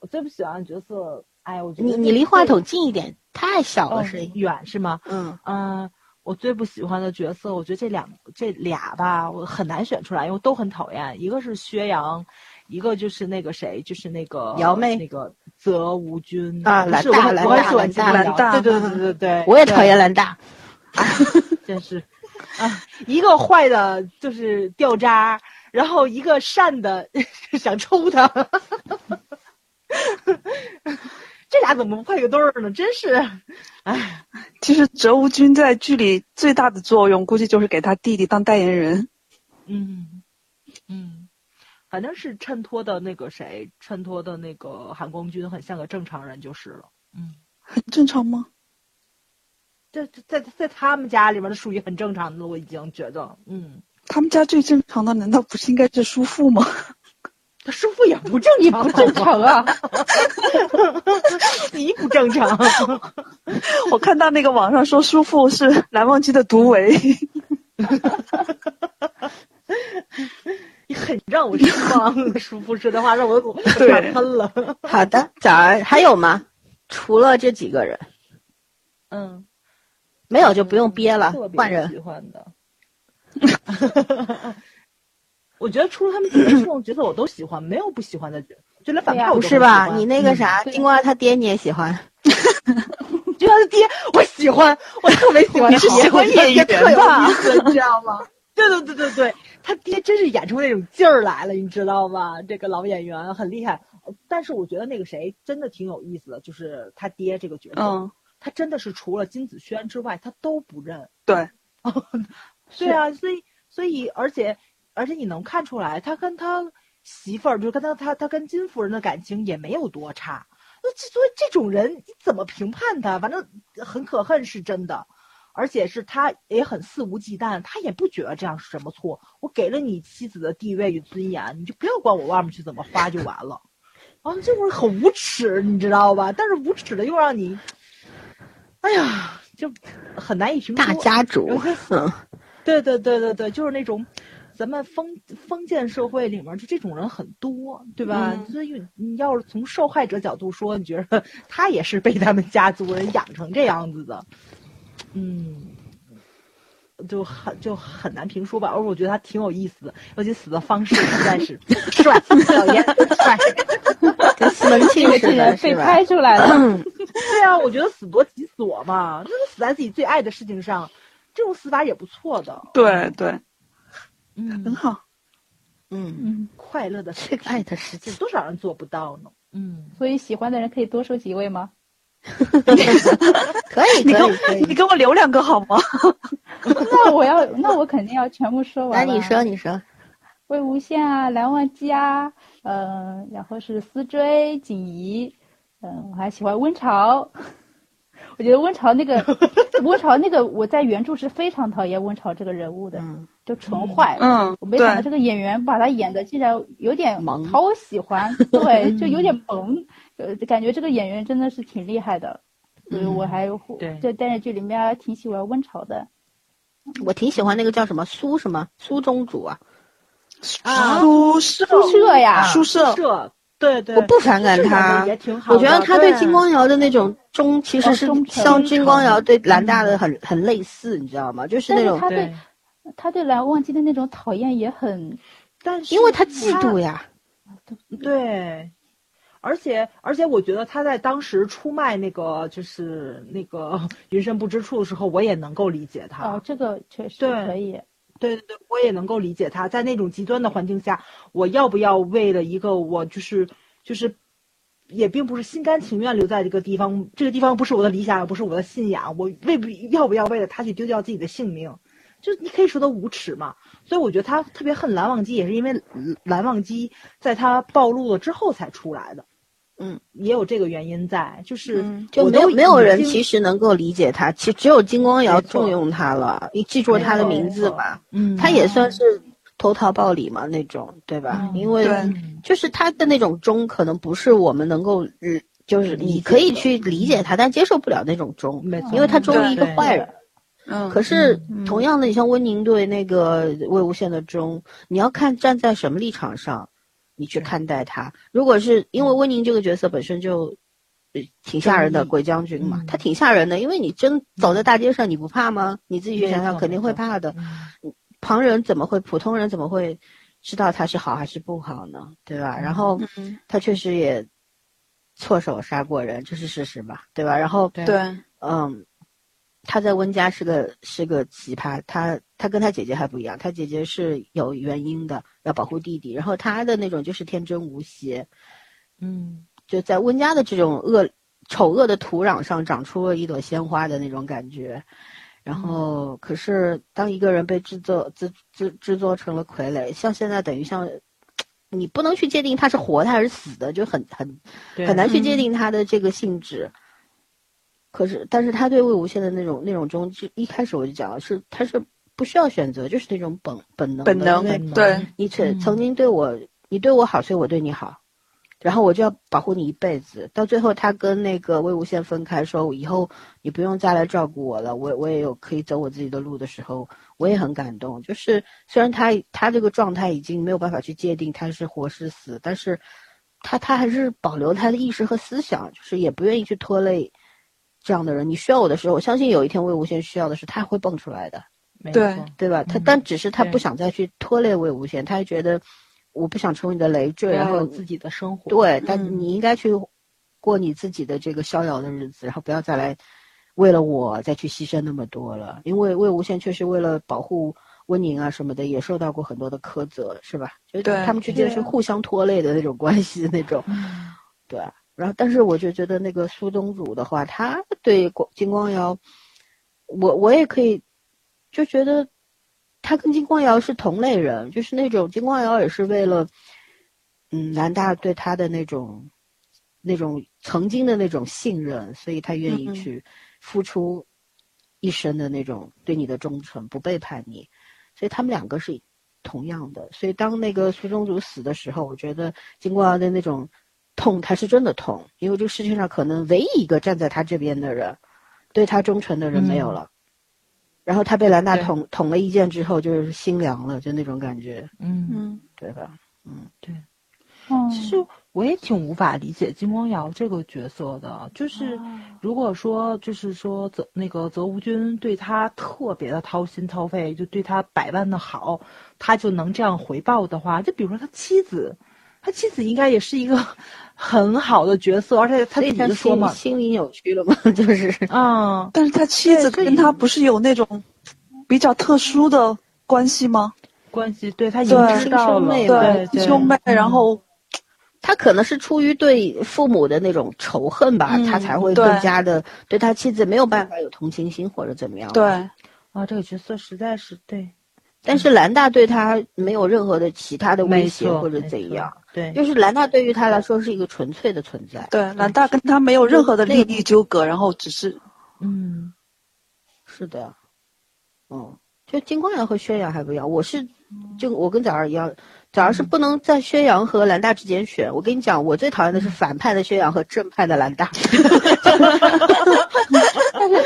Speaker 4: 我最不喜欢的角色，哎，我觉得
Speaker 2: 你
Speaker 4: 最
Speaker 2: 你离话筒近一点，太小
Speaker 4: 哦
Speaker 2: 了声音。
Speaker 4: 远是吗？
Speaker 2: 嗯
Speaker 4: 嗯，我最不喜欢的角色，我觉得这两这俩吧，我很难选出来，因为都很讨厌。一个是薛洋，一个就是那个谁，就是那个
Speaker 2: 姚妹
Speaker 4: 那个泽吴军
Speaker 2: 啊
Speaker 4: 不
Speaker 2: 蓝
Speaker 4: 是
Speaker 2: 大
Speaker 4: 我
Speaker 2: 蓝
Speaker 4: 我很
Speaker 2: 大
Speaker 4: 喜欢
Speaker 2: 蓝大
Speaker 4: 金
Speaker 3: 蓝
Speaker 4: 瑶
Speaker 3: 大
Speaker 4: 对对对对对，
Speaker 2: 我也讨厌
Speaker 4: 了，
Speaker 2: 兰大。
Speaker 4: 真是啊，一个坏的就是掉渣，然后一个善的想抽他。 这俩怎么不配个对儿呢？真是，哎，
Speaker 3: 其实哲无君在剧里最大的作用，估计就是给他弟弟当代言人。
Speaker 4: 嗯，嗯，反正是衬托的那个谁，衬托的那个韩光君很像个正常人就是了。
Speaker 3: 很正常吗？
Speaker 4: 这这在在他们家里面，属于很正常的，我已经觉得，嗯，
Speaker 3: 他们家最正常的难道不是应该是叔父吗？
Speaker 4: 他师傅也不正常，不正常啊， 你不正常，
Speaker 3: 我看到那个网上说叔父是蓝忘机的独唯，
Speaker 4: 你很让我失望。叔父说的话让我 我打喷了，
Speaker 2: 好的，早儿还有吗？除了这几个人，
Speaker 4: 嗯，
Speaker 2: 没有就不用憋了
Speaker 4: 特，别
Speaker 2: 换人。
Speaker 4: 喜欢的。 我觉得除了他们几个这种角色，我都喜欢，没有不喜欢的角色。就连反
Speaker 5: 对
Speaker 4: 派
Speaker 5: 呀
Speaker 4: 我
Speaker 2: 不
Speaker 4: 都
Speaker 2: 是
Speaker 4: 很
Speaker 2: 吧
Speaker 4: 喜？欢
Speaker 2: 你那个啥，
Speaker 5: 对
Speaker 2: 金瓜他爹你也喜欢？
Speaker 4: 就像爹，我喜欢，我特别喜欢
Speaker 3: 你是
Speaker 4: 他
Speaker 3: 喜欢演员 吧
Speaker 4: 特有意思，你知道吗？对对对对对，他爹真是演出那种劲儿来了，你知道吗？这个老演员很厉害，呃但是我觉得那个谁真的挺有意思的，就是他爹这个角色，
Speaker 3: 嗯，
Speaker 4: 他真的是除了金子轩之外，他都不认。
Speaker 3: 对，
Speaker 4: 对啊，所以所以而且而且你能看出来，他跟他媳妇儿，就是跟他他他跟金夫人的感情也没有多差。那这所以这种人你怎么评判他？反正很可恨是真的，而且是他也很肆无忌惮，他也不觉得这样是什么错。我给了你妻子的地位与尊严，你就不要管我外面去怎么花就完了。啊，就是很无耻，你知道吧？但是无耻的又让你，哎呀，就很难以评
Speaker 2: 大
Speaker 4: 说
Speaker 2: 家族
Speaker 4: 有些，
Speaker 2: 嗯，
Speaker 4: 对对对对对，就是那种咱们封封建社会里面，就这种人很多，对吧？
Speaker 3: 嗯
Speaker 4: 所以你要是从受害者角度说，你觉得 他也是被他们家族人养成这样子的，嗯。就很就很难评说吧，而我觉得他挺有意思的，尤其死的方式实在是帅、小烟帅。
Speaker 2: 跟西门庆似
Speaker 5: 这个竟
Speaker 2: 的，
Speaker 5: 然
Speaker 2: 是
Speaker 5: 被
Speaker 2: 吧？
Speaker 5: 拍出 来了，
Speaker 4: 对啊，我觉得死多其所嘛，就是死在自己最爱的事情上，这种死法也不错的。
Speaker 3: 对对，很
Speaker 4: 嗯，
Speaker 3: 好。
Speaker 2: 嗯，
Speaker 5: 嗯，
Speaker 4: 快乐的死
Speaker 2: 这个爱的实
Speaker 4: 有
Speaker 2: 际，
Speaker 4: 多少人做不到呢？嗯，
Speaker 5: 所以喜欢的人可以多收几位吗？
Speaker 2: 可以
Speaker 3: 你给
Speaker 2: 可
Speaker 3: 我
Speaker 2: 以可
Speaker 3: 你
Speaker 2: 以。
Speaker 3: 给我留两个好吗？
Speaker 5: 那我要，那我肯定要全部说
Speaker 2: 那
Speaker 5: 完。
Speaker 2: 你说，，你说，
Speaker 5: 魏无羡啊，蓝忘机啊，嗯，然后是思追、锦怡，嗯，我还喜欢温潮。 我觉得温潮那个，温潮那个，我在原著是非常讨厌温潮这个人物的，
Speaker 2: 嗯，
Speaker 5: 就纯坏。
Speaker 3: 嗯，
Speaker 5: 我没想到
Speaker 3: 对
Speaker 5: 这个演员把他演的竟然有点
Speaker 2: 萌
Speaker 5: 讨我喜欢，对，就有点萌，呃，感觉这个演员真的是挺厉害的，所以我还
Speaker 4: 对
Speaker 5: 在电视剧里面还挺喜欢温潮的。
Speaker 2: 我挺喜欢那个叫什么苏什么苏宗主啊，
Speaker 4: 啊
Speaker 3: 宿舍
Speaker 5: 宿舍呀，
Speaker 3: 宿舍，
Speaker 4: 这对对，
Speaker 2: 我不反感
Speaker 4: 这两
Speaker 2: 他
Speaker 4: 个，也挺好
Speaker 2: 我
Speaker 4: 的。
Speaker 2: 觉得他对
Speaker 4: 啊
Speaker 2: 金光瑶的那种忠，其实
Speaker 5: 哦
Speaker 2: 是
Speaker 5: 忠诚
Speaker 2: 像金光瑶对兰大的很很类似，你知道吗？就是
Speaker 5: 但
Speaker 2: 那
Speaker 5: 是
Speaker 2: 种，
Speaker 5: 他对
Speaker 4: 对，
Speaker 5: 他对蓝忘机的那种讨厌也很，
Speaker 4: 但是
Speaker 2: 因为他嫉妒呀，
Speaker 4: 对，而且而且我觉得他在当时出卖那个就是那个云深不知处的时候，我也能够理解他。
Speaker 5: 哦，这个确实
Speaker 4: 对
Speaker 5: 可以，
Speaker 4: 对对对，我也能够理解他，在那种极端的环境下，我要不要为了一个我就是就是，也并不是心甘情愿留在这个地方，这个地方不是我的理想，也不是我的信仰，我为不要不要为了他去丢掉自己的性命？就是你可以说他无耻嘛，所以我觉得他特别恨蓝忘机，也是因为蓝蓝忘机在他暴露了之后才出来的，
Speaker 2: 嗯，
Speaker 4: 也有这个原因在，就是、
Speaker 3: 嗯
Speaker 2: 就没有没有人其
Speaker 4: 实，
Speaker 2: 实能够理解他，其实只有金光瑶
Speaker 4: 没错
Speaker 2: 重用他了，你记住他的名字嘛，
Speaker 4: 嗯，
Speaker 2: 他也算是投桃报李嘛那种，对吧？
Speaker 5: 嗯
Speaker 2: 因为
Speaker 3: 对
Speaker 2: 就是他的那种忠，可能不是我们能够嗯，就是
Speaker 4: 理
Speaker 2: 你
Speaker 4: 解
Speaker 2: 可以去理解他，但接受不了那种忠，
Speaker 4: 没错，
Speaker 2: 因为他忠于一个
Speaker 4: 对
Speaker 2: 坏人。
Speaker 3: 嗯，
Speaker 2: 可是
Speaker 5: 嗯
Speaker 2: 同样的，你像温宁对那个魏无羡的忠，你要看站在什么立场上，你去
Speaker 4: 对
Speaker 2: 看待他。如果是因为温宁这个角色本身就。呃挺吓人的
Speaker 4: 争议
Speaker 2: 鬼将军嘛，
Speaker 4: 嗯
Speaker 2: 他挺吓人的，因为你真走在大街上，你不怕吗？你自己去
Speaker 4: 没
Speaker 2: 想想，
Speaker 4: 错
Speaker 2: 肯定会
Speaker 4: 没错
Speaker 2: 怕的。
Speaker 4: 嗯
Speaker 2: 旁人怎么会，普通人怎么会知道他是好还是不好呢？对吧？然后
Speaker 3: 嗯
Speaker 2: 他确实也错手杀过人，这是事实吧？对吧？然后
Speaker 4: 对
Speaker 3: 对，
Speaker 2: 嗯，他在温家是个是个奇葩，他他跟他姐姐还不一样，他姐姐是有原因的，要保护弟弟，然后他的那种就是天真无邪，
Speaker 4: 嗯，
Speaker 2: 就在温家的这种恶丑恶的土壤上长出了一朵鲜花的那种感觉。然
Speaker 3: 嗯
Speaker 2: 后，可是当一个人被制作制制制作成了傀儡，像现在等于像，你不能去界定他是活的还是死的，就很很
Speaker 4: 对
Speaker 2: 很难去
Speaker 3: 嗯
Speaker 2: 界定他的这个性质。可是，但是他对魏无羡的那种那种中，就一开始我就讲了，是他是不需要选择，就是那种本本能的
Speaker 3: 本能
Speaker 2: 因为
Speaker 4: 本能
Speaker 3: 对，
Speaker 2: 你曾
Speaker 4: 嗯
Speaker 2: 曾经对我，你对我好，所以我对你好，然后我就要保护你一辈子。到最后，他跟那个魏无羡分开，说以后你不用再来照顾我了，我我也有可以走我自己的路的时候，我也很感动。就是虽然他他这个状态已经没有办法去界定他是活是死，但是他他还是保留他的意识和思想，就是也不愿意去拖累。这样的人，你需要我的时候，我相信有一天魏无羡需要的时候，他会蹦出来的。
Speaker 4: 没
Speaker 3: 对
Speaker 4: 错
Speaker 2: 对吧？他
Speaker 4: 嗯
Speaker 2: 但只是他
Speaker 4: 对
Speaker 2: 不想再去拖累魏无羡，他觉得我不想成为你的累赘，
Speaker 4: 对，
Speaker 2: 然后
Speaker 4: 有自己的生活。
Speaker 2: 对，但
Speaker 3: 嗯
Speaker 2: 你应该去过你自己的这个逍遥的日子，然后不要再来为了我再去牺牲那么多了。因为魏无羡确实为了保护温宁啊什么的也受到过很多的苛责，是吧？就是
Speaker 3: 对嗯
Speaker 2: 他们之间是
Speaker 5: 对啊
Speaker 2: 互相拖累的那种关系，那种，对。然后，但是我就觉得那个苏东主的话，他对光金光瑶，我我也可以就觉得他跟金光瑶是同类人，就是那种金光瑶也是为了，嗯，南大对他的那种那种曾经的那种信任，所以他愿意
Speaker 3: 嗯
Speaker 2: 去付出一生的那种对你的忠诚，不背叛你，所以他们两个是同样的。所以当那个苏宗主死的时候，我觉得金光瑶的那种痛，他是真的痛，因为这个世界上可能唯一一个站在他这边的人，对他忠诚的人没有了。然后他被兰大
Speaker 4: 嗯对
Speaker 2: 捅捅了一剑之后，就是心凉了，就那种感觉，
Speaker 4: 嗯，
Speaker 3: 嗯，
Speaker 2: 对吧？嗯，
Speaker 5: 嗯，
Speaker 4: 其实我也挺无法理解金光瑶这个角色的，就是
Speaker 2: 啊
Speaker 4: 如果说就是说泽那个泽芜君对他特别的掏心掏肺，就对他百般的好，他就能这样回报的话，就比如说他妻子，他妻子应该也是一个 很好的角色，而且他
Speaker 2: 所
Speaker 4: 自
Speaker 2: 以
Speaker 4: 己
Speaker 2: 他
Speaker 4: 就说
Speaker 2: 心
Speaker 4: 嘛，
Speaker 2: 心理扭曲了嘛， 就是
Speaker 4: 嗯，
Speaker 3: 但是他妻子
Speaker 4: 对所以
Speaker 3: 跟他不是有那种比较特殊的关系吗？
Speaker 4: 关系对他已经
Speaker 3: 对
Speaker 4: 知
Speaker 2: 亲
Speaker 4: 道了，
Speaker 2: 兄妹
Speaker 4: 对嗯对
Speaker 3: 兄妹，然后
Speaker 2: 他可能是出于对父母的那种仇恨吧，
Speaker 4: 嗯
Speaker 2: 他才会
Speaker 3: 对
Speaker 2: 更加的对他妻子没有办法有同情心或者怎么样。
Speaker 3: 对，
Speaker 4: 啊，这个角色实在是对
Speaker 2: 但是兰大对他没有任何的其他的威
Speaker 4: 没
Speaker 2: 胁
Speaker 4: 错
Speaker 2: 或者
Speaker 4: 没
Speaker 2: 怎
Speaker 4: 错
Speaker 2: 样，
Speaker 4: 对
Speaker 2: 就是兰大对于他来说是一个纯粹的存在。
Speaker 3: 对，兰大跟他没有任何的利益纠葛，然后只是
Speaker 4: 嗯
Speaker 2: 是的，嗯，就金光瑶和宣阳还不一样，我是就我跟早儿一样，早儿是不能在宣阳和兰大之间选。我跟你讲，我最讨厌的是反派的宣阳和正派的兰大。 但是，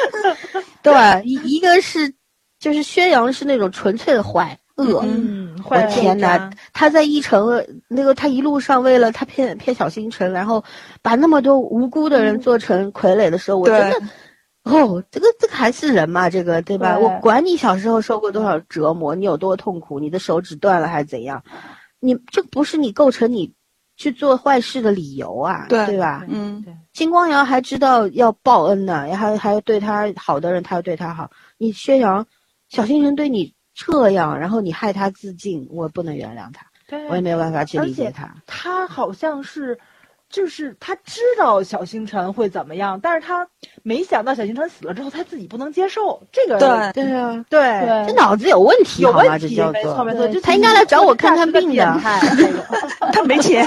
Speaker 2: 对，一一个是就是宣阳是那种纯粹的坏恶。
Speaker 4: 嗯，
Speaker 2: 我
Speaker 4: 坏人
Speaker 2: 天
Speaker 4: 呐
Speaker 2: 呐，，他在一城那个，他一路上为了他骗骗小星辰，然后把那么多无辜的人做成傀儡的时候，我真
Speaker 3: 对
Speaker 2: 的，哦，这个这个还是人嘛，这个对吧？
Speaker 5: 对
Speaker 2: 我管你小时候受过多少折磨，你有多痛苦，你的手指断了还是怎样，你这不是你构成你去做坏事的理由啊，
Speaker 3: 对
Speaker 2: 吧？
Speaker 3: 嗯，
Speaker 2: 金光瑶还知道要报恩呢，还还要对他好的人，他要对他好。你薛洋，小星辰对你这样，然后你害他自尽，我不能原谅他，
Speaker 4: 对
Speaker 2: 我也没有办法去理
Speaker 4: 而
Speaker 2: 解
Speaker 4: 且
Speaker 2: 他。
Speaker 4: 他好像是，就是他知道小星辰会怎么样，但是他没想到小星辰死了之后他自己不能接受这个，
Speaker 3: 对，
Speaker 2: 对啊，
Speaker 4: 对
Speaker 5: 对
Speaker 2: 这脑子有问题
Speaker 4: 有
Speaker 2: 好吗？
Speaker 4: 问
Speaker 2: 这
Speaker 4: 题，
Speaker 2: 叫
Speaker 4: 没错没
Speaker 2: 做
Speaker 4: 错，
Speaker 5: 对
Speaker 4: 就
Speaker 2: 他应该来找我看看病的
Speaker 4: 的。 那个
Speaker 3: 他没钱，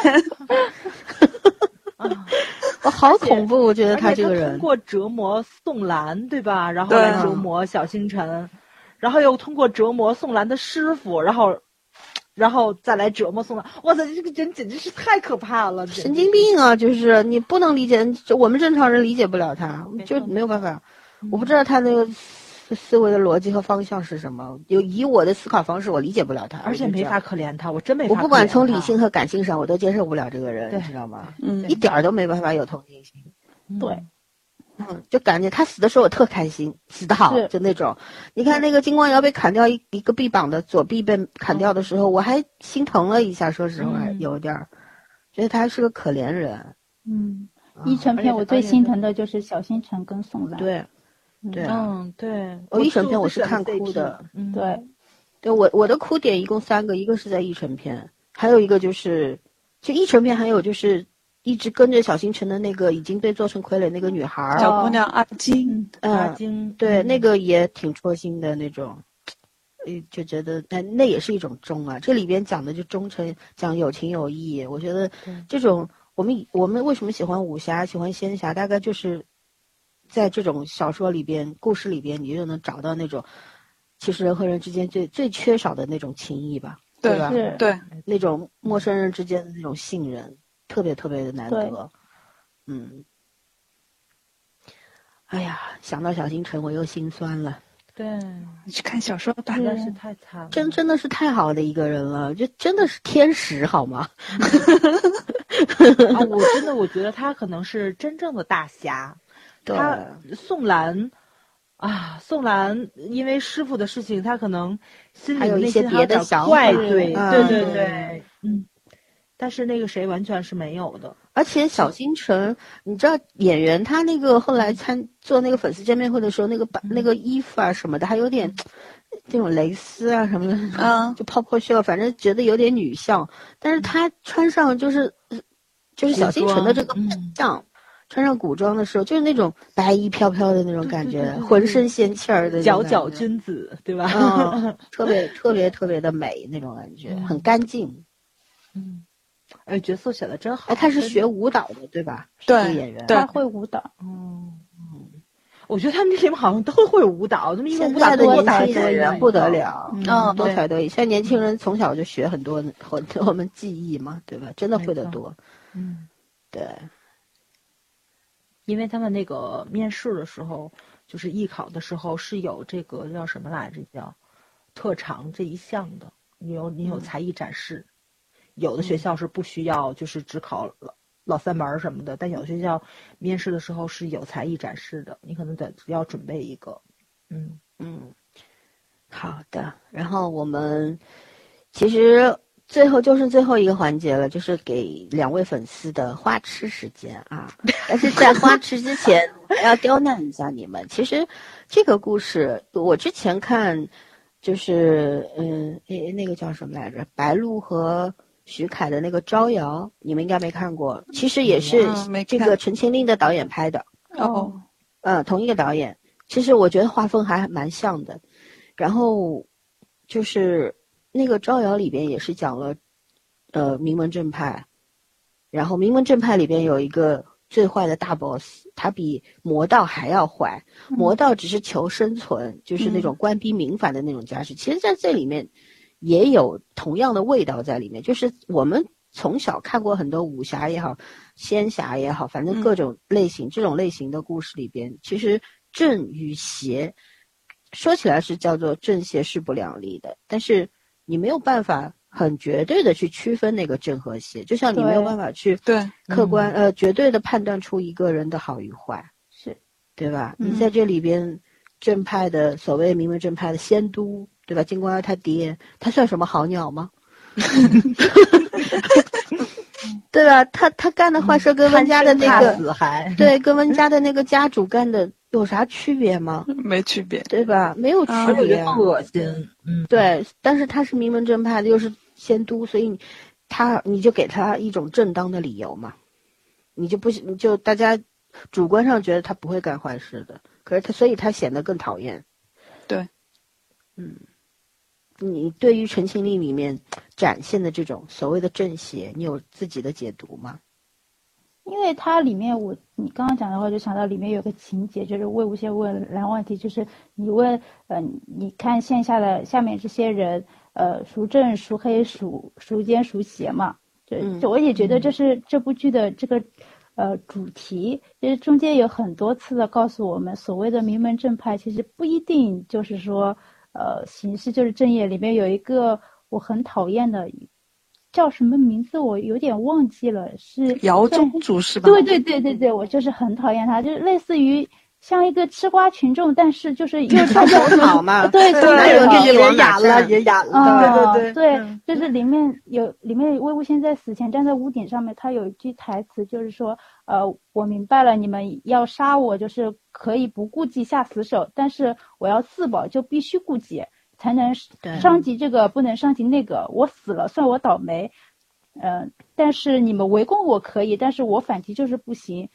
Speaker 2: 我好
Speaker 4: 且
Speaker 2: 恐怖，我觉得
Speaker 4: 而且他
Speaker 2: 这个
Speaker 4: 通
Speaker 2: 人，啊
Speaker 4: 过折磨宋兰，对吧？然后
Speaker 3: 对
Speaker 4: 来折磨小星辰，然后又通过折磨宋兰的师傅，然后，然后再来折磨宋兰。哇塞，这个人简直是太可怕了，简直
Speaker 2: 神经！病啊！就是你不能理解，就我们正常人理解不了他，
Speaker 4: 没错嗯
Speaker 2: 就没有办法。我不知道他那个思思维的逻辑和方向是什么，有以我的思考方式，我理解不了他，
Speaker 4: 而且
Speaker 2: 我就
Speaker 4: 没
Speaker 2: 这样
Speaker 4: 法可怜他，我真没
Speaker 2: 我
Speaker 4: 法。
Speaker 2: 不管从理性，和感性上，我都接受不了这个人，
Speaker 4: 对
Speaker 2: 你知道吗？
Speaker 3: 嗯
Speaker 2: 一，点儿都没办法有同情心。
Speaker 4: 对，
Speaker 2: 嗯，就感觉他死的时候我特开心，死得好，
Speaker 5: 是
Speaker 2: 就那种。你看那个金光瑶被砍掉一一个臂膀的左臂被砍掉的时候，我还心疼了一下，说实话，
Speaker 4: 嗯
Speaker 2: 有点儿，觉得他是个可怜人。
Speaker 5: 嗯，
Speaker 2: 啊
Speaker 5: 一成片我最心。
Speaker 2: 而
Speaker 5: 疼
Speaker 2: 且
Speaker 5: 的就是小星辰跟宋
Speaker 2: 而
Speaker 5: 兰，
Speaker 2: 且对
Speaker 5: 嗯
Speaker 2: 对啊，
Speaker 4: 嗯，对，
Speaker 2: 我一整篇
Speaker 4: 我
Speaker 2: 我是看哭的，
Speaker 4: 嗯，
Speaker 5: 对，
Speaker 2: 对我我的哭点一共三个，一个是在译成片，还有一个就是，就译成片，还有就是一直跟着小星辰的那个已经被做成傀儡那个女孩儿，
Speaker 3: 小姑娘阿金，
Speaker 5: 嗯，
Speaker 4: 阿
Speaker 2: 嗯，
Speaker 4: 金，
Speaker 2: 对，
Speaker 4: 嗯
Speaker 2: 那个也挺戳心的那种，呃，就觉得那那也是一种忠啊。这里边讲的就忠诚，讲有情有义。我觉得
Speaker 4: 对
Speaker 2: 这种我们以我们为什么喜欢武侠，喜欢仙侠，大概就是在这种小说里边、故事里边，你就能找到那种其实人和人之间最最缺少的那种情谊吧，
Speaker 3: 对
Speaker 2: 吧？
Speaker 5: 是
Speaker 3: 对，
Speaker 2: 那种陌生人之间的那种信任，特别特别的难得。嗯，哎呀，想到小星辰，我又心酸了。
Speaker 4: 对，
Speaker 3: 你去看小说吧
Speaker 4: 实。在是太惨了，
Speaker 2: 嗯真真的是太好的一个人了，就真的是天使好吗？
Speaker 4: 啊，我真的我觉得他可能是真正的 大侠。他宋兰啊，宋兰因为师傅的事情，他可能心
Speaker 2: 还
Speaker 4: 里
Speaker 2: 有一
Speaker 4: 内
Speaker 2: 些
Speaker 4: 心还
Speaker 2: 别的
Speaker 4: 点
Speaker 2: 想
Speaker 4: 怪
Speaker 2: 法
Speaker 4: 罪，
Speaker 2: 嗯
Speaker 4: 对对对，嗯。但是那个谁完全是没有的，
Speaker 2: 而且小星辰，你知道演员他那个后来参做那个粉丝见面会的时候，那个把那个衣服啊什么的，还有点这种蕾丝啊什么的，
Speaker 3: 嗯，
Speaker 2: 就泡泡袖，反正觉得有点女相，但是她穿上就是就是小清纯的这个
Speaker 6: 嗯
Speaker 2: 像，穿上古装的时候就是那种白衣飘飘的那种感觉，浑身仙气儿的那种
Speaker 4: 皎
Speaker 2: 感
Speaker 4: 皎
Speaker 2: 觉，
Speaker 4: 君子，对吧？
Speaker 2: 嗯，特别特别特别的美那种感觉，很干净。
Speaker 4: 嗯，哎，角色选的真好。
Speaker 2: 哎，她是
Speaker 4: 真
Speaker 2: 学舞蹈的对吧？是
Speaker 3: 对
Speaker 2: 这个演员。
Speaker 3: 对
Speaker 5: 他会舞蹈，
Speaker 4: 嗯，我觉得他们这里面好像都会舞蹈，那么一个
Speaker 2: 现
Speaker 4: 舞蹈
Speaker 2: 在的
Speaker 4: 多
Speaker 2: 年
Speaker 4: 才
Speaker 2: 轻
Speaker 4: 多艺
Speaker 2: 人不得。了，
Speaker 4: 嗯
Speaker 3: 嗯
Speaker 2: 多
Speaker 3: 对
Speaker 2: 才多艺。现在年轻人从小就学很多很多我们技艺嘛，对吧？真的会的
Speaker 4: 没错
Speaker 2: 多，
Speaker 4: 嗯，
Speaker 2: 对。
Speaker 4: 因为他们那个面试的时候，就是艺考的时候是有这个叫什么来着？叫特长这一项的，你有你有才艺展示。有的学校是不需要，就是只考老老三门儿什么的，但有的学校面试的时候是有才艺展示的，你可能得要准备一个。嗯
Speaker 2: 嗯，好的。然后我们其实最后就是最后一个环节了，就是给两位粉丝的花痴时间啊。但是在花痴之前，我要刁难一下你们。其实这个故事，我之前看就是嗯，那那个叫什么来着？白鹿和徐凯的那个《招摇》，你们应该没看过。其实也是
Speaker 3: 嗯没
Speaker 2: 这
Speaker 3: 看
Speaker 2: 个《陈情令》的导演拍的。
Speaker 3: 哦，
Speaker 2: 嗯，同一个导演。其实我觉得画风还蛮像的。然后就是那个《招摇》里边也是讲了，呃，名门正派。然后名门正派里边有一个最坏的大 boss，他比魔道还要坏。魔道只是求生存，就是那种官逼民反的那种架势。其实，在这里面也有同样的味道在里面，就是我们从小看过很多武侠也好，仙侠也好，反正各种类型、这种类型的故事里边，其实正与邪说起来是叫做正邪势不两立的，但是你没有办法很绝对的去区分那个正和邪，就像你没有
Speaker 5: 对
Speaker 2: 办法去
Speaker 3: 对，
Speaker 2: 客观、呃绝对的判断出一个人的好与坏，
Speaker 5: 是
Speaker 2: 对吧？
Speaker 3: 嗯
Speaker 2: 你在这里边，正派的所谓名门正派的仙都，对吧？金光耀他爹，他算什么好鸟吗？对吧？他他干的坏事跟温家的那
Speaker 4: 嗯怕
Speaker 2: 个
Speaker 4: 死还
Speaker 2: 对跟温家的那个家主干的有啥区别吗？
Speaker 3: 没区别。
Speaker 2: 对吧？没有区
Speaker 3: 啊
Speaker 4: 我
Speaker 2: 别
Speaker 4: 觉
Speaker 2: 啊、
Speaker 4: 得恶心。嗯，
Speaker 2: 对，但是他是名门正派的，又是仙都，所以你他你就给他一种正当的理由嘛，你就不你就大家主观上觉得他不会干坏事的，可是他所以他显得更讨厌。
Speaker 3: 对，
Speaker 2: 嗯，你对于《陈情令》里面展现的这种所谓的正邪，你有自己的解读吗？
Speaker 5: 因为它里面我你刚刚讲的话，就想到里面有个情节，就是魏无羡问蓝忘机，就是你问，呃，你看线下的下面这些人，呃，孰正孰黑孰孰奸孰邪嘛？对，
Speaker 2: 嗯
Speaker 5: 这我也觉得这是这部剧的这个，呃，主题，就是中间有很多次的告诉我们，所谓的名门正派其实不一定就是说，呃，形式就是正业。里面有一个我很讨厌的，叫什么名字我有点忘记了，是
Speaker 3: 姚
Speaker 5: 算
Speaker 3: 宗主是吧？
Speaker 5: 对对对对对，我就是很讨厌他，就是类似于像一个吃瓜群众，但是就是 又他又
Speaker 2: 头脑嘛，
Speaker 5: 对
Speaker 2: 对
Speaker 5: 对
Speaker 2: 哪有这
Speaker 5: 对
Speaker 2: 些人哑
Speaker 6: 往哪
Speaker 2: 了
Speaker 6: 站
Speaker 2: 也哑了，
Speaker 5: 啊
Speaker 4: 对对对
Speaker 5: 就是里面有里面魏无羡在死前站在屋顶上面，他有一句台词就是说，呃，我明白了，你们要杀我就是可以不顾及下死手，但是我要自保就必须顾及，才能
Speaker 2: 对
Speaker 5: 伤及这个不能伤及那个，我死了算我倒霉，嗯、但是你们围攻我可以，但是我反击就是不行。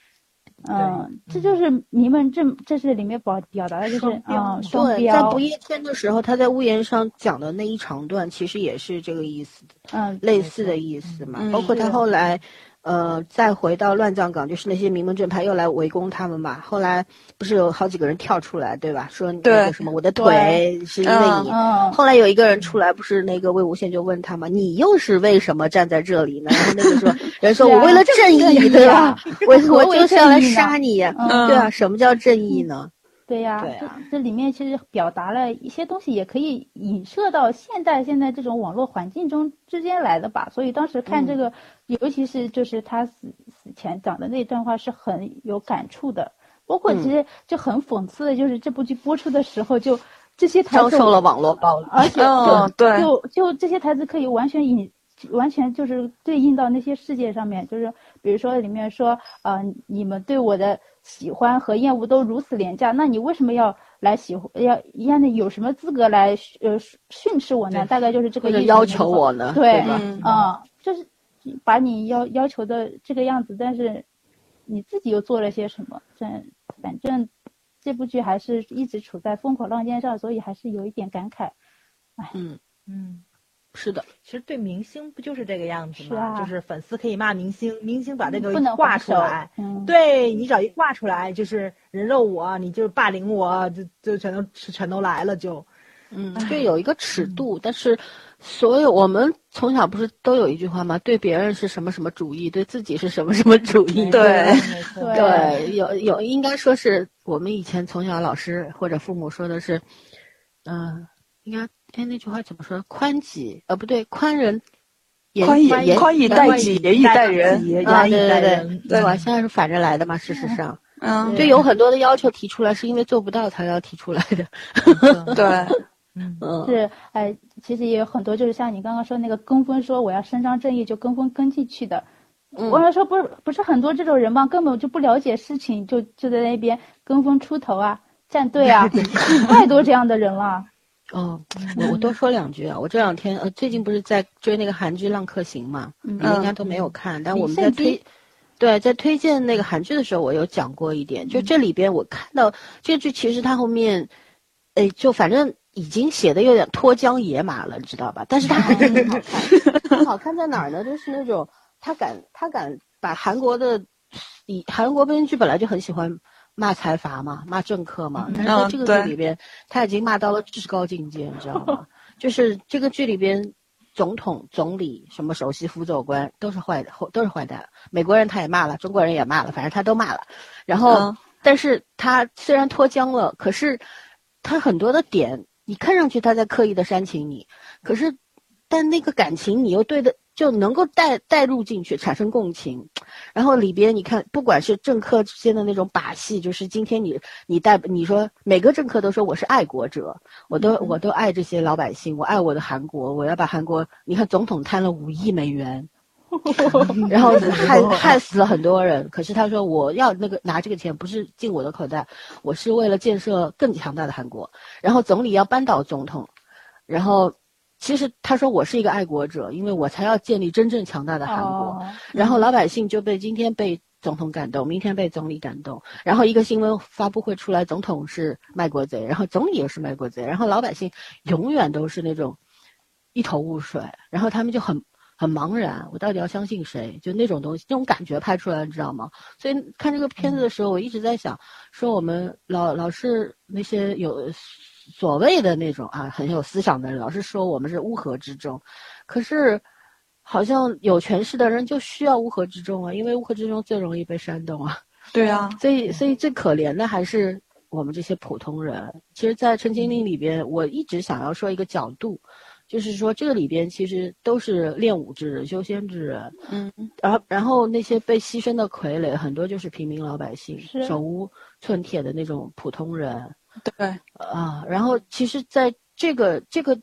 Speaker 5: 嗯，这就是你们这这是里面表表达的就是
Speaker 4: 双标
Speaker 5: 嗯
Speaker 4: 嘛
Speaker 5: 双
Speaker 2: 对，在
Speaker 5: 标
Speaker 2: 不，夜天的时候，他在屋檐上讲的那一长段，其实也是这个意思，
Speaker 5: 嗯
Speaker 2: 类似的意思嘛。
Speaker 3: 嗯
Speaker 2: 包括他
Speaker 5: 是
Speaker 2: 后来，呃，再回到乱葬岗，就是那些名门正派又来围攻他们嘛。后来不是有好几个人跳出来，对吧？说那个
Speaker 3: 对
Speaker 2: 什么，我的腿是因为你。
Speaker 5: 嗯，
Speaker 2: 后来有一个人出来，不是那个魏无羡就问他嘛，你又是为什么站在这里呢？然后那个 说，人说
Speaker 5: 对啊
Speaker 2: 我为了正义，对吧？ 我我
Speaker 5: 何为
Speaker 2: 就是要来
Speaker 5: 正义呢
Speaker 2: 杀你呀，
Speaker 5: 嗯
Speaker 2: 对啊，什么叫正义呢？
Speaker 5: 对呀、
Speaker 2: 对啊
Speaker 5: 这这里面其实表达了一些东西，也可以影射到现代现在这种网络环境中之间来的吧。所以当时看
Speaker 2: 嗯
Speaker 5: 这个，尤其是就是他死死前讲的那段话是很有感触的。包括
Speaker 2: 嗯
Speaker 5: 其实就很讽刺的，就是这部剧播出的时候就这些台
Speaker 2: 遭
Speaker 5: 词，
Speaker 2: 受了网络暴力。
Speaker 5: 而且
Speaker 3: 哦
Speaker 2: 嗯
Speaker 5: 就
Speaker 3: 对
Speaker 5: 就就这些台词可以完全引，完全就是对应到那些事件上面，就是比如说里面说，呃，你们对我的喜欢和厌恶都如此廉价，那你为什么要来喜欢要要那有什么资格来呃训斥我呢？
Speaker 2: 对
Speaker 5: 大概就是这
Speaker 2: 或
Speaker 5: 个意
Speaker 2: 者
Speaker 5: 思。
Speaker 2: 要求我呢，
Speaker 5: 对
Speaker 2: 对吧？
Speaker 3: 嗯
Speaker 5: 啊、就是把你要要求的这个样子，但是你自己又做了些什么？这反正这部剧还是一直处在风口浪尖上，所以还是有一点感慨。
Speaker 4: 嗯，
Speaker 2: 是的，
Speaker 4: 其实对明星不就是这个样子
Speaker 5: 是
Speaker 4: 吗？
Speaker 5: 啊嗯
Speaker 4: 就是粉丝可以骂明星，明星把这个
Speaker 5: 不能
Speaker 4: 挂
Speaker 5: 还
Speaker 4: 出
Speaker 5: 手
Speaker 4: 来，，
Speaker 5: 嗯，
Speaker 4: 对你只要一挂出来，就是人肉我，你就是霸凌我，就就全都全都来了就。
Speaker 2: 嗯，对，有一个尺度，但是所有我们从小不是都有一句话吗？对别人是什么什么主义，对自己是什么什么主义？
Speaker 3: 对
Speaker 4: 没错
Speaker 5: 对
Speaker 2: 对，有有，应该说是我们以前从小老师或者父母说的是，嗯、应该哎那句话怎么说？宽己呃不对，宽人也
Speaker 3: 宽以
Speaker 2: 也
Speaker 3: 宽以待己，严以待人。
Speaker 4: 也
Speaker 2: 啊
Speaker 4: 以
Speaker 2: 对
Speaker 4: 待
Speaker 2: 对
Speaker 4: 人
Speaker 2: 对，对吧？现在是反着来的嘛，事实上，
Speaker 3: 嗯，
Speaker 2: 啊对，有很多的要求提出来是因为做不到才要提出来的，
Speaker 4: 嗯
Speaker 3: 对，
Speaker 4: 嗯
Speaker 2: 嗯，
Speaker 5: 是，哎，其实也有很多，就是像你刚刚说那个跟风，说我要伸张正义就跟风跟进去的。
Speaker 2: 嗯
Speaker 5: 我要说不是不是很多这种人嘛，根本就不了解事情，就就在那边跟风出头啊、站队 啊，太多这样的人了。
Speaker 2: 哦，我我多说两句啊，我这两天呃最近不是在追那个韩剧《浪客行》嘛，
Speaker 5: 嗯
Speaker 2: 你们应该都没有看，但我们
Speaker 5: 李
Speaker 2: 在
Speaker 5: 圣经
Speaker 2: 推，对，在推荐那个韩剧的时候，我有讲过一点，就这里边我看到这剧其实它后面，哎，就反正已经写的有点脱缰野马了，你知道吧？但是它还是很好看，它好看在哪儿呢？就是那种他敢他敢把韩国的以韩国编剧本来就很喜欢骂财阀嘛，骂政客嘛，但是在
Speaker 3: 嗯
Speaker 2: 这个
Speaker 3: 对
Speaker 2: 剧里边，他已经骂到了至高境界，你知道吗？ 就是这个剧里边，总统、总理、什么首席辅佐官都是坏的，都是坏蛋。美国人他也骂了，中国人也骂了，反正他都骂了。然后，
Speaker 3: 嗯
Speaker 2: 但是他虽然脱缰了，可是他很多的点，你看上去他在刻意的煽情你，可是但那个感情你又对的就能够带带入进去，产生共情。然后里边你看，不管是政客之间的那种把戏，就是今天你你带你说每个政客都说我是爱国者，我都我都爱这些老百姓，我爱我的韩国，我要把韩国，你看总统贪了五亿美元。然后害害死了很多人，可是他说我要那个拿这个钱不是进我的口袋，我是为了建设更强大的韩国。然后总理要扳倒总统，然后其实他说我是一个爱国者，因为我才要建立真正强大的韩国。
Speaker 5: 哦，
Speaker 2: 然后老百姓就被今天被总统感动，明天被总理感动，然后一个新闻发布会出来，总统是卖国贼，然后总理也是卖国贼，然后老百姓永远都是那种一头雾水，然后他们就很很茫然，我到底要相信谁？就那种东西，那种感觉拍出来，你知道吗？所以看这个片子的时候，我一直在想，说我们老老是那些有所谓的那种啊很有思想的人，老是说我们是乌合之众，可是。好像有权势的人就需要乌合之众啊，因为乌合之众最容易被煽动啊。
Speaker 3: 对啊，
Speaker 2: 所以，所以最可怜的还是我们这些普通人。其实，在《陈情令》里边，我一直想要说一个角度，就是说这个里边其实都是练武之人、修仙之人，
Speaker 3: 嗯，
Speaker 2: 然后然后那些被牺牲的傀儡，很多就是平民老百姓
Speaker 5: 是，
Speaker 2: 手无寸铁的那种普通人。
Speaker 3: 对，
Speaker 2: 啊，然后其实在这个这个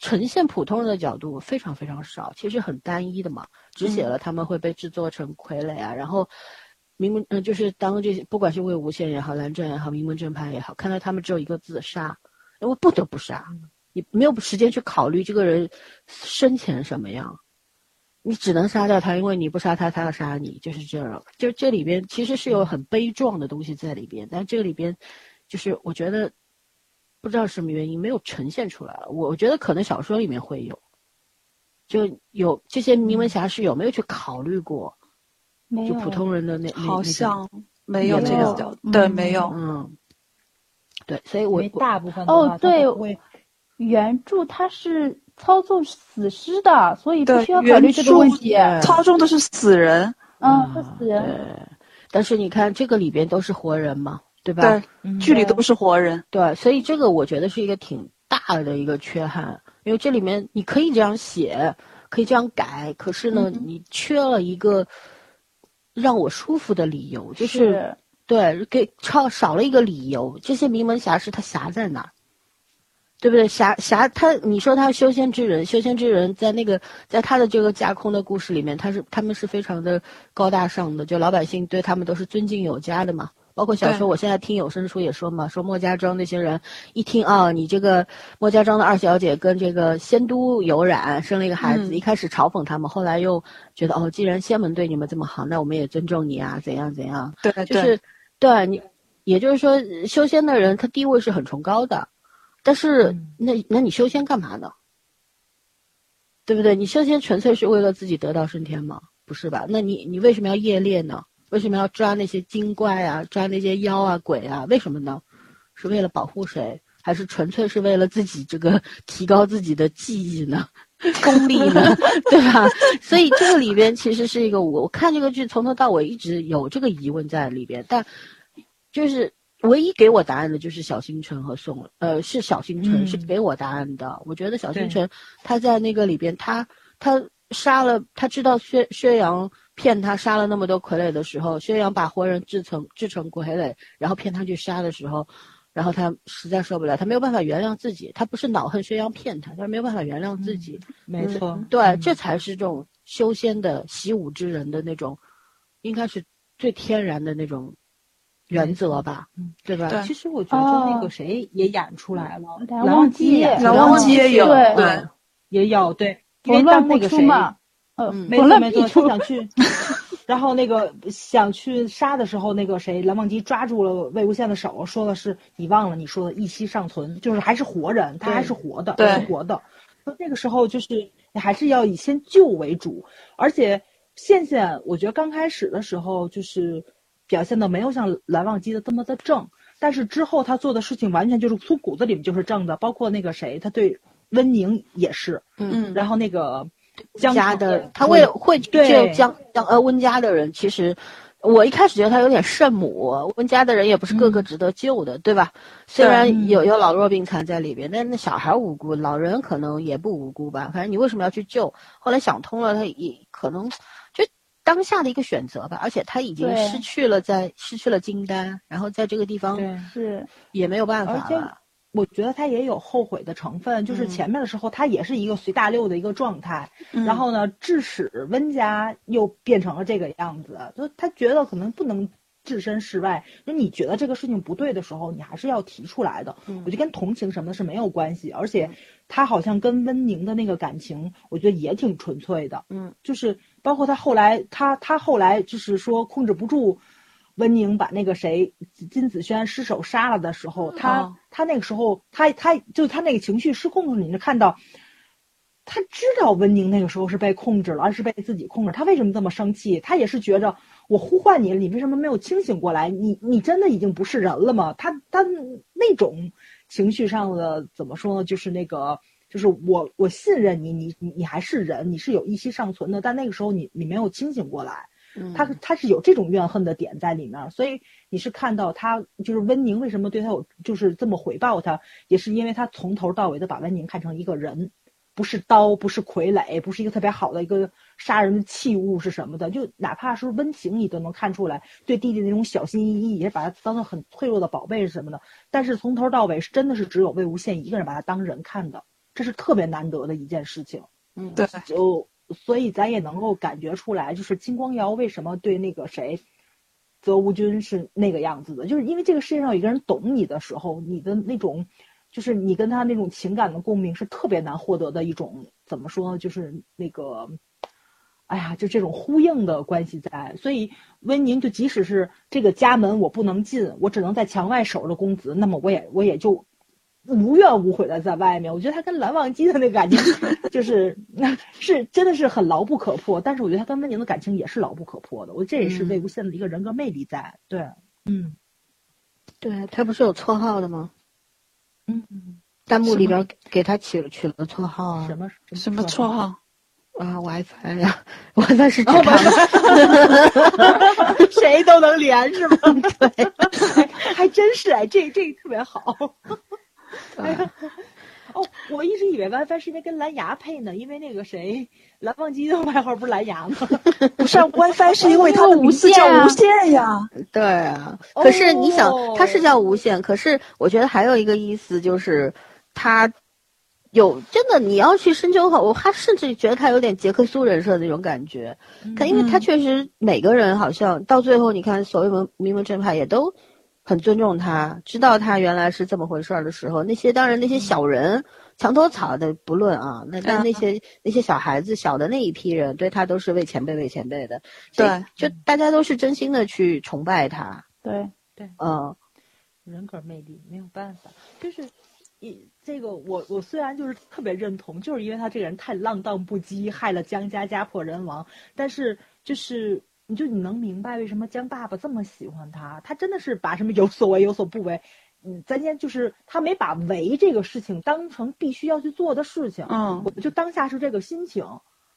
Speaker 2: 呈现普通人的角度非常非常少，其实很单一的嘛，只写了他们会被制作成傀儡啊，然后名门嗯、呃就是当这些不管是魏无羡也好，蓝正也好，名门正派也好，看到他们只有一个字杀，因为不得不杀，你没有时间去考虑这个人生前什么样。你只能杀掉他，因为你不杀他，他要杀你，就是这样。就这里边其实是有很悲壮的东西在里边，但这个里边，就是我觉得不知道什么原因没有呈现出来了。我我觉得可能小说里面会有，就有这些
Speaker 3: 嗯
Speaker 2: 名门侠士有没有去考虑过，
Speaker 5: 没
Speaker 2: 就
Speaker 5: 有
Speaker 2: 普通人的那那
Speaker 3: 好像没有
Speaker 2: 也
Speaker 3: 这
Speaker 2: 没
Speaker 3: 个
Speaker 2: 有
Speaker 3: 角，
Speaker 5: 嗯
Speaker 3: 对，没
Speaker 2: 那
Speaker 3: 有
Speaker 2: 种，嗯，对，所以我
Speaker 4: 因为大部分的
Speaker 5: 哦
Speaker 4: 话它
Speaker 5: 对
Speaker 4: 不会
Speaker 5: 原著它是操纵死尸的，所以不
Speaker 3: 对
Speaker 5: 需要考虑这个问题。啊
Speaker 2: 原著
Speaker 3: 操纵的是死人，
Speaker 5: 嗯，会死
Speaker 2: 啊对
Speaker 5: 人。，
Speaker 2: 呃但是你看这个里边都是活人嘛，对吧？
Speaker 3: 对，
Speaker 4: 嗯
Speaker 3: 剧里
Speaker 5: 对
Speaker 3: 都是活人，
Speaker 2: 对，所以这个我觉得是一个挺大的一个缺憾，因为这里面你可以这样写，可以这样改，可是
Speaker 3: 嗯
Speaker 2: 呢，你缺了一个让我舒服的理由，就是
Speaker 5: 是
Speaker 2: 对，给少少了一个理由。这些名门侠士他侠在哪儿？对不对？侠侠他，你说他修仙之人，修仙之人在那个在他的这个架空的故事里面，他是他们是非常的高大上的，就老百姓对他们都是尊敬有加的嘛。包括小
Speaker 3: 对
Speaker 2: 说，我现在听有声书也说嘛，说莫家庄那些人一听啊，你这个莫家庄的二小姐跟这个仙都有染，生了一个孩子，
Speaker 3: 嗯
Speaker 2: 一开始嘲讽他们，后来又觉得哦，既然仙门对你们这么好，那我们也尊重你啊，怎样怎样，
Speaker 3: 对
Speaker 2: 就
Speaker 3: 对
Speaker 2: 是对你，也就是说呃修仙的人他地位是很崇高的，但是、
Speaker 4: 嗯
Speaker 2: 那那你修仙干嘛呢？对不对？你修仙纯粹是为了自己得道升天吗？不是吧？那你你为什么要夜猎呢？为什么要抓那些精怪啊，抓那些妖啊、鬼啊？为什么呢？是为了保护谁？还是纯粹是为了自己这个提高自己的技艺呢？ 功力呢？对吧？所以这个里边其实是一个我我看这个剧从头到尾一直有这个疑问在里边，但就是唯一给我答案的就是小星辰和宋呃是小星辰、
Speaker 4: 嗯
Speaker 2: 是给我答案的。我觉得小星
Speaker 4: 对
Speaker 2: 辰他在那个里边，他他杀了他知道薛薛洋骗他杀了那么多傀儡的时候，薛洋把活人制成制成傀儡，然后骗他去杀的时候。然后他实在受不了，他没有办法原谅自己，他不是恼恨薛洋骗他，他没有办法原谅自己，
Speaker 4: 没错，
Speaker 2: 对，
Speaker 4: 嗯
Speaker 2: 这才是这种修仙的习武之人的那种，应该是最天然的那种原则吧，
Speaker 4: 嗯
Speaker 2: 对吧？
Speaker 3: 对
Speaker 4: 其实我觉得那
Speaker 5: 哦
Speaker 4: 个谁也演出来了，
Speaker 5: 蓝
Speaker 4: 蓝
Speaker 5: 忘
Speaker 4: 忘
Speaker 5: 机
Speaker 4: 机演出
Speaker 3: 蓝
Speaker 4: 来了，
Speaker 3: 忘机也有
Speaker 5: 对
Speaker 3: 对
Speaker 4: 也有对，因为
Speaker 5: 混乱
Speaker 4: 当
Speaker 5: 不
Speaker 4: 那个
Speaker 5: 出
Speaker 4: 谁，
Speaker 5: 嘛，呃，
Speaker 2: 嗯
Speaker 4: 没
Speaker 5: 混
Speaker 4: 错
Speaker 5: 乱
Speaker 4: 没
Speaker 5: 必
Speaker 4: 错，
Speaker 5: 出
Speaker 4: 他，想 去，然后那个想去杀的时候，那个谁蓝忘机抓住了魏无羡的手，说的是你忘了你说的一息尚存，就是还是活人，他
Speaker 2: 对
Speaker 4: 还是活的，
Speaker 3: 对
Speaker 4: 还是活的。那这个时候就是你还是要以先救为主，而且羡羡，我觉得刚开始的时候就是表现的没有像蓝忘机的这么的正，但是之后他做的事情完全就是从骨子里面就是正的，包括那个谁，他对温宁也是，
Speaker 3: 嗯
Speaker 4: 然后那个江
Speaker 2: 家
Speaker 4: 澄
Speaker 2: 的，他为了会
Speaker 4: 对
Speaker 2: 救江江呃温家的人，其实我一开始觉得他有点圣母，温家的人也不是个个值得救的，嗯对吧？虽然
Speaker 4: 嗯
Speaker 2: 有有老弱病残在里边，但那小孩无辜，老人可能也不无辜吧。反正你为什么要去救？后来想通了，他也可能就当下的一个选择吧。而且他已经
Speaker 5: 对
Speaker 2: 失去了在失去了金丹，然后在这个地方
Speaker 4: 对。
Speaker 5: 是
Speaker 2: 也没有办法
Speaker 4: 而且
Speaker 2: 了。嗯
Speaker 4: 我觉得他也有后悔的成分，就是前面的时候他也是一个随大溜的一个状态，
Speaker 3: 嗯
Speaker 4: 然后呢，致使温家又变成了这个样子，就他觉得可能不能置身事外，就你觉得这个事情不对的时候，你还是要提出来的。
Speaker 2: 嗯
Speaker 4: 我觉得跟同情什么的是没有关系，而且他好像跟温宁的那个感情，我觉得也挺纯粹的。
Speaker 2: 嗯，
Speaker 4: 就是包括他后来，他他后来就是说控制不住温宁把那个谁金子轩失手杀了的时候，他、
Speaker 2: 哦
Speaker 4: 他那个时候他他就他那个情绪失控的时候，你就看到。他知道温宁那个时候是被控制了，啊而是被自己控制。他为什么这么生气？他也是觉着我呼唤你了，你为什么没有清醒过来？你你真的已经不是人了吗？他他那种情绪上的怎么说呢？就是那个，就是我我信任你，你你你还是人，你是有一息尚存的，但那个时候你你没有清醒过来。他他是有这种怨恨的点在里面儿，所以你是看到他就是温宁为什么对他有就是这么回报他，也是因为他从头到尾的把温宁看成一个人，不是刀，不是傀儡，不是一个特别好的一个杀人的器物是什么的，就哪怕是温情你都能看出来对弟弟那种小心翼翼，也把他当做很脆弱的宝贝是什么的，但是从头到尾是真的是只有魏无羡一个人把他当人看的，这是特别难得的一件事情。
Speaker 2: 嗯，
Speaker 3: 对
Speaker 4: 就所以咱也能够感觉出来，就是金光瑶为什么对那个谁，泽无君是那个样子的，就是因为这个世界上有一个人懂你的时候，你的那种，就是你跟他那种情感的共鸣是特别难获得的一种，怎么说呢，就是那个。哎呀，就这种呼应的关系在，所以温宁就即使是这个家门我不能进，我只能在墙外守着公子，那么我也我也就无怨无悔的在外面。我觉得他跟蓝忘机的那个感情，就是 是真的是很牢不可破，但是我觉得他跟温宁的感情也是牢不可破的。我觉得这也是
Speaker 2: 嗯
Speaker 4: 魏无羡的一个人格魅力在。对，嗯
Speaker 2: 对他不是有绰号的吗？
Speaker 4: 嗯，
Speaker 2: 弹幕里边给给他起了取了个绰号啊，
Speaker 4: 什么
Speaker 3: 什么绰？号？
Speaker 2: 啊，WiFi 呀，WiFi 是指
Speaker 4: 哦
Speaker 2: 他吗？
Speaker 4: 谁都能连是吗？对， 还真是哎，这这特别好。
Speaker 2: 啊
Speaker 4: 哦，我一直以为 WiFi 是因为跟蓝牙配呢，因为那个谁，蓝忘机的外号不是蓝牙吗？
Speaker 3: 不是啊 WiFi，是因为它的名字
Speaker 5: 无线
Speaker 3: 叫
Speaker 5: 啊
Speaker 3: 无线呀。
Speaker 2: 对啊，
Speaker 4: 哦
Speaker 2: 可是你想，它是叫无限，可是我觉得还有一个意思就是，它有真的你要去深究的话，我还甚至觉得它有点捷克苏人设的那种感
Speaker 5: 嗯
Speaker 2: 觉。他因为他确实每个人好像到最后，你看所谓名名门正派也都很尊重他，知道他原来是这么回事儿的时候，那些当然那些小
Speaker 5: 嗯
Speaker 2: 人、墙头草的不论啊，那但
Speaker 3: 嗯
Speaker 2: 那些那些小孩子、小的那一批人，对他都是为前辈为前辈的，
Speaker 3: 对
Speaker 2: 所以就大家都是真心的去崇拜他，
Speaker 5: 对，
Speaker 4: 对，
Speaker 2: 嗯，
Speaker 4: 人格魅力没有办法，就是一这个我我虽然就是特别认同，就是因为他这个人太浪荡不羁，害了江家家破人亡，但是就是。你就你能明白为什么江爸爸这么喜欢他？他真的是把什么有所为有所不为，嗯，咱先就是他没把为这个事情当成必须要去做的事情，
Speaker 3: 嗯
Speaker 4: 我就当下是这个心情，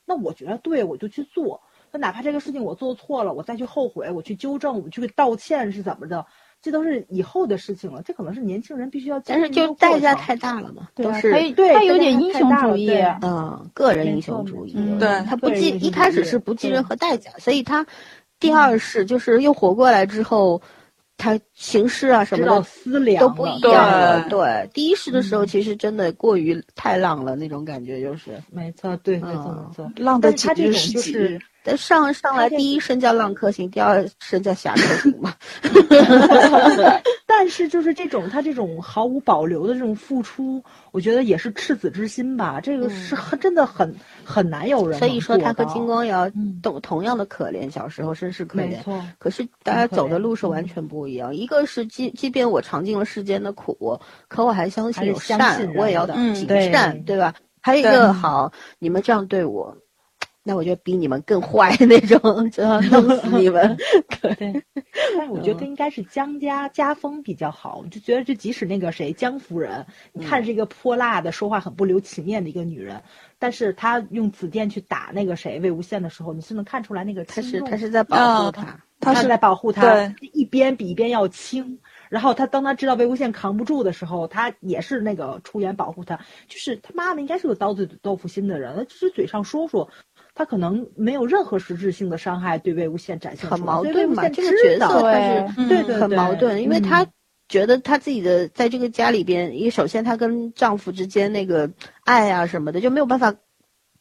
Speaker 4: 那我觉得对，我就去做。那哪怕这个事情我做错了，我再去后悔，我去纠正，我去道歉是怎么的，这都是以后的事情了。这可能是年轻人必须要经
Speaker 2: 但
Speaker 4: 历
Speaker 2: 是
Speaker 4: 的一个
Speaker 2: 就
Speaker 4: 过程。
Speaker 2: 代价太大了嘛，
Speaker 5: 对
Speaker 2: 都
Speaker 5: 啊，
Speaker 2: 是
Speaker 5: 他有
Speaker 4: 对
Speaker 5: 他有
Speaker 4: 代价
Speaker 5: 点
Speaker 4: 太
Speaker 5: 英
Speaker 4: 大
Speaker 5: 雄
Speaker 4: 了
Speaker 5: 主义，
Speaker 4: 对
Speaker 2: 嗯，个
Speaker 4: 没
Speaker 2: 人英
Speaker 4: 错
Speaker 2: 雄
Speaker 4: 没
Speaker 2: 主义，
Speaker 5: 嗯
Speaker 3: 对
Speaker 2: 他不
Speaker 4: 个人
Speaker 2: 计
Speaker 4: 英
Speaker 2: 一
Speaker 4: 雄
Speaker 2: 开
Speaker 4: 主
Speaker 2: 始
Speaker 4: 义
Speaker 2: 是不计
Speaker 4: 对
Speaker 2: 任何代价，所以他第
Speaker 4: 嗯
Speaker 2: 二是就是又活过来之后，他行事啊什
Speaker 4: 知
Speaker 2: 么
Speaker 4: 道
Speaker 2: 的
Speaker 4: 思量
Speaker 2: 都不一
Speaker 4: 了
Speaker 2: 样
Speaker 3: 对
Speaker 2: 了。对，第一世的时候
Speaker 4: 嗯
Speaker 2: 其实真的过于太浪了，那种感觉就是，
Speaker 4: 没错，对，没错，
Speaker 2: 嗯
Speaker 4: 没错。
Speaker 3: 浪得
Speaker 4: 但是
Speaker 3: 几
Speaker 4: 他这
Speaker 3: 日
Speaker 4: 种
Speaker 3: 是
Speaker 4: 就
Speaker 3: 几日
Speaker 4: 是，
Speaker 2: 但上上
Speaker 4: 他
Speaker 2: 来
Speaker 4: 这
Speaker 2: 第一身叫浪客行，第二身叫侠客行嘛。
Speaker 4: 但是就是这种他这种毫无保留的这种付出，我觉得也是赤子之心吧。这个是很真的很很难有 人
Speaker 2: 嗯所以说
Speaker 4: 能
Speaker 2: 他和
Speaker 4: 做到
Speaker 2: 金光瑶
Speaker 4: 嗯
Speaker 2: 都同样的可怜，小时候身世可
Speaker 4: 没
Speaker 2: 怜。
Speaker 4: 错，
Speaker 2: 可是大家走的路是完全不一样，一个是即即便我尝尽了世间的苦，可我还相信有
Speaker 4: 还是相
Speaker 2: 善
Speaker 4: 信人，的
Speaker 2: 我也要
Speaker 3: 嗯
Speaker 2: 谨
Speaker 4: 对
Speaker 2: 善，对吧？还有一
Speaker 3: 对
Speaker 2: 个好，你们这样对我，那我就比你们更坏 那种，就要弄死你们。
Speaker 4: 对，但是我
Speaker 2: 嗯
Speaker 4: 觉得应该是江家家风比较好，我就觉得这即使那个谁江夫人，你
Speaker 2: 嗯
Speaker 4: 看是一个泼辣的、说话很不留情面的一个女人，但是她用紫电去打那个谁魏无羡的时候，你是能看出来那个
Speaker 2: 他
Speaker 4: 轻
Speaker 2: 是
Speaker 4: 重
Speaker 2: 他是在保护
Speaker 3: 啊
Speaker 2: 他，
Speaker 3: 他
Speaker 4: 是
Speaker 3: 是
Speaker 4: 在保护他
Speaker 3: 对，
Speaker 4: 一边比一边要轻。然后他当他知道魏无羡扛不住的时候，他也是那个出言保护他。就是他妈妈应该是个刀子嘴豆腐心的人，他只是嘴上说说，他可能没有任何实质性的伤害对魏无羡展现出来。
Speaker 2: 很矛
Speaker 4: 所以
Speaker 2: 盾
Speaker 4: 魏无
Speaker 2: 嘛
Speaker 4: 羡
Speaker 2: 这个角
Speaker 4: 知
Speaker 2: 色他
Speaker 4: 道
Speaker 5: 对
Speaker 2: 是
Speaker 3: 嗯
Speaker 4: 对对
Speaker 2: 很矛盾，因为
Speaker 4: 嗯
Speaker 2: 他觉得他自己的在这个家里边，因为首先他跟丈夫之间那个爱啊什么的就没有办法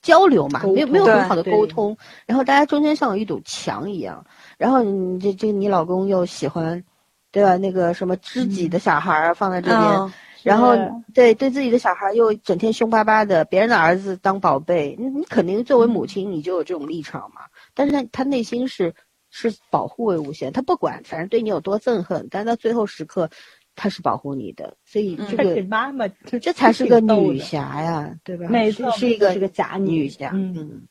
Speaker 2: 交流嘛，
Speaker 4: 沟通
Speaker 2: 没有没有很好的
Speaker 4: 对
Speaker 2: 沟通，然后大家中间像有一堵墙一样，然后你这这你老公又喜欢，对吧？那个什么知己的小孩儿放在这边，
Speaker 3: 嗯，
Speaker 2: 然后
Speaker 5: 是
Speaker 2: 对对自己的小孩又整天凶巴巴的，别人的儿子当宝贝，你你肯定作为母亲你就有这种立场嘛。但是他他内心是是保护魏无羡，他不管反正对你有多憎恨，但到最后时刻他是保护你的，所以
Speaker 3: 嗯
Speaker 2: 这
Speaker 4: 而
Speaker 2: 个、
Speaker 4: 且妈妈这
Speaker 2: 这才是个女
Speaker 4: 性，
Speaker 2: 侠呀，对吧？
Speaker 4: 没
Speaker 2: 是
Speaker 4: 错，
Speaker 2: 是一
Speaker 4: 是
Speaker 2: 个
Speaker 4: 个假
Speaker 2: 女侠，
Speaker 4: 嗯，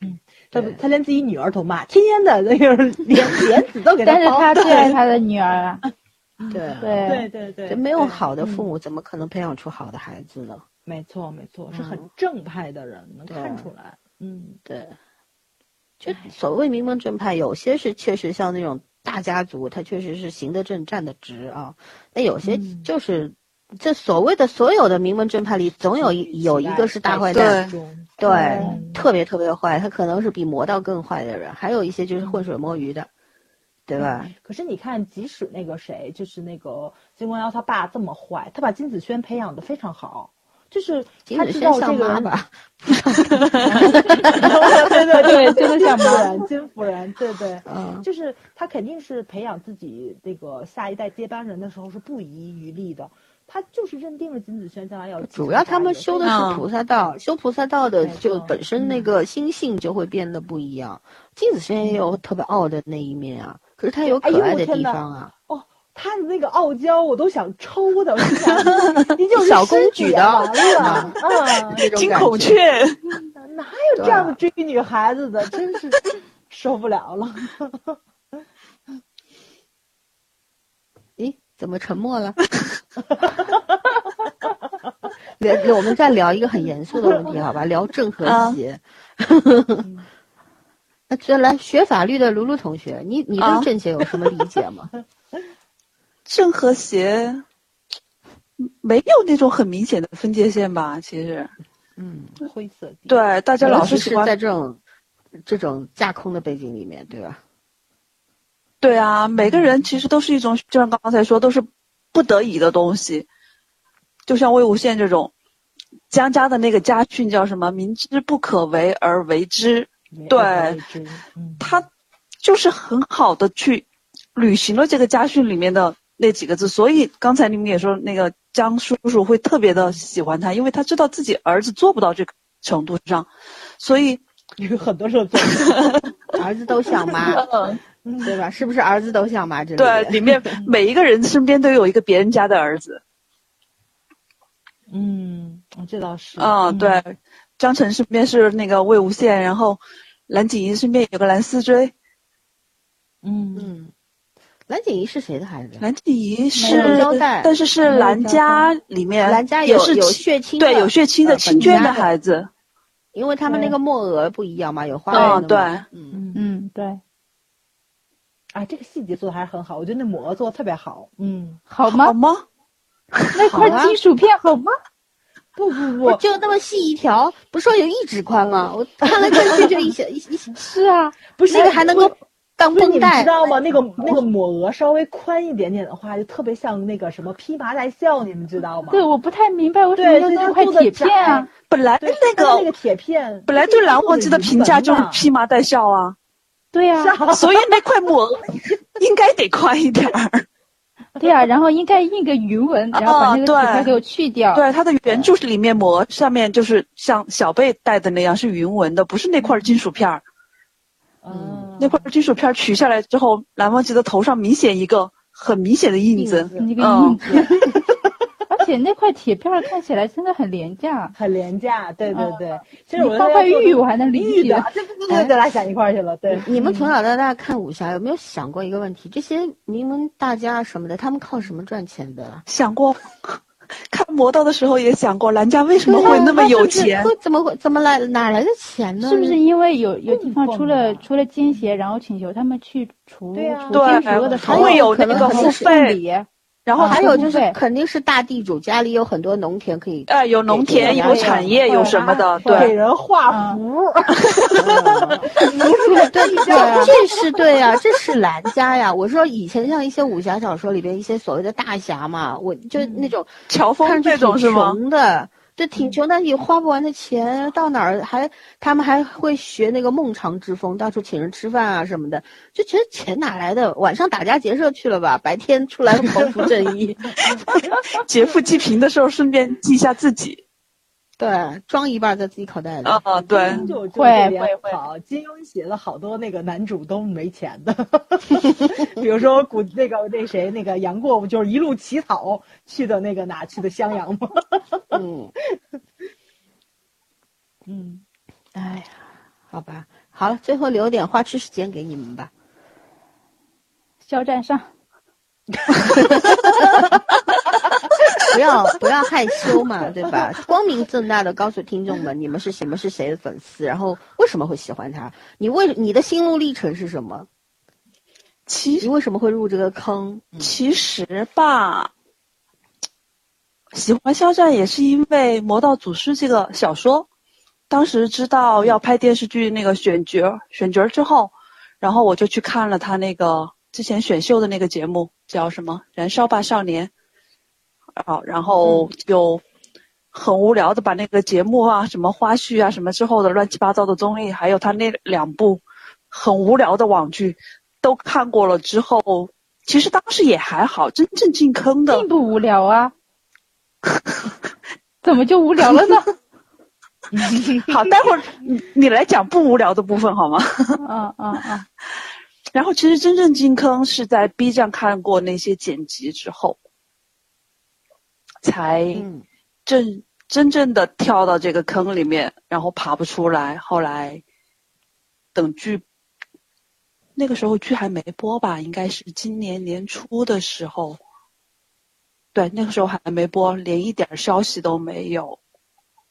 Speaker 2: 嗯，
Speaker 4: 她
Speaker 2: 对
Speaker 4: 她连自己女儿都骂，天天的那个 连连子都给她
Speaker 5: 但是
Speaker 4: 包
Speaker 5: 他对爱他的女儿啊，
Speaker 2: 嗯对。
Speaker 4: 对
Speaker 5: 对
Speaker 4: 对对
Speaker 2: 这
Speaker 4: 对，
Speaker 2: 没有好的父
Speaker 4: 嗯
Speaker 2: 母，怎么可能培养出好的孩子呢？
Speaker 4: 没错，没错，是很
Speaker 2: 嗯
Speaker 4: 正派的人，能
Speaker 2: 对
Speaker 4: 看出来。嗯，
Speaker 2: 对，就所谓名门正派，有些是确实像那种大家族，他确实是行得正站得直啊。那有些
Speaker 4: 嗯
Speaker 2: 就是，这所谓的所有的名门正派里，总有一有一个是大坏蛋，
Speaker 3: 对
Speaker 4: 中
Speaker 2: 对，
Speaker 4: 嗯
Speaker 2: 特别特别坏，他可能是比魔道更坏的人，还有一些
Speaker 4: 嗯
Speaker 2: 就是浑水摸鱼的，对吧？
Speaker 4: 可是你看，即使那个谁，就是那个金光瑶他爸这么坏，他把金子轩培养的非常好，就是
Speaker 2: 即
Speaker 4: 他
Speaker 2: 使
Speaker 4: 知
Speaker 2: 先
Speaker 4: 道
Speaker 2: 像
Speaker 4: 这个
Speaker 2: 妈
Speaker 4: 人
Speaker 2: 吧，
Speaker 4: 对对 对，真的像夫人，金夫人，对对，
Speaker 2: 嗯，
Speaker 4: 就是他肯定是培养自己那个下一代接班人的时候是不遗余力的，他就是认定了金子轩将来要继承
Speaker 2: 主要他们
Speaker 4: 下
Speaker 2: 修
Speaker 4: 一个
Speaker 2: 的
Speaker 3: 嗯
Speaker 2: 是菩萨道，修菩萨道的
Speaker 4: 没错
Speaker 2: 就本身那个心性就会变得不一样。金子轩也
Speaker 3: 嗯
Speaker 2: 有特别傲的那一面啊，可是他
Speaker 3: 哎
Speaker 2: 有可爱的地方啊，
Speaker 4: 他的那个傲娇，我都想抽的，我 心想你就是
Speaker 2: 小公举的
Speaker 4: 完了， 啊，
Speaker 2: 那种
Speaker 3: 金
Speaker 2: 感
Speaker 3: 孔
Speaker 2: 觉
Speaker 3: 雀，
Speaker 4: 哪有这样的追女孩子的，真是受不 了了。
Speaker 2: 咦，怎么沉默了？ 聊，我们再聊一个很严肃的问题，好 吧？聊正和谐。
Speaker 3: 啊
Speaker 2: 那这来学法律的卢卢同学，你你
Speaker 3: 啊
Speaker 2: 对正邪有什么理解 吗？
Speaker 3: 正和谐，没有那种很明显的分界线吧？其实，
Speaker 2: 嗯，
Speaker 4: 灰色地带，
Speaker 3: 对大家老
Speaker 2: 尤其
Speaker 3: 是喜欢
Speaker 2: 在这种这种架空的背景里面，对吧？
Speaker 3: 对啊，每个人其实都是一种，就像刚才说，都是不得已的东西。就像魏无羡这种，江家的那个家训叫什么？明知不可为而为之，
Speaker 4: 没有
Speaker 3: 对
Speaker 4: 未知，嗯
Speaker 3: 他就是很好的去履行了这个家训里面的那几个字，所以刚才你们也说那个江叔叔会特别的喜欢他，因为他知道自己儿子做不到这个程度上，所以
Speaker 4: 因为很多时候做
Speaker 2: 儿子都想妈，对吧？是不是儿子都想妈？这
Speaker 3: 对
Speaker 2: 里
Speaker 3: 里
Speaker 2: 面
Speaker 3: 面每一个人身边都有一个别人家的儿子，
Speaker 4: 嗯，这倒是
Speaker 3: 啊、
Speaker 4: 嗯
Speaker 3: 对，张晨身边是那个魏无羡，然后蓝景怡身边有个蓝思追，
Speaker 4: 嗯
Speaker 2: 嗯，蓝景怡是谁的孩子？
Speaker 3: 蓝景怡是
Speaker 2: 没有交代
Speaker 3: 但是是
Speaker 5: 没有
Speaker 3: 蓝
Speaker 5: 交
Speaker 3: 家里面
Speaker 2: 蓝家
Speaker 3: 也
Speaker 2: 有
Speaker 3: 是
Speaker 2: 有
Speaker 3: 亲
Speaker 2: 血亲的，
Speaker 3: 对有血亲
Speaker 2: 呃
Speaker 3: 的亲
Speaker 2: 本家
Speaker 3: 眷的
Speaker 2: 的
Speaker 3: 孩子，
Speaker 2: 因为他们那
Speaker 5: 对
Speaker 2: 个墨额不一样嘛，有花
Speaker 3: 嗯
Speaker 2: 纹的嘛嗯，
Speaker 4: 嗯
Speaker 5: 嗯，对，
Speaker 4: 啊，这个细节做的还是很好，我觉得那母鹅做的特别好。嗯，
Speaker 5: 好
Speaker 3: 好
Speaker 5: 吗？
Speaker 3: 吗？
Speaker 5: 那块
Speaker 2: 好啊
Speaker 5: 金属片好吗？
Speaker 4: 不不
Speaker 2: 不
Speaker 4: 不，
Speaker 2: 就那么细一条，不是说有一指宽吗？我看来看去就一小一一小，
Speaker 5: 是啊，
Speaker 4: 不是
Speaker 2: 那个还能够当
Speaker 4: 不是
Speaker 2: 绷
Speaker 4: 你们知
Speaker 2: 带，
Speaker 4: 道吗？那个那个抹额稍微宽一点点的话，就特别像那个什么披麻戴孝，你们知道吗？
Speaker 5: 对，我不太明白为什么
Speaker 4: 对
Speaker 5: 要
Speaker 4: 所以
Speaker 5: 弄
Speaker 4: 它
Speaker 5: 块
Speaker 4: 做得
Speaker 5: 铁片啊
Speaker 4: 窄？
Speaker 3: 本来
Speaker 4: 对，
Speaker 3: 哎那
Speaker 4: 它那
Speaker 3: 个
Speaker 4: 个铁片
Speaker 3: 本来对蓝忘机的评价就是披麻戴孝啊，
Speaker 5: 对呀、
Speaker 3: 所以那块抹 应该得宽一点 儿。
Speaker 5: 对呀、然后应该印个云纹，然后把那个
Speaker 3: 对
Speaker 5: 铁片给我去掉。
Speaker 3: 对，它的原著是里面膜上面就是像小贝戴的那样是云纹的，不是那块金属片儿。
Speaker 4: 嗯，
Speaker 3: 啊那块金属片儿取下来之后，蓝忘机的头上明显一个很明显的印子。
Speaker 5: 那个
Speaker 3: 嗯
Speaker 5: 印子， 而且那块铁片儿看起来真的很廉价，
Speaker 4: 很廉价，对对对。其实
Speaker 5: 你
Speaker 4: 我
Speaker 5: 放块玉我还能理
Speaker 4: 玉
Speaker 5: 解
Speaker 4: 的。，对对对对，咱俩想一块儿去了，对。
Speaker 2: 你们从小到大看武侠，有没有想过一个问题？这些名门大家什么的，他们靠什么赚钱的？
Speaker 3: 想过， 看《魔道》的时候也想过，蓝家为什么会那么有钱
Speaker 2: 他？们怎么会怎么来哪来的钱呢？
Speaker 5: 是不是因为有有地方
Speaker 4: 供
Speaker 5: 出
Speaker 4: 奉
Speaker 5: 了
Speaker 4: 吧
Speaker 5: 出了奸邪，然后请求他们去除除
Speaker 4: 对啊
Speaker 5: 奸邪恶的
Speaker 3: 还
Speaker 5: 时候
Speaker 3: 会有那
Speaker 5: 可能
Speaker 3: 个
Speaker 5: 还
Speaker 3: 付
Speaker 5: 是
Speaker 3: 费
Speaker 5: 送礼
Speaker 3: 然后
Speaker 5: 啊
Speaker 3: 还
Speaker 2: 还有就是
Speaker 5: 对
Speaker 2: 肯定是大地主，家里有很多农田可以。
Speaker 3: 呃有农田、有产业、有什么的，
Speaker 4: 给
Speaker 3: 对，
Speaker 4: 人画符，
Speaker 2: 对对对，这是对啊，这是兰家呀。我说以前像一些武侠小说里边一些所谓的大侠嘛，我就那种
Speaker 3: 乔
Speaker 2: 看
Speaker 3: 峰
Speaker 2: 上去
Speaker 3: 那嗯种
Speaker 2: 挺
Speaker 3: 是吗？
Speaker 2: 穷的，对，挺穷，但是也花不完的钱，到哪儿还他们还会学那个孟尝之风，到处请人吃饭啊什么的，就觉得钱哪来的？晚上打家劫舍去了吧，白天出 来匡扶正义，
Speaker 3: 劫富济贫的时候顺便记一下自己。
Speaker 2: 对，装一半在自己口袋里。
Speaker 3: 啊、对，
Speaker 4: 金庸就
Speaker 5: 会会会
Speaker 4: 好，金庸写了好多那个男主都没钱的， 比如说古那个那谁那个杨过不就是一路乞讨去的那个哪去的襄阳吗？
Speaker 2: 嗯，
Speaker 4: 嗯，
Speaker 2: 哎呀，好吧，好了，最后留点花痴时间给你们吧。
Speaker 5: 肖战上，
Speaker 2: 不要不要害羞嘛，对吧？光明正大的告诉听众们，你们是什么是谁的粉丝，然后为什么会喜欢他？你为你的心路历程是什么？
Speaker 3: 其
Speaker 2: 你为什么会入这个坑？嗯
Speaker 3: 其实吧，喜欢肖战也是因为《魔道祖师》这个小说，当时知道要拍电视剧那个选角选角之后，然后我就去看了他那个之前选秀的那个节目，叫什么《燃烧吧少年》，啊，然后就很无聊的把那个节目啊、什么花絮啊、什么之后的乱七八糟的综艺，还有他那两部很无聊的网剧都看过了之后，其实当时也还好，真正进坑 的
Speaker 5: 并不无聊 啊，怎么就无聊 了呢？
Speaker 3: 好，待会儿你你来讲不无聊的部分好吗？
Speaker 5: 啊啊啊！
Speaker 3: 然后其实真正进坑是在 B 站看过那些剪辑之后，才
Speaker 2: 嗯
Speaker 3: 正真正的跳到这个坑里面，然后爬不出来。后来等剧，那个时候剧还没播吧，应该是今年年初的时候。对，那个时候还没播，连一点儿消息都没有。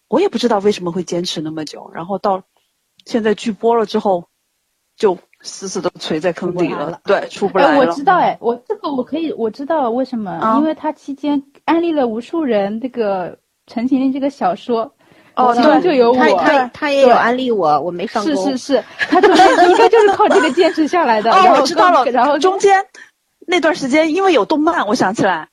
Speaker 3: 我也不知道为什么会坚持那么久。然后到现在剧播了之后，就死死的垂在坑底
Speaker 4: 出不来
Speaker 3: 了。
Speaker 4: 了
Speaker 3: 对，出不来
Speaker 5: 哎，
Speaker 3: 了。嗯
Speaker 5: 我知道，哎，我这个我可以，我知道为什么，
Speaker 3: 啊
Speaker 5: 因为他期间安利了无数人这个陈情令这个小说，
Speaker 3: 哦，
Speaker 5: 其中
Speaker 3: 对，
Speaker 5: 就有
Speaker 2: 他
Speaker 5: 我。
Speaker 2: 他他也有安利我，我没上
Speaker 5: 是
Speaker 2: 钩。
Speaker 5: 是是，他就是应该就是靠这个坚持下来的。然
Speaker 3: 哦，
Speaker 5: 后
Speaker 3: 我知道了。
Speaker 5: 然后
Speaker 3: 中间那段时间，因为有动漫，我想起来，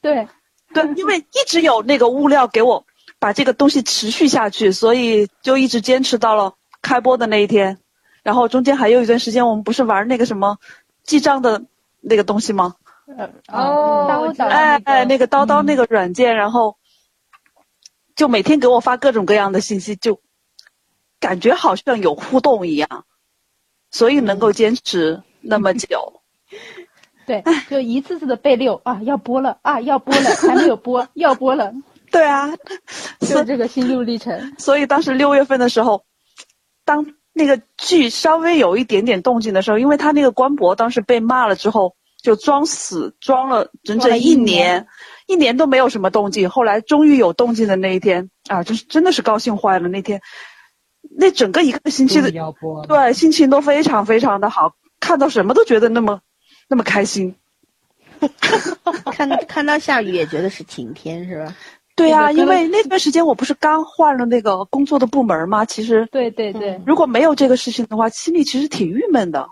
Speaker 5: 对，啊
Speaker 3: 对，
Speaker 5: 嗯
Speaker 3: 因为一直有那个物料给我把这个东西持续下去，所以就一直坚持到了开播的那一天。然后中间还有一段时间，我们不是玩那个什么记账的那个东西吗？
Speaker 5: 哦
Speaker 2: 刀导
Speaker 3: 哎哎，那
Speaker 5: 个
Speaker 3: 个叨叨
Speaker 5: 嗯
Speaker 3: 那个软件，然后就每天给我发各种各样的信息，就感觉好像有互动一样，所以能够坚持那么
Speaker 5: 嗯
Speaker 3: 久。
Speaker 5: 对，就一次次的被溜啊，要播了啊，要播了，还没有播，要播了，
Speaker 3: 对啊，
Speaker 5: 就这个心路历程。
Speaker 3: 所以当时六月份的时候，当那个剧稍微有一点点动静的时候，因为他那个官博当时被骂了之后，就装死装了整
Speaker 5: 装了
Speaker 3: 整
Speaker 5: 一
Speaker 3: 一
Speaker 5: 年
Speaker 3: 年，一年都没有什么动静。后来终于有动静的那一天啊，真是真的是高兴坏了那天。那整个一个星期的
Speaker 4: 要播，
Speaker 3: 对，心情都非常非常的好，看到什么都觉得那么那么开心。
Speaker 2: 看看到下雨也觉得是晴天是吧？
Speaker 3: 对
Speaker 5: 那
Speaker 3: 呀、
Speaker 5: 个
Speaker 3: 因
Speaker 5: 跟
Speaker 3: 为那段时间我不是刚换了那个工作的部门嘛，其实
Speaker 5: 对对对，
Speaker 2: 嗯
Speaker 3: 如果没有这个事情的话，心里其实挺郁闷的。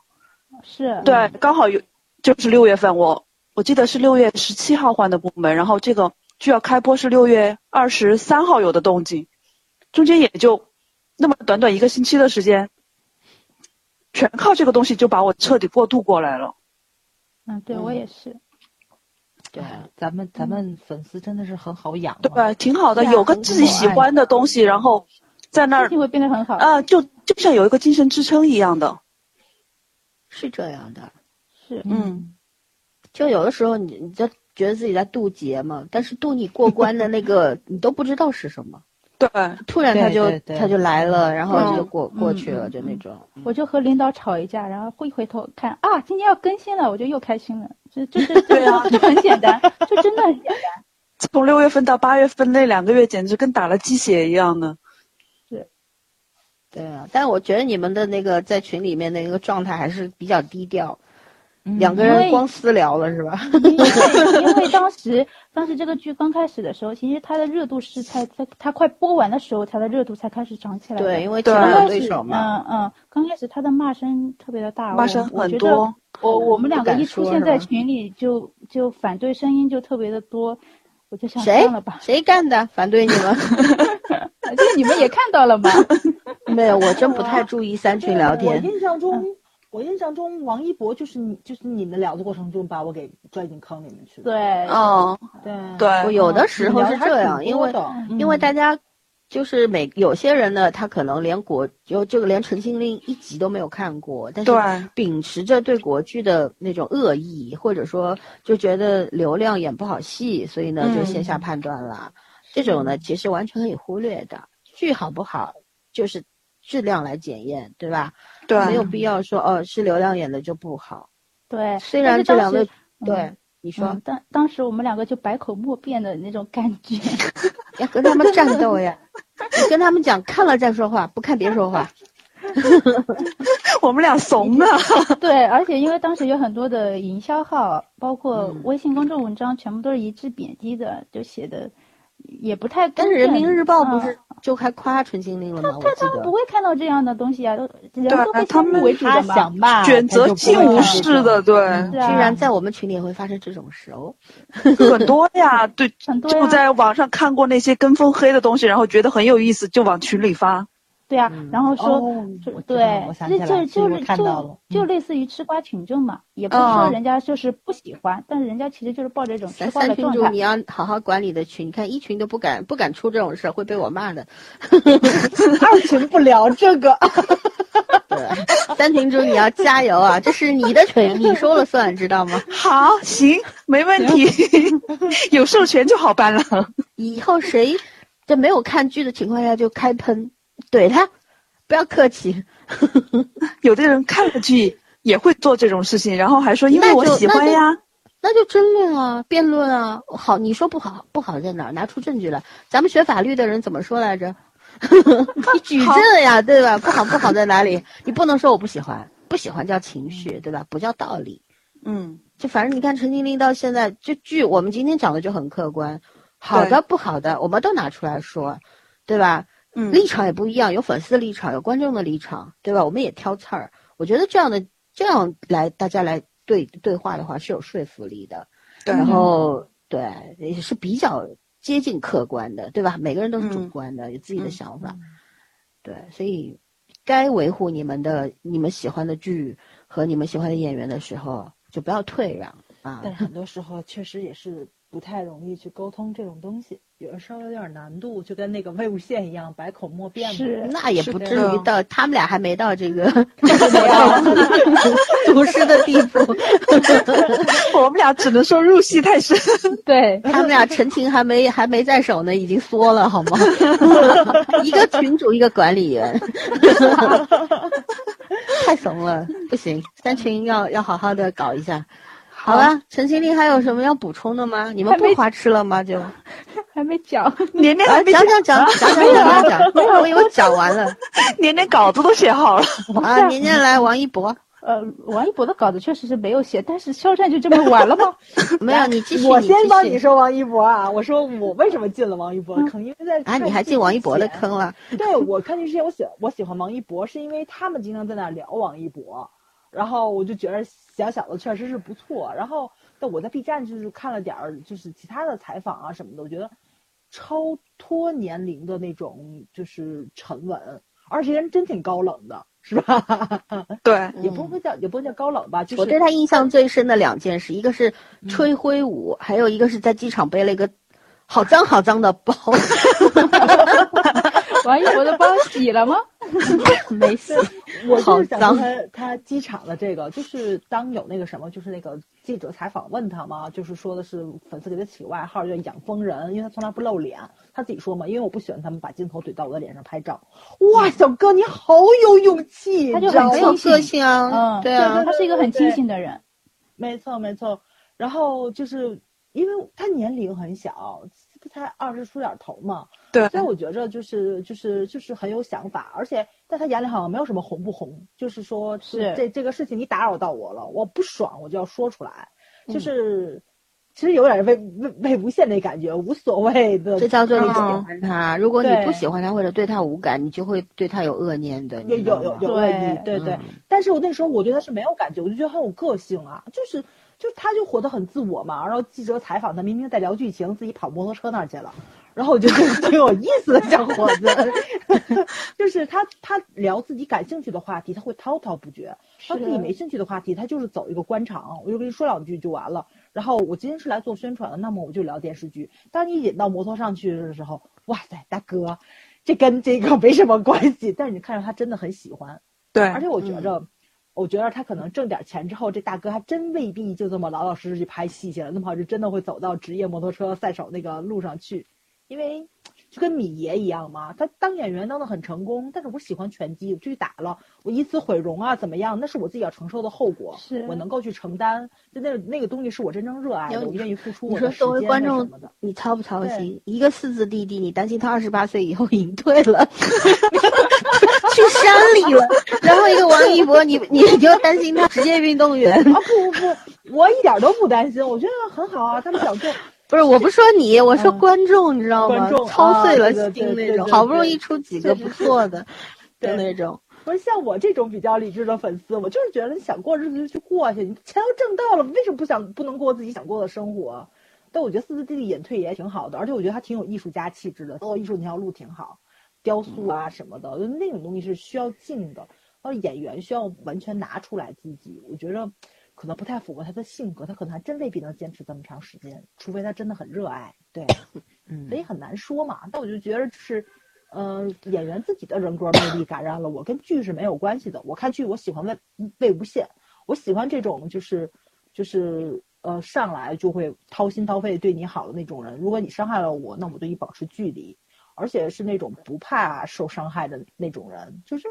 Speaker 5: 是，
Speaker 3: 对，刚好有就是六月份，我我记得是六月十七号换的部门，然后这个剧要开播是六月二十三号有的动静，中间也就那么短短一个星期的时间，全靠这个东西就把我彻底过渡过来了。
Speaker 5: 嗯，对我也是，
Speaker 4: 对，
Speaker 2: 啊
Speaker 4: 啊咱们咱们粉丝真的是很好养啊，
Speaker 3: 对，挺好的，
Speaker 5: 对啊
Speaker 3: 有个
Speaker 4: 很
Speaker 3: 自己
Speaker 4: 可
Speaker 3: 喜
Speaker 4: 爱
Speaker 3: 欢的东西，然后在那
Speaker 2: 嗯
Speaker 5: 心
Speaker 3: 儿
Speaker 5: 情会变得很好。
Speaker 3: 啊、就就像有一个精神支撑一样的。
Speaker 2: 是这样的，
Speaker 5: 是，
Speaker 3: 嗯，
Speaker 2: 就有的时候你你就觉得自己在渡劫嘛，但是渡你过关的那个你都不知道是什么，
Speaker 3: 对，
Speaker 2: 突然他
Speaker 4: 对
Speaker 2: 就
Speaker 4: 对对
Speaker 2: 他就来了，然后
Speaker 5: 嗯
Speaker 2: 就过过去了，
Speaker 5: 嗯
Speaker 2: 就那种。
Speaker 5: 我就和领导吵一架，然后一回头看啊，今天要更新了，我就又开心了。这这这这
Speaker 2: 啊
Speaker 5: 这很简单，就真的很简单。
Speaker 3: 从六月份到八月份那两个月，简直跟打了鸡血一样的。
Speaker 2: 对啊，但我觉得你们的那个在群里面的一个状态还是比较低调，
Speaker 4: 嗯
Speaker 2: 两个人光私聊了是吧？
Speaker 5: 因为因为当时当时这个剧刚开始的时候，其实它的热度是才在它快播完的时候，它的热度才开始涨起来的。
Speaker 2: 对，因为
Speaker 3: 对
Speaker 2: 前
Speaker 5: 刚
Speaker 2: 面有
Speaker 5: 开
Speaker 2: 对
Speaker 5: 始，
Speaker 2: 手嘛。
Speaker 5: 嗯嗯，刚开始他的骂声特别的大，
Speaker 3: 骂声
Speaker 5: 我
Speaker 3: 很。多，
Speaker 5: 我觉得我我们两
Speaker 2: 不
Speaker 5: 个
Speaker 2: 敢
Speaker 5: 一出
Speaker 2: 说
Speaker 5: 现
Speaker 2: 是
Speaker 5: 在
Speaker 2: 吧
Speaker 5: 群里就，就反对声音就特别的多，我就想
Speaker 2: 谁
Speaker 5: 算了吧，
Speaker 2: 谁干的？反对你们？
Speaker 5: 就你们也看到了嘛，
Speaker 2: 没有，我真不太注意三群聊天
Speaker 4: 啊我。印象中，我印象中王一博就是你，就是你们聊的过程中把我给拽进坑里面去啊嗯的。
Speaker 5: 对，
Speaker 2: 哦
Speaker 3: 嗯，
Speaker 4: 对
Speaker 3: 对，
Speaker 2: 我有的时候是这样，因为
Speaker 5: 嗯
Speaker 2: 因为大家就是每有些人呢，他可能连国就这个连《陈情令》一集都没有看过，但是
Speaker 3: 对
Speaker 2: 秉持着对国剧的那种恶意，或者说就觉得流量演不好戏，所以呢
Speaker 3: 嗯
Speaker 2: 就线下判断了。这种呢其实完全可以忽略的，剧好不好就是质量来检验，对吧？
Speaker 3: 对，
Speaker 2: 没有必要说哦是流量演的就不好，
Speaker 5: 对，
Speaker 2: 虽
Speaker 5: 但
Speaker 2: 然
Speaker 5: 是
Speaker 2: 这两
Speaker 5: 当时
Speaker 2: 位
Speaker 5: 嗯
Speaker 2: 对。你说
Speaker 5: 嗯，当当时我们两个就百口莫辩的那种感觉，
Speaker 2: 要跟他们战斗 呀！你跟他们讲，看了再说话，不看别说话。
Speaker 3: 我们俩怂啊，
Speaker 5: 对，而且因为当时有很多的营销号，包括
Speaker 2: 嗯
Speaker 5: 微信公众文章，全部都是一致贬低的，就写的也不太公
Speaker 2: 但
Speaker 5: 正。
Speaker 2: 是人民日报不
Speaker 5: 嗯
Speaker 2: 是就还夸陈情令了吗？我
Speaker 5: 他
Speaker 2: 记
Speaker 5: 他们不
Speaker 2: 得。
Speaker 5: 会看到这样的东西啊，都人
Speaker 3: 对
Speaker 5: 都被
Speaker 3: 他
Speaker 5: 先入
Speaker 3: 们
Speaker 5: 为主
Speaker 4: 他
Speaker 5: 的嘛
Speaker 4: 想。骂，
Speaker 3: 选择性无视的，对，
Speaker 5: 是
Speaker 2: 居然
Speaker 5: 啊，
Speaker 2: 在我们群里也会发生这种事哦！
Speaker 3: 很多呀，对，
Speaker 5: 很多
Speaker 3: 就
Speaker 5: 呀，
Speaker 3: 在网上看过那些跟风黑的东西，然后觉得很有意思，就往群里发。
Speaker 5: 对啊
Speaker 2: 嗯，
Speaker 5: 然后说。
Speaker 4: 哦
Speaker 5: 就
Speaker 4: 我知道
Speaker 5: 对
Speaker 4: 我，想起
Speaker 5: 这
Speaker 4: 来了
Speaker 5: 就就
Speaker 4: 我
Speaker 5: 是
Speaker 4: 看到
Speaker 5: 就
Speaker 4: 了，嗯
Speaker 5: 就
Speaker 4: 哦
Speaker 5: 类似于吃瓜群众嘛，也不是说
Speaker 3: 嗯
Speaker 5: 人家就是不喜欢，但是人家其实就是抱着一种吃
Speaker 2: 咱
Speaker 5: 瓜
Speaker 2: 三
Speaker 5: 的
Speaker 2: 群
Speaker 5: 状
Speaker 2: 主，
Speaker 5: 态
Speaker 2: 你。要好好管理的群，你看一群都不敢不敢出这种事，会被我骂的。
Speaker 4: 二群不聊这个，
Speaker 2: 对， 三群主你要加油啊！这是你的群，你说了算，知道吗？
Speaker 3: 好，行，没问题， 有授权就好办了。
Speaker 2: 以后谁在没有看剧的情况下就开喷，怼他，不要客气。
Speaker 3: 有的人看了剧也会做这种事情，然后还说因为我喜欢呀，
Speaker 2: 那就争论啊，辩论啊，好，你说不好，不好在哪儿？拿出证据来。咱们学法律的人怎么说来着？ 你举证呀，对吧？不好，不好在哪里？你不能说我不喜欢，不喜欢叫情绪，对吧？不叫道理。
Speaker 3: 嗯，
Speaker 2: 就反正你看陈情令到现在，这剧我们今天讲的就很客观，好的、不好的，我们都拿出来说，对吧？
Speaker 3: 嗯
Speaker 2: 立场也不一样，有粉丝的立场，有观众的立场，对吧？我们也挑刺儿。我觉得这样的这样来大家来对对话的话是有说服力的。
Speaker 3: 对
Speaker 2: 然后对也是比较接近客观的，对吧？每个人都是主
Speaker 3: 嗯
Speaker 2: 观的，有自己的想法，对，所以该维护你们的你们喜欢的剧和你们喜欢的演员的时候，就不要退让，啊
Speaker 4: 但是很多时候确实也是不太容易去沟通这种东西，有的时候有点难度，就跟那个魏无羡一样，百口莫辩嘛。
Speaker 5: 是
Speaker 2: 那也不
Speaker 4: 是
Speaker 2: 至
Speaker 3: 的
Speaker 2: 于到他们俩还没到 这个 祖师的地 步，
Speaker 3: 我们俩只能说入戏太深。
Speaker 5: 对，
Speaker 2: 他们俩陈情还没还没在手呢，已经缩了好吗？一个群主，一个管理员，太怂了，不行，三群要要好好的搞一下。好了，陈心丽还有什么要补充的吗？你们不花痴了吗？就啊，
Speaker 5: 还没讲，
Speaker 3: 年年还
Speaker 2: 讲
Speaker 3: 没
Speaker 2: 讲讲讲讲讲讲，我以为讲完了
Speaker 3: 年年稿子都写好了，
Speaker 2: 啊。年年来，王一博，
Speaker 5: 呃，王一博的稿子确实是没有写，但是肖战就这么玩了吗？
Speaker 2: 没有你继续，
Speaker 4: 我
Speaker 2: 你继
Speaker 4: 先帮你
Speaker 2: 续
Speaker 4: 说王一博啊，我说我为什么进了王一博的坑，因为在
Speaker 2: 啊，
Speaker 4: 看
Speaker 2: 你还
Speaker 4: 剧
Speaker 2: 进王一博的
Speaker 4: 之前
Speaker 2: 坑了。
Speaker 4: 对我看剧之前，我喜我喜欢王一博，是因为他们经常在那儿聊王一博，然后我就觉得小小的确实是不错。然后，但我在 B 站就是看了点儿，就是其他的采访啊什么的，我觉得超脱年龄的那种就是沉稳，而且人真挺高冷的，是吧？
Speaker 3: 对，
Speaker 4: 也不会叫也不会叫高冷吧，就是
Speaker 2: 嗯
Speaker 4: 嗯
Speaker 2: 我对他印象最深的两件事，一个是吹灰舞，还有一个是在机场背了一个好脏好脏的 包。
Speaker 5: 王一博的包洗 了吗？没洗，
Speaker 4: 我就
Speaker 2: 好
Speaker 4: 是想
Speaker 2: 脏
Speaker 4: 说他他机场的这个，就是当有那个什么，就是那个记者采访问他嘛，就是说的是粉丝给他起外号叫“养蜂人”，因为他从来不露脸，他自己说嘛，因为我不喜欢他们把镜头怼到我的脸上拍照。哇，小哥你好有勇气，
Speaker 5: 嗯他就
Speaker 4: 你知道吗
Speaker 5: 很
Speaker 2: 很有个性啊，
Speaker 5: 嗯
Speaker 2: 对啊，
Speaker 5: 他是一个很清醒的人。
Speaker 4: 没错没错，然后就是因为他年龄很小，不才二十出点头嘛，
Speaker 3: 对
Speaker 4: 所以我觉着就是就是就是很有想法，而且在他眼里好像没有什么红不红，就是说
Speaker 5: 是
Speaker 4: 这这个事情你打扰到我了，我不爽我就要说出来，
Speaker 2: 嗯
Speaker 4: 就是、其实有点为为为无限那感觉，无所谓的，
Speaker 2: 这叫做你喜
Speaker 4: 啊
Speaker 2: 欢他。如果你
Speaker 4: 对
Speaker 2: 不喜欢他或者对他无感，你就会对他有恶念的。
Speaker 4: 有
Speaker 2: 你知道
Speaker 4: 有有
Speaker 2: 吗
Speaker 4: 有恶意，对对
Speaker 2: 嗯。
Speaker 4: 但是我那时候我对他是没有感觉，我就觉得很有个性啊，就是就是他就活得很自我嘛。然后记者采访他，明明在聊剧情，自己跑摩托车那儿去了。然后我觉 得挺有意思的小伙子，就是他他聊自己感兴趣的话题，他会滔滔不绝；他自己没兴趣的话题，他就是走一个官场，我就跟你说两句就完了。然后我今天是来做宣传的，那么我就聊电视剧。当你引到摩托上去的时候，哇塞，大哥，这跟这个没什么关系。但是你看着他真的很喜欢，
Speaker 3: 对
Speaker 4: 而且我
Speaker 2: 嗯
Speaker 4: 觉着，我觉着他可能挣点钱之后，这大哥还真未必就这么老老实实去拍戏去了，那么好就真的会走到职业摩托车赛手那个路上去，因为就跟米爷一样嘛，他当演员当的很成功，但是我喜欢拳击，我就去打了，我以此毁容啊，怎么样？那是我自己要承受的后果，
Speaker 5: 是
Speaker 4: 我能够去承担，就那那个东西是我真正热爱
Speaker 2: 要
Speaker 4: 的，
Speaker 2: 你
Speaker 4: 我愿意付出
Speaker 2: 你
Speaker 4: 我
Speaker 2: 说
Speaker 4: 的时
Speaker 2: 作为
Speaker 4: 间
Speaker 2: 观
Speaker 4: 啊
Speaker 2: 众
Speaker 4: 什么的。，
Speaker 2: 你操不操
Speaker 4: 对
Speaker 2: 心？一个四字弟弟，你担心他二十八岁以后隐退了， 去山里了；然后一个王一博，你你就担心他职业运动员。
Speaker 4: 啊不不不，我一点都不担心，我觉得很好啊，他们想做。
Speaker 2: 不是，我不说你，我说
Speaker 4: 嗯
Speaker 2: 观众，你知道吗
Speaker 4: 观？众
Speaker 2: 操碎了
Speaker 4: 啊对
Speaker 2: 心
Speaker 4: 对
Speaker 2: 那
Speaker 4: 对
Speaker 2: 种，
Speaker 4: 对
Speaker 2: 好不容易出几个不错的，
Speaker 4: 对
Speaker 2: 就那种。
Speaker 4: 不是像我这种比较理智的粉丝，我就是觉得你想过日子就去过去，你钱都挣到了，为什么不想不能过自己想过的生活？但我觉得四字弟弟隐退也挺好的，而且我觉得他挺有艺术家气质的，走艺术那条路挺好，雕塑啊什么的，那种东西是需要静的，而演员需要完全拿出来自己，我觉得可能不太符合他的性格，他可能还真未必能坚持这么长时间，除非他真的很热爱，对。啊所以很难说嘛。但我就觉得就是，呃，演员自己的人格魅力感染了我，跟剧是没有关系的。我看剧，我喜欢魏魏无羡，我喜欢这种就是就是呃上来就会掏心掏肺对你好的那种人。如果你伤害了我，那我对你保持距离，而且是那种不怕受伤害的那种人，就是。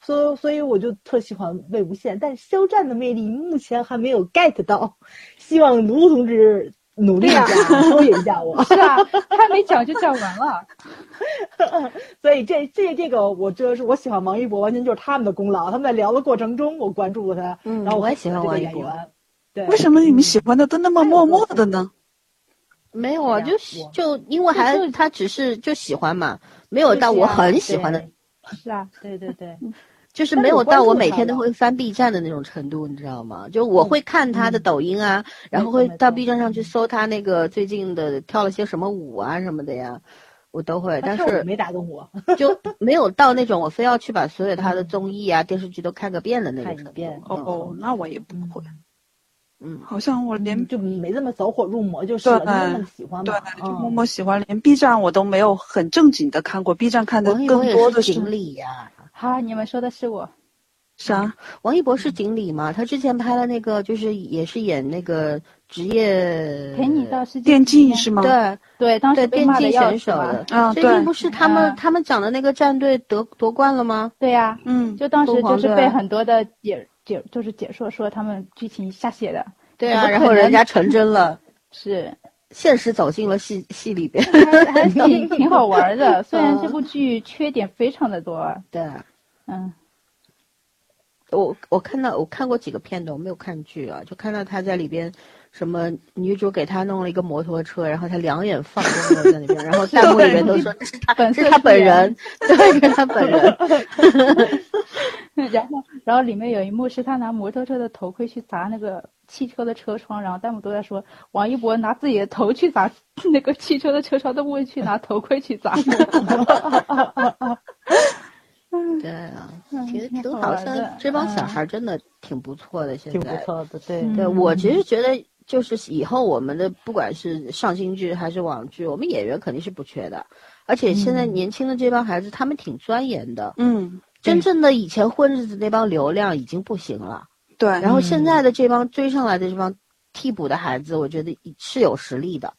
Speaker 4: 所以，所以我就特喜欢魏无羡，但是肖战的魅力目前还没有 get 到，希望卢同志努力一下，勾引一下我。
Speaker 5: 是啊，他没讲就讲完了。
Speaker 4: 所以这这这个，我这是我喜欢王一博，完全就是他们的功劳。他们在聊的过程中，我关注了他，
Speaker 2: 嗯
Speaker 4: 然后
Speaker 2: 我也
Speaker 4: 喜
Speaker 2: 喜
Speaker 4: 欢
Speaker 2: 欢
Speaker 4: 这个
Speaker 2: 王一
Speaker 4: 演
Speaker 2: 博
Speaker 4: 员。对，
Speaker 3: 为什么你们喜欢的都那么默默的呢？
Speaker 2: 没有啊，
Speaker 4: 对呀
Speaker 2: 就
Speaker 4: 我
Speaker 2: 就因为还
Speaker 5: 就是
Speaker 2: 他只是就喜欢嘛，没有
Speaker 4: 就是
Speaker 2: 到我
Speaker 4: 啊
Speaker 2: 很喜欢的，
Speaker 5: 是啊，
Speaker 4: 对对对，
Speaker 3: 嗯
Speaker 2: 就是
Speaker 4: 但
Speaker 2: 没
Speaker 4: 是
Speaker 2: 有
Speaker 4: 我关
Speaker 2: 到我
Speaker 4: 注
Speaker 2: 每
Speaker 4: 他
Speaker 2: 天都
Speaker 4: 了
Speaker 2: 会翻 B 站的那种程度，你知道吗？就我会看他的
Speaker 4: 嗯
Speaker 2: 抖音啊，然后
Speaker 4: 没错
Speaker 2: 会
Speaker 4: 没
Speaker 2: 到
Speaker 4: 错
Speaker 2: B 站上去搜他那个最近的跳了些什么舞啊什么的呀，我都会。但
Speaker 4: 跳舞
Speaker 2: 是
Speaker 4: 没打动我，
Speaker 2: 就没有到那种我非要去把所嗯有他的综艺啊、电视剧都看个遍的那个
Speaker 4: 看一
Speaker 2: 程度。
Speaker 4: 遍
Speaker 3: 哦哦，那我也不会。
Speaker 2: 嗯，
Speaker 3: 嗯好像我连
Speaker 4: 就没这么走火入魔就是了，
Speaker 3: 对
Speaker 4: 就那么喜欢
Speaker 3: 对
Speaker 4: 吧。
Speaker 3: 就
Speaker 4: 嗯
Speaker 3: 默默喜欢，连 B 站我都没有很正经的看过，B 站看的
Speaker 2: 王一博
Speaker 3: 更多
Speaker 2: 也
Speaker 3: 的
Speaker 2: 是
Speaker 3: 是
Speaker 2: 锦鲤呀、
Speaker 5: 好，你们说的是我，
Speaker 3: 啥？
Speaker 2: 王一博是锦鲤吗？他之前拍了那个，就是也是演那个职业
Speaker 5: 陪
Speaker 4: 呃
Speaker 5: 你到世界
Speaker 3: 电
Speaker 5: 尽
Speaker 3: 竞是吗？
Speaker 2: 对
Speaker 5: 对，当时
Speaker 2: 对
Speaker 5: 被
Speaker 2: 电
Speaker 5: 骂
Speaker 2: 竞
Speaker 5: 的要
Speaker 2: 选
Speaker 5: 死
Speaker 2: 手
Speaker 5: 了
Speaker 2: 的。嗯
Speaker 3: 啊，
Speaker 2: 最近
Speaker 3: 对
Speaker 2: 不，是他们、
Speaker 5: 啊
Speaker 2: 他们讲的那个战队得夺冠了吗？
Speaker 5: 对啊呀、
Speaker 3: 嗯，
Speaker 5: 就当时
Speaker 2: 疯
Speaker 5: 就
Speaker 2: 狂
Speaker 5: 是
Speaker 2: 对啊
Speaker 5: 被很多的解解就是解说说他们剧情瞎写的，
Speaker 2: 对
Speaker 5: 怎
Speaker 2: 啊，
Speaker 5: 么
Speaker 2: 然
Speaker 5: 可
Speaker 2: 后人
Speaker 5: 能
Speaker 2: 家成真了，
Speaker 5: 是
Speaker 2: 现实走进了戏戏里边。
Speaker 5: 还还挺挺好玩儿的。虽然这
Speaker 2: 嗯
Speaker 5: 部剧缺点非常的多，啊
Speaker 2: 对，
Speaker 5: 嗯，
Speaker 2: 我我看到我看过几个片段，我没有看剧啊，就看到他在里边，什么女主给他弄了一个摩托车，然后他两眼放光的在那边，然后弹幕里面都说这是他，
Speaker 5: 本
Speaker 2: 这
Speaker 5: 色
Speaker 2: 啊是他
Speaker 5: 出
Speaker 2: 本
Speaker 5: 演
Speaker 2: 人，对，是他本人。
Speaker 5: 然后，然后里面有一幕是他拿摩托车的头盔去砸那个汽车的车窗，然后弹幕都在说王一博拿自己的头去砸 那个汽车的车窗，都不会去拿头盔去 砸。
Speaker 2: 对啊，
Speaker 5: 嗯
Speaker 2: 其实
Speaker 5: 挺
Speaker 2: 挺
Speaker 5: 好
Speaker 2: 好，
Speaker 5: 玩
Speaker 2: 像
Speaker 5: 的
Speaker 2: 这帮小
Speaker 5: 嗯
Speaker 2: 孩真的挺不错的，现
Speaker 4: 挺不
Speaker 2: 在。
Speaker 4: 错的，对。
Speaker 5: 嗯
Speaker 2: 嗯对我其实觉得，就是以后我们的不管是上新剧还是网剧，我们演员肯定是不缺的，而且现
Speaker 5: 嗯
Speaker 2: 在年轻的这帮孩子，他们挺钻研的。
Speaker 3: 嗯，
Speaker 2: 真正的以前混日子那帮流量已经不行了，
Speaker 3: 对，
Speaker 2: 然后现
Speaker 5: 嗯
Speaker 2: 在的这帮追上来的这帮替补的孩子，我觉得是有实力的，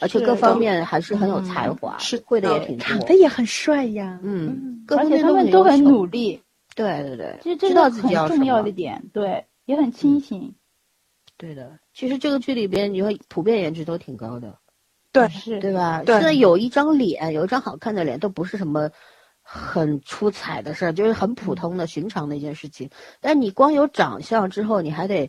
Speaker 2: 而且
Speaker 5: 是嗯
Speaker 2: 各方
Speaker 5: 的
Speaker 2: 面还是很有才华，
Speaker 3: 是
Speaker 2: 会的
Speaker 3: 的
Speaker 2: 也挺
Speaker 1: 长
Speaker 2: 多
Speaker 1: 得。也很帅呀。
Speaker 2: 嗯，各
Speaker 5: 而
Speaker 2: 方
Speaker 5: 且
Speaker 2: 面
Speaker 5: 他们
Speaker 2: 都
Speaker 5: 都很
Speaker 2: 优秀
Speaker 5: 努，力，
Speaker 2: 对对对，
Speaker 5: 其实
Speaker 2: 知
Speaker 5: 这
Speaker 2: 道
Speaker 5: 个
Speaker 2: 自
Speaker 5: 很
Speaker 2: 己要什
Speaker 5: 重要
Speaker 2: 么
Speaker 5: 的。点，对，也很清醒，
Speaker 2: 对的，其实这个剧里边，你会普遍颜值都挺高的，
Speaker 3: 对
Speaker 5: 是
Speaker 2: 对吧？
Speaker 3: 对
Speaker 2: 现在有一张脸，有一张好看的脸，都不是什么很出彩的事儿，就是很
Speaker 5: 嗯
Speaker 2: 普通的、寻常的一件事情。但你光有长相之后，你还得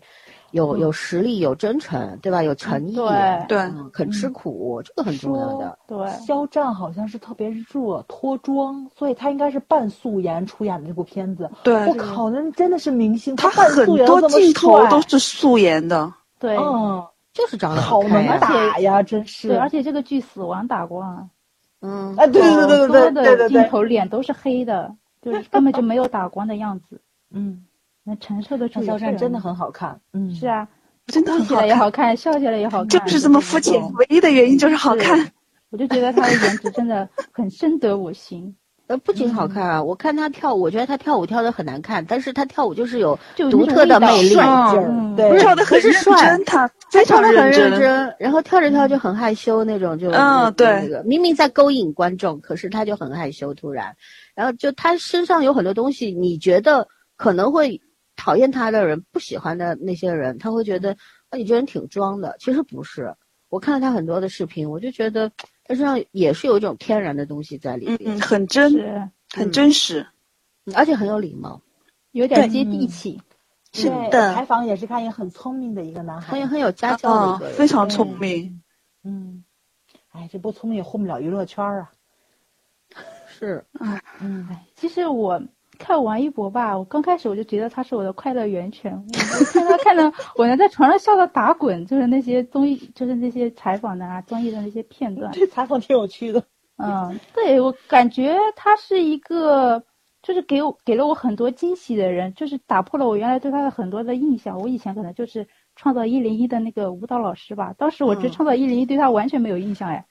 Speaker 2: 有有实力、有真诚，对吧？有诚意，
Speaker 5: 嗯对
Speaker 3: 对
Speaker 2: 嗯肯吃苦，这个很重要的。
Speaker 5: 对，
Speaker 4: 嗯肖战好像是特别热脱妆，所以他应该是半素颜出演的这部片子。
Speaker 3: 对
Speaker 4: 我，靠，那真的是明星，
Speaker 3: 他
Speaker 4: 半
Speaker 3: 很
Speaker 4: 素颜
Speaker 3: 多
Speaker 4: 这么
Speaker 3: 镜头
Speaker 4: 帅
Speaker 3: 都是素颜的，
Speaker 5: 对，
Speaker 4: 嗯，
Speaker 2: 就是长得
Speaker 4: 好
Speaker 2: 看
Speaker 4: 能
Speaker 5: 啊
Speaker 2: 呀，
Speaker 4: 打呀，真是。
Speaker 5: 对，而且这个剧死亡打光啊，
Speaker 2: 嗯，
Speaker 4: 哎，对对对对
Speaker 5: 好
Speaker 4: 对
Speaker 5: 多的
Speaker 4: 对
Speaker 5: 镜
Speaker 4: 对，
Speaker 5: 头脸都是黑的，就是 根本就没有打光的样子，
Speaker 4: 嗯，
Speaker 5: 能承受得住
Speaker 4: 看
Speaker 5: 也
Speaker 4: 肖
Speaker 5: 是
Speaker 4: 战
Speaker 5: 人
Speaker 4: 真的很好看，嗯，
Speaker 5: 是啊，
Speaker 3: 真的
Speaker 5: 哭
Speaker 3: 很
Speaker 5: 起
Speaker 3: 好
Speaker 5: 来也
Speaker 3: 看
Speaker 5: 好，看，笑起来也好看，
Speaker 3: 就是这么肤浅
Speaker 5: 种。
Speaker 3: 唯一的原因就是好看。
Speaker 5: 我就觉得他的颜值真的很深得我心，
Speaker 2: 呃，不仅
Speaker 5: 嗯
Speaker 2: 好看啊，我看他跳舞，我觉得他跳舞跳的很难看，但是他跳舞就是有
Speaker 5: 就有
Speaker 2: 独
Speaker 5: 那种
Speaker 2: 特的
Speaker 5: 味道
Speaker 2: 魅力，
Speaker 4: 帅劲
Speaker 5: 嗯
Speaker 4: 儿，对，
Speaker 3: 跳的很认
Speaker 2: 不是帅
Speaker 3: 真，他
Speaker 2: 他
Speaker 3: 非
Speaker 2: 跳
Speaker 3: 常
Speaker 2: 的很
Speaker 3: 真。
Speaker 2: 真，然后跳着跳就很害羞那种，就
Speaker 3: 嗯对
Speaker 2: 那个明明在勾引观众，可是他就很害羞，突然，然后就他身上有很多东西，你觉得可能会讨厌他的人，不喜欢的那些人，他会觉得，啊，你这人挺装的，其实不是。我看了他很多的视频，我就觉得他身上也是有一种天然的东西在里
Speaker 3: 嗯
Speaker 2: 边，
Speaker 3: 嗯，很真，
Speaker 5: 是
Speaker 3: 很真实。
Speaker 2: 嗯而且很有礼貌，
Speaker 5: 有
Speaker 3: 对
Speaker 5: 点接地气。
Speaker 4: 是
Speaker 3: 的
Speaker 4: 采访也是看一个很聪明的一个男孩
Speaker 2: 很有，很有家教的
Speaker 3: 啊
Speaker 2: 一个，人。
Speaker 3: 非常聪明。
Speaker 4: 嗯，哎，这不聪明也混不了娱乐圈儿啊，
Speaker 2: 是，
Speaker 4: 嗯，
Speaker 5: 其实我看王一博吧，我刚开始我就觉得他是我的快乐源泉。我看他看的，我能在床上笑到打滚，就是那些综艺，就是那些采访的啊，综艺的那些片段。
Speaker 4: 这采访挺有趣的，
Speaker 5: 嗯，对，我感觉他是一个，就是给我给了我很多惊喜的人，就是打破了我原来对他的很多的印象。我以前可能就是创造一零一的那个舞蹈老师吧，当时我对
Speaker 2: 嗯
Speaker 5: 创造一零一对他完全没有印象哎，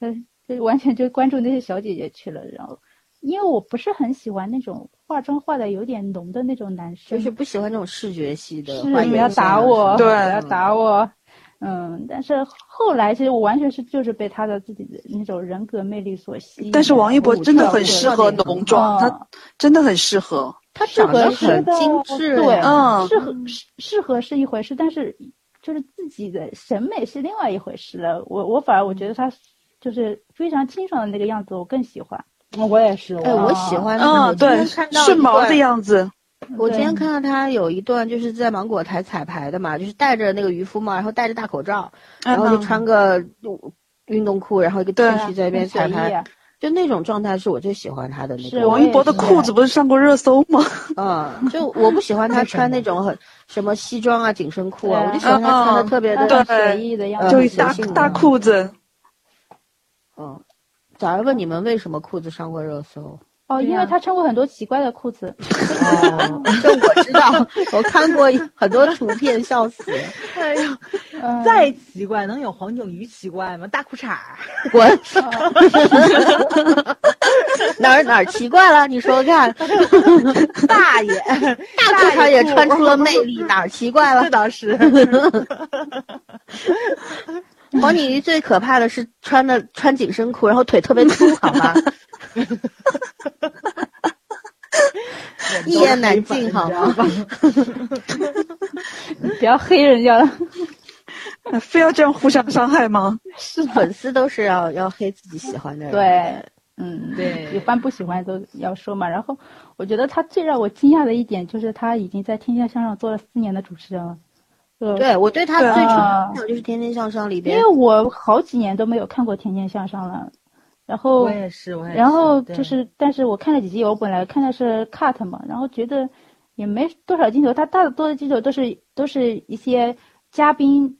Speaker 5: 嗯，就完全就关注那些小姐姐去了。然后，因为我不是很喜欢那种化妆化的有点浓的那种男生，
Speaker 2: 就是不喜欢这种视觉系的
Speaker 5: 是
Speaker 2: 画眼线啊什么的。
Speaker 5: 不嗯要打我，
Speaker 3: 对
Speaker 5: 不要打我。嗯，但是后来其实我完全是就是被他的自己的那种人格魅力所吸引。
Speaker 3: 但是王一博真的很适
Speaker 2: 跳舞跳得
Speaker 3: 合
Speaker 2: 也很
Speaker 3: 浓妆，
Speaker 5: 好
Speaker 3: 他真的很适合。
Speaker 2: 他长得
Speaker 5: 适合
Speaker 2: 很
Speaker 4: 是的
Speaker 2: 精致，
Speaker 5: 对
Speaker 3: 嗯，
Speaker 5: 适合适适合是一回事，但是就是自己的审美是另外一回事了。我我反而我觉得他就是非常清爽的那个样子，我更喜欢。
Speaker 4: 嗯我也是，
Speaker 2: 哎，我喜欢
Speaker 5: 哦
Speaker 2: 那个。
Speaker 3: 嗯，对
Speaker 2: 我今天看，到
Speaker 3: 顺毛的
Speaker 2: 一段。
Speaker 3: 样子。
Speaker 2: 我今天
Speaker 5: 对
Speaker 2: 看到他有一段就是在芒果台彩排的嘛，就是戴着那个渔夫帽，然后戴着大口罩，然后就
Speaker 3: 嗯，
Speaker 2: 穿个运动裤，然后一个 T
Speaker 3: 对
Speaker 2: 恤在那边彩
Speaker 5: 很随意
Speaker 2: 排，
Speaker 5: 啊
Speaker 2: 就那种状态是我最喜欢他的那
Speaker 5: 是我
Speaker 2: 种。
Speaker 3: 王一博的
Speaker 5: 也是
Speaker 3: 裤子不是上过热搜吗？
Speaker 2: 嗯，就我不喜欢他穿那种很什么西装啊、紧身裤啊，
Speaker 5: 对嗯
Speaker 2: 我就喜欢他穿的特别
Speaker 5: 他
Speaker 2: 的
Speaker 3: 对
Speaker 5: 很随意的样
Speaker 2: 嗯
Speaker 5: 子，
Speaker 3: 就
Speaker 2: 很
Speaker 3: 一
Speaker 2: 随
Speaker 3: 大
Speaker 2: 性的
Speaker 3: 大裤子。
Speaker 2: 嗯。早上问你们为什么裤子上过热搜？
Speaker 5: 哦，因为他穿过很多奇怪的裤子，
Speaker 2: 哦这我知 道，我看过很多图片，笑死。
Speaker 4: 哎呦，
Speaker 5: 嗯，
Speaker 4: 再奇怪，能有黄景瑜奇怪吗？大裤衩儿，
Speaker 2: 滚！
Speaker 5: 哦
Speaker 2: 哪儿哪儿奇怪了？你说说 看，
Speaker 4: 大爷，
Speaker 2: 大裤衩也穿出了魅力，哪儿奇怪了
Speaker 4: 这？倒是。
Speaker 2: 黄景瑜最可怕的是穿的穿紧身裤，然后腿特别粗，好 吗？一言难尽 好吗
Speaker 4: 吗？
Speaker 5: 不要黑人家了。
Speaker 3: 呃非要这样互相伤害吗？
Speaker 2: 粉丝都是要要黑自己喜欢的人。
Speaker 5: 对，嗯，
Speaker 4: 对
Speaker 5: 喜欢不喜欢都要说嘛。然后我觉得他最让我惊讶的一点就是他已经在《天天向上》做了四年的主持人了，对
Speaker 2: 对我对他最
Speaker 3: 对
Speaker 2: 崇
Speaker 5: 啊
Speaker 2: 拜的就是《天天向上》里
Speaker 5: 因
Speaker 2: 边
Speaker 5: 为，我好几年都没有看过《天天向上》了，然后
Speaker 4: 我也是，我也是。
Speaker 5: 然后
Speaker 4: 对
Speaker 5: 就是，但是我看了几集，我本来看的是 cut 嘛，然后觉得也没多少镜头，它大多的镜头都是都是一些嘉宾。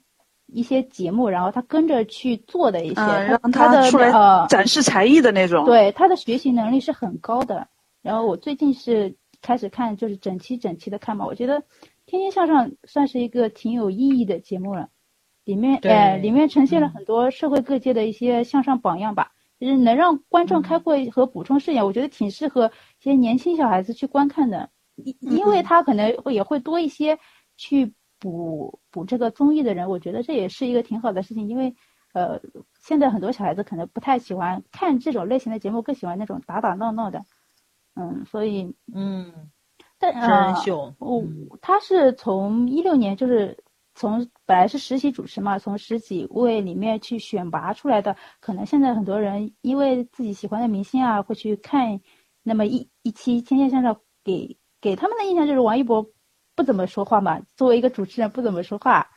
Speaker 5: 一些节目，然后他跟着去做的一些，
Speaker 3: 啊
Speaker 5: 他
Speaker 3: 让
Speaker 5: 他
Speaker 3: 他
Speaker 5: 的
Speaker 3: 出来
Speaker 5: 呃，
Speaker 3: 展示才艺的那种。，
Speaker 5: 对，他的学习能力是很高的。然后我最近是开始看，就是整期整期的看嘛，我觉得《天天向上》算是一个挺有意义的节目了，里面呃
Speaker 4: 对
Speaker 5: 里面呈现了
Speaker 4: 嗯
Speaker 5: 很多社会各界的一些向上榜样吧，就是能让观众开阔和补充视野，我觉得挺适合一些年轻小孩子去观看的，因
Speaker 4: 嗯
Speaker 5: 因为他可能会也会多一些去补补这个综艺的人，我觉得这也是一个挺好的事情，因为呃，现在很多小孩子可能不太喜欢看这种类型的节目，更喜欢那种打打闹闹的，嗯，所以
Speaker 4: 嗯，
Speaker 5: 但
Speaker 4: 真人
Speaker 5: 呃
Speaker 4: 秀，
Speaker 5: 我
Speaker 4: 嗯
Speaker 5: 他是从一六年就是从本来是实习主持嘛，从十几位里面去选拔出来的。可能现在很多人因为自己喜欢的明星啊，会去看那么一一期《天天向上》，给给他们的印象就是王一博不怎么说话嘛，作为一个主持人不怎么说话，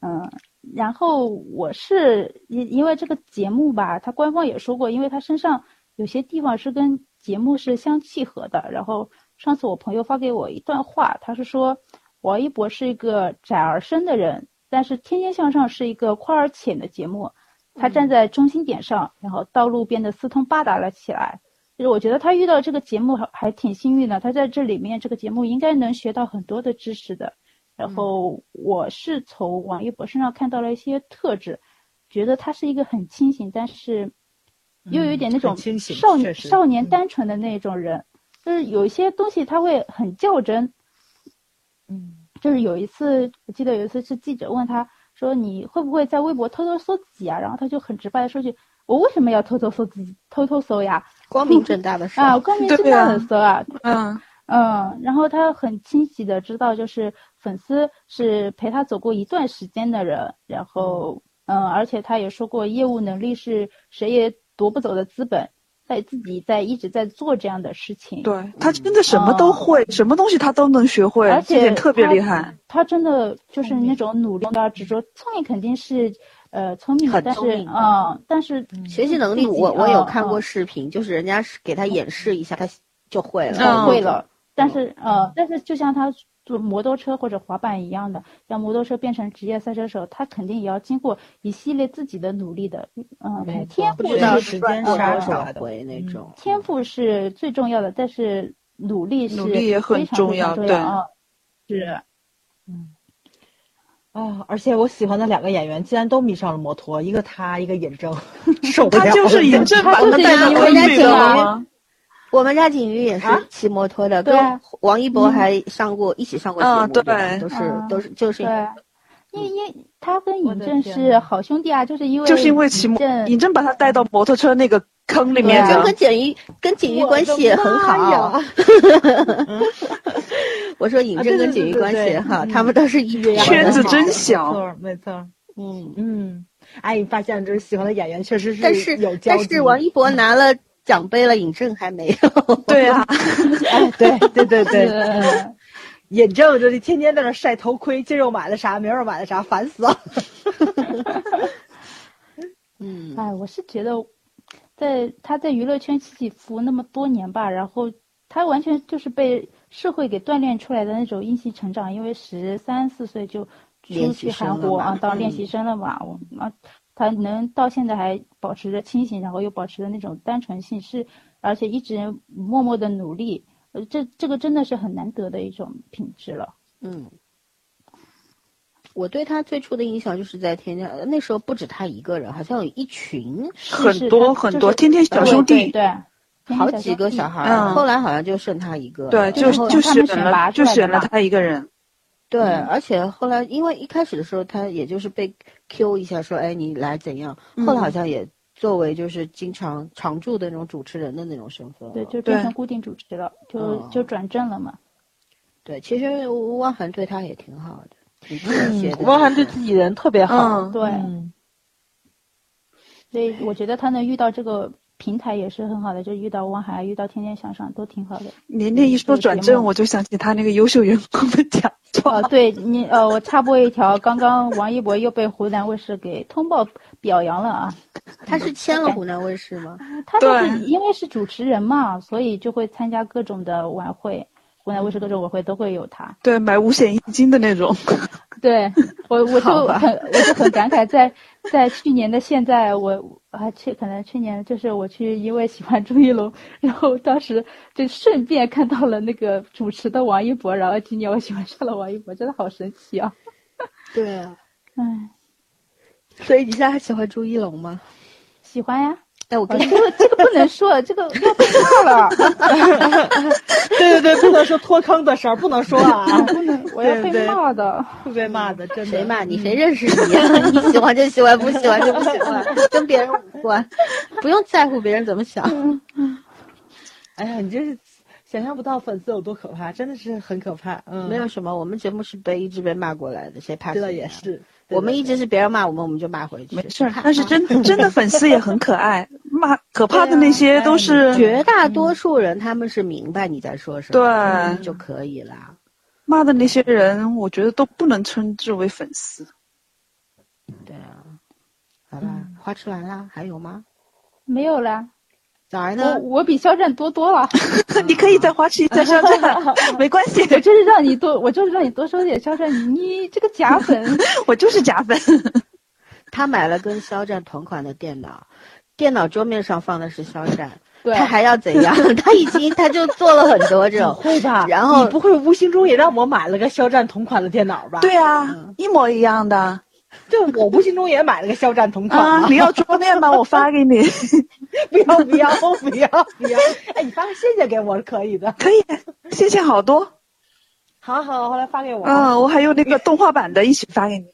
Speaker 5: 嗯。然后我是因因为这个节目吧，他官方也说过，因为他身上有些地方是跟节目是相契合的。然后上次我朋友发给我一段话，他是说王一博是一个窄而深的人，但是《天天向上》是一个宽而浅的节目，他站在中心点上，然后道路变得四通八达了起来。就是我觉得他遇到这个节目还还挺幸运的，他在这里面这个节目应该能学到很多的知识的。然
Speaker 4: 嗯
Speaker 5: 后我是从王一博身上看到了一些特质，觉得他是一个很清醒，但是又有一点那种
Speaker 4: 嗯很清醒
Speaker 5: 少
Speaker 4: 确
Speaker 5: 年
Speaker 4: 实
Speaker 5: 少年
Speaker 4: 嗯
Speaker 5: 单纯的那种人，就是有一些东西他会很较真，
Speaker 4: 嗯，
Speaker 5: 就是有一次，我记得有一次是记者问他说：“你会不会在微博偷偷搜自己啊？”然后他就很直白的说句：“我为什么要偷偷搜自己？偷偷搜呀？
Speaker 2: 光明正大的时
Speaker 5: 啊，
Speaker 2: 候，
Speaker 5: 光明正大的搜啊！
Speaker 3: 嗯，
Speaker 5: 嗯，然后他很清晰的知道，就是粉丝是陪他走过一段时间的人，然后嗯，而且他也说过，业务能力是谁也夺不走的资本，他也自己在一直在做这样的事情。
Speaker 3: 对他真的什么都会，什么东西他都能学会
Speaker 5: 而，且
Speaker 3: 这点特别
Speaker 5: 他
Speaker 3: 厉害。
Speaker 5: 他真的就是那种努力的执着，聪明肯定是呃聪明的，
Speaker 2: 很
Speaker 5: 但
Speaker 2: 聪
Speaker 5: 是
Speaker 2: 明的
Speaker 5: 嗯，但是
Speaker 2: 学习能力
Speaker 5: 自己
Speaker 2: 我我有看过
Speaker 5: 嗯
Speaker 2: 视频，就是人家是给他演示一下，他就会了。
Speaker 3: 嗯
Speaker 5: 会了，但是呃，但是就像他坐摩托车或者滑板一样的，像摩托车变成职业赛车手，他肯定也要经过一系列自己的努力的，嗯，
Speaker 4: 没错
Speaker 5: 天
Speaker 4: 不
Speaker 5: 赋
Speaker 2: 不
Speaker 4: 知
Speaker 5: 是
Speaker 2: 知道
Speaker 4: 道
Speaker 2: 是
Speaker 4: 时
Speaker 2: 赚
Speaker 4: 间
Speaker 2: 多
Speaker 4: 杀出
Speaker 2: 少
Speaker 4: 来的嗯
Speaker 2: 回那种。
Speaker 5: 天赋是最重要的，但是努力是
Speaker 3: 努力也很
Speaker 5: 非常
Speaker 3: 重
Speaker 5: 非常
Speaker 3: 要
Speaker 5: 重
Speaker 3: 对
Speaker 5: 啊，是。
Speaker 4: 啊！而且我喜欢的两个演员竟然都迷上了摩托，一个他，一个尹正，受不了
Speaker 3: 他
Speaker 4: 了。
Speaker 3: 就是尹正版的带着规律的吗？
Speaker 2: 我们家景瑜也是
Speaker 4: 啊
Speaker 2: 骑摩托的，
Speaker 5: 对啊
Speaker 2: 跟王一博还上过一起上过节目，
Speaker 3: 嗯对
Speaker 2: 吧都是
Speaker 5: 嗯
Speaker 2: 都是就是
Speaker 5: 对，因因他跟
Speaker 4: 嗯我
Speaker 5: 尹
Speaker 4: 的
Speaker 5: 正
Speaker 4: 天
Speaker 5: 是
Speaker 4: 呐
Speaker 5: 好兄弟啊，就是因为
Speaker 3: 就是因为骑摩
Speaker 5: 尹正，
Speaker 3: 尹正把他带到摩托车那个坑里面
Speaker 5: 对
Speaker 2: 正
Speaker 5: 啊
Speaker 3: 的
Speaker 2: 跟。景瑜跟景瑜关系也很好。 我说尹正跟景瑜关系也好，
Speaker 4: 啊啊对对对对对
Speaker 2: 他们都是一样的
Speaker 3: 圈子
Speaker 2: 好
Speaker 3: 真
Speaker 4: 没
Speaker 3: 小，
Speaker 4: 错，没错。
Speaker 2: 嗯，
Speaker 4: 嗯，哎，你发现就是喜欢的演员确实是
Speaker 2: 但是
Speaker 4: 有交
Speaker 2: 但
Speaker 4: 集。
Speaker 2: 是王一博拿了奖杯了，尹正还没有。
Speaker 3: 对啊，
Speaker 4: 哎，对对对对，
Speaker 5: 是
Speaker 4: 尹正就是天天在那晒头盔，今儿又买了啥，明儿又买了啥，烦死了。
Speaker 2: 嗯，
Speaker 5: 哎，我是觉得，在他在娱乐圈起起伏那么多年吧，然后他完全就是被社会给锻炼出来的那种硬性成长，因为十三四岁就
Speaker 2: 练
Speaker 5: 出
Speaker 2: 习
Speaker 5: 去
Speaker 2: 生
Speaker 5: 韩
Speaker 2: 了
Speaker 5: 国
Speaker 2: 嘛
Speaker 5: 啊，当练
Speaker 2: 嗯
Speaker 5: 习生了嘛，我啊，他能到现在还保持着清醒，然后又保持着那种单纯性，是而且一直默默的努力，呃，这这个真的是很难得的一种品质了。
Speaker 2: 嗯，我对他最初的印象就是在天降，那时候不止他一个人，好像有一群，
Speaker 5: 是
Speaker 3: 很多
Speaker 5: 他
Speaker 3: 很
Speaker 5: 就是
Speaker 3: 多天天小兄
Speaker 5: 对
Speaker 3: 弟，
Speaker 5: 对，对
Speaker 2: 好几个小
Speaker 5: 孩。
Speaker 2: 孩，
Speaker 3: 嗯
Speaker 2: 后来好像就剩他一个了。
Speaker 3: 对，
Speaker 5: 就
Speaker 3: 就是
Speaker 5: 从
Speaker 3: 就
Speaker 5: 他
Speaker 3: 选
Speaker 5: 们选拔
Speaker 3: 了
Speaker 5: 出
Speaker 3: 就
Speaker 5: 来的
Speaker 3: 选了
Speaker 5: 嘛
Speaker 3: 他一个人，
Speaker 2: 对，
Speaker 5: 嗯
Speaker 2: 而且后来因为一开始的时候，他也就是被 Q 一下说，哎，你来怎样？
Speaker 3: 嗯
Speaker 2: 后来好像也作为就是经常常驻的那种主持人的那种身份了。
Speaker 5: 对，就哦
Speaker 3: 对
Speaker 5: 变成固定主持了，就
Speaker 2: 嗯
Speaker 5: 就转正了嘛。
Speaker 2: 对，其实吴汪涵对他也挺好的， 挺热血的。
Speaker 4: 汪涵对自己人特别好，
Speaker 3: 嗯，
Speaker 5: 对，
Speaker 4: 嗯
Speaker 5: 所以我觉得他能遇到这个平台也是很好的，就遇到汪涵，遇到天天向上都挺好的。
Speaker 3: 年年一说转
Speaker 5: 这个节
Speaker 3: 正，
Speaker 5: 目
Speaker 3: 我就想起他那个优秀员工的奖状。
Speaker 5: 哦，对你呃，我插播一条，刚刚王一博又被湖南卫视给通报表扬了啊。
Speaker 2: 他是签了湖南卫视吗？
Speaker 5: 他就
Speaker 3: 对
Speaker 5: 是因为是主持人嘛，所以就会参加各种的晚会，湖南卫视各种晚会都会有他。
Speaker 3: 对，买五险一金的那种。
Speaker 5: 对我，我
Speaker 2: 好
Speaker 5: 就
Speaker 2: 吧
Speaker 5: 很我就很感慨，在在去年的现在，我啊去可能去年就是我去因为喜欢朱一龙，然后当时就顺便看到了那个主持的王一博，然后今年我喜欢上了王一博，真的好神奇啊！
Speaker 2: 对啊，
Speaker 5: 唉，
Speaker 2: 所以你现在还喜欢朱一龙吗？
Speaker 5: 喜欢呀。
Speaker 2: 哎，我
Speaker 5: 哦
Speaker 2: 跟你
Speaker 5: 这个这个不能说，这个要被告了，
Speaker 4: 对对对，不能说脱坑的事儿，不能说啊，
Speaker 5: 哎不能，我要被骂的。
Speaker 4: 会被骂的，真的。
Speaker 2: 谁骂你？谁认识你 呀？你喜欢就喜欢，不喜欢就不喜 欢，跟别人无关，不用在乎别人怎么想。
Speaker 4: 哎呀，你这是想象不到粉丝有多可怕，真的是很可怕。嗯，
Speaker 2: 没有，什么，我们节目是被一直被骂过来的，谁怕谁
Speaker 4: 这
Speaker 2: 啊？
Speaker 4: 也是。对
Speaker 2: 我们
Speaker 4: 对
Speaker 2: 一直是别人骂我们，我们就骂回去。啊
Speaker 3: 没事儿，但是真真的粉丝也很可爱，骂可怕的
Speaker 2: 对啊
Speaker 3: 那些都
Speaker 4: 哎
Speaker 3: 是
Speaker 2: 绝大多数人他们是明白你在说什
Speaker 3: 对
Speaker 2: 么，就可以啦。
Speaker 3: 骂的那些人，我觉得都不能称之为粉丝。
Speaker 2: 对啊，好吧，花吃完啦，还有吗？
Speaker 5: 没有啦，
Speaker 2: 崽儿
Speaker 5: 我
Speaker 2: 呢？
Speaker 5: 我比肖战多多了，
Speaker 3: 你可以再花痴一下肖 战，没关系，
Speaker 5: 我就是让你多，我就是让你多说点肖战，你这个假粉。
Speaker 3: 我就是假粉。
Speaker 2: 他买了跟肖战同款的电脑，电脑桌面上放的是肖战，
Speaker 5: 对
Speaker 2: 他还要怎样？ 他已经他就做了很多这
Speaker 4: 不
Speaker 2: 种，
Speaker 4: 会吧？
Speaker 2: 然后
Speaker 4: 你不会无形中也让我买了个肖战同款的电脑吧？，
Speaker 3: 对啊，一模一样的
Speaker 4: 就我无形中也买了个肖战同款
Speaker 3: 啊！
Speaker 4: 啊！
Speaker 3: 你要桌面吗？我发给你，
Speaker 4: 不要不 要不要不要！哎，你发个谢谢给我是可以的。
Speaker 3: 可以，谢谢好多。
Speaker 4: 好好，后来发给我。啊
Speaker 3: 嗯，我还有那个动画版的一起发给你。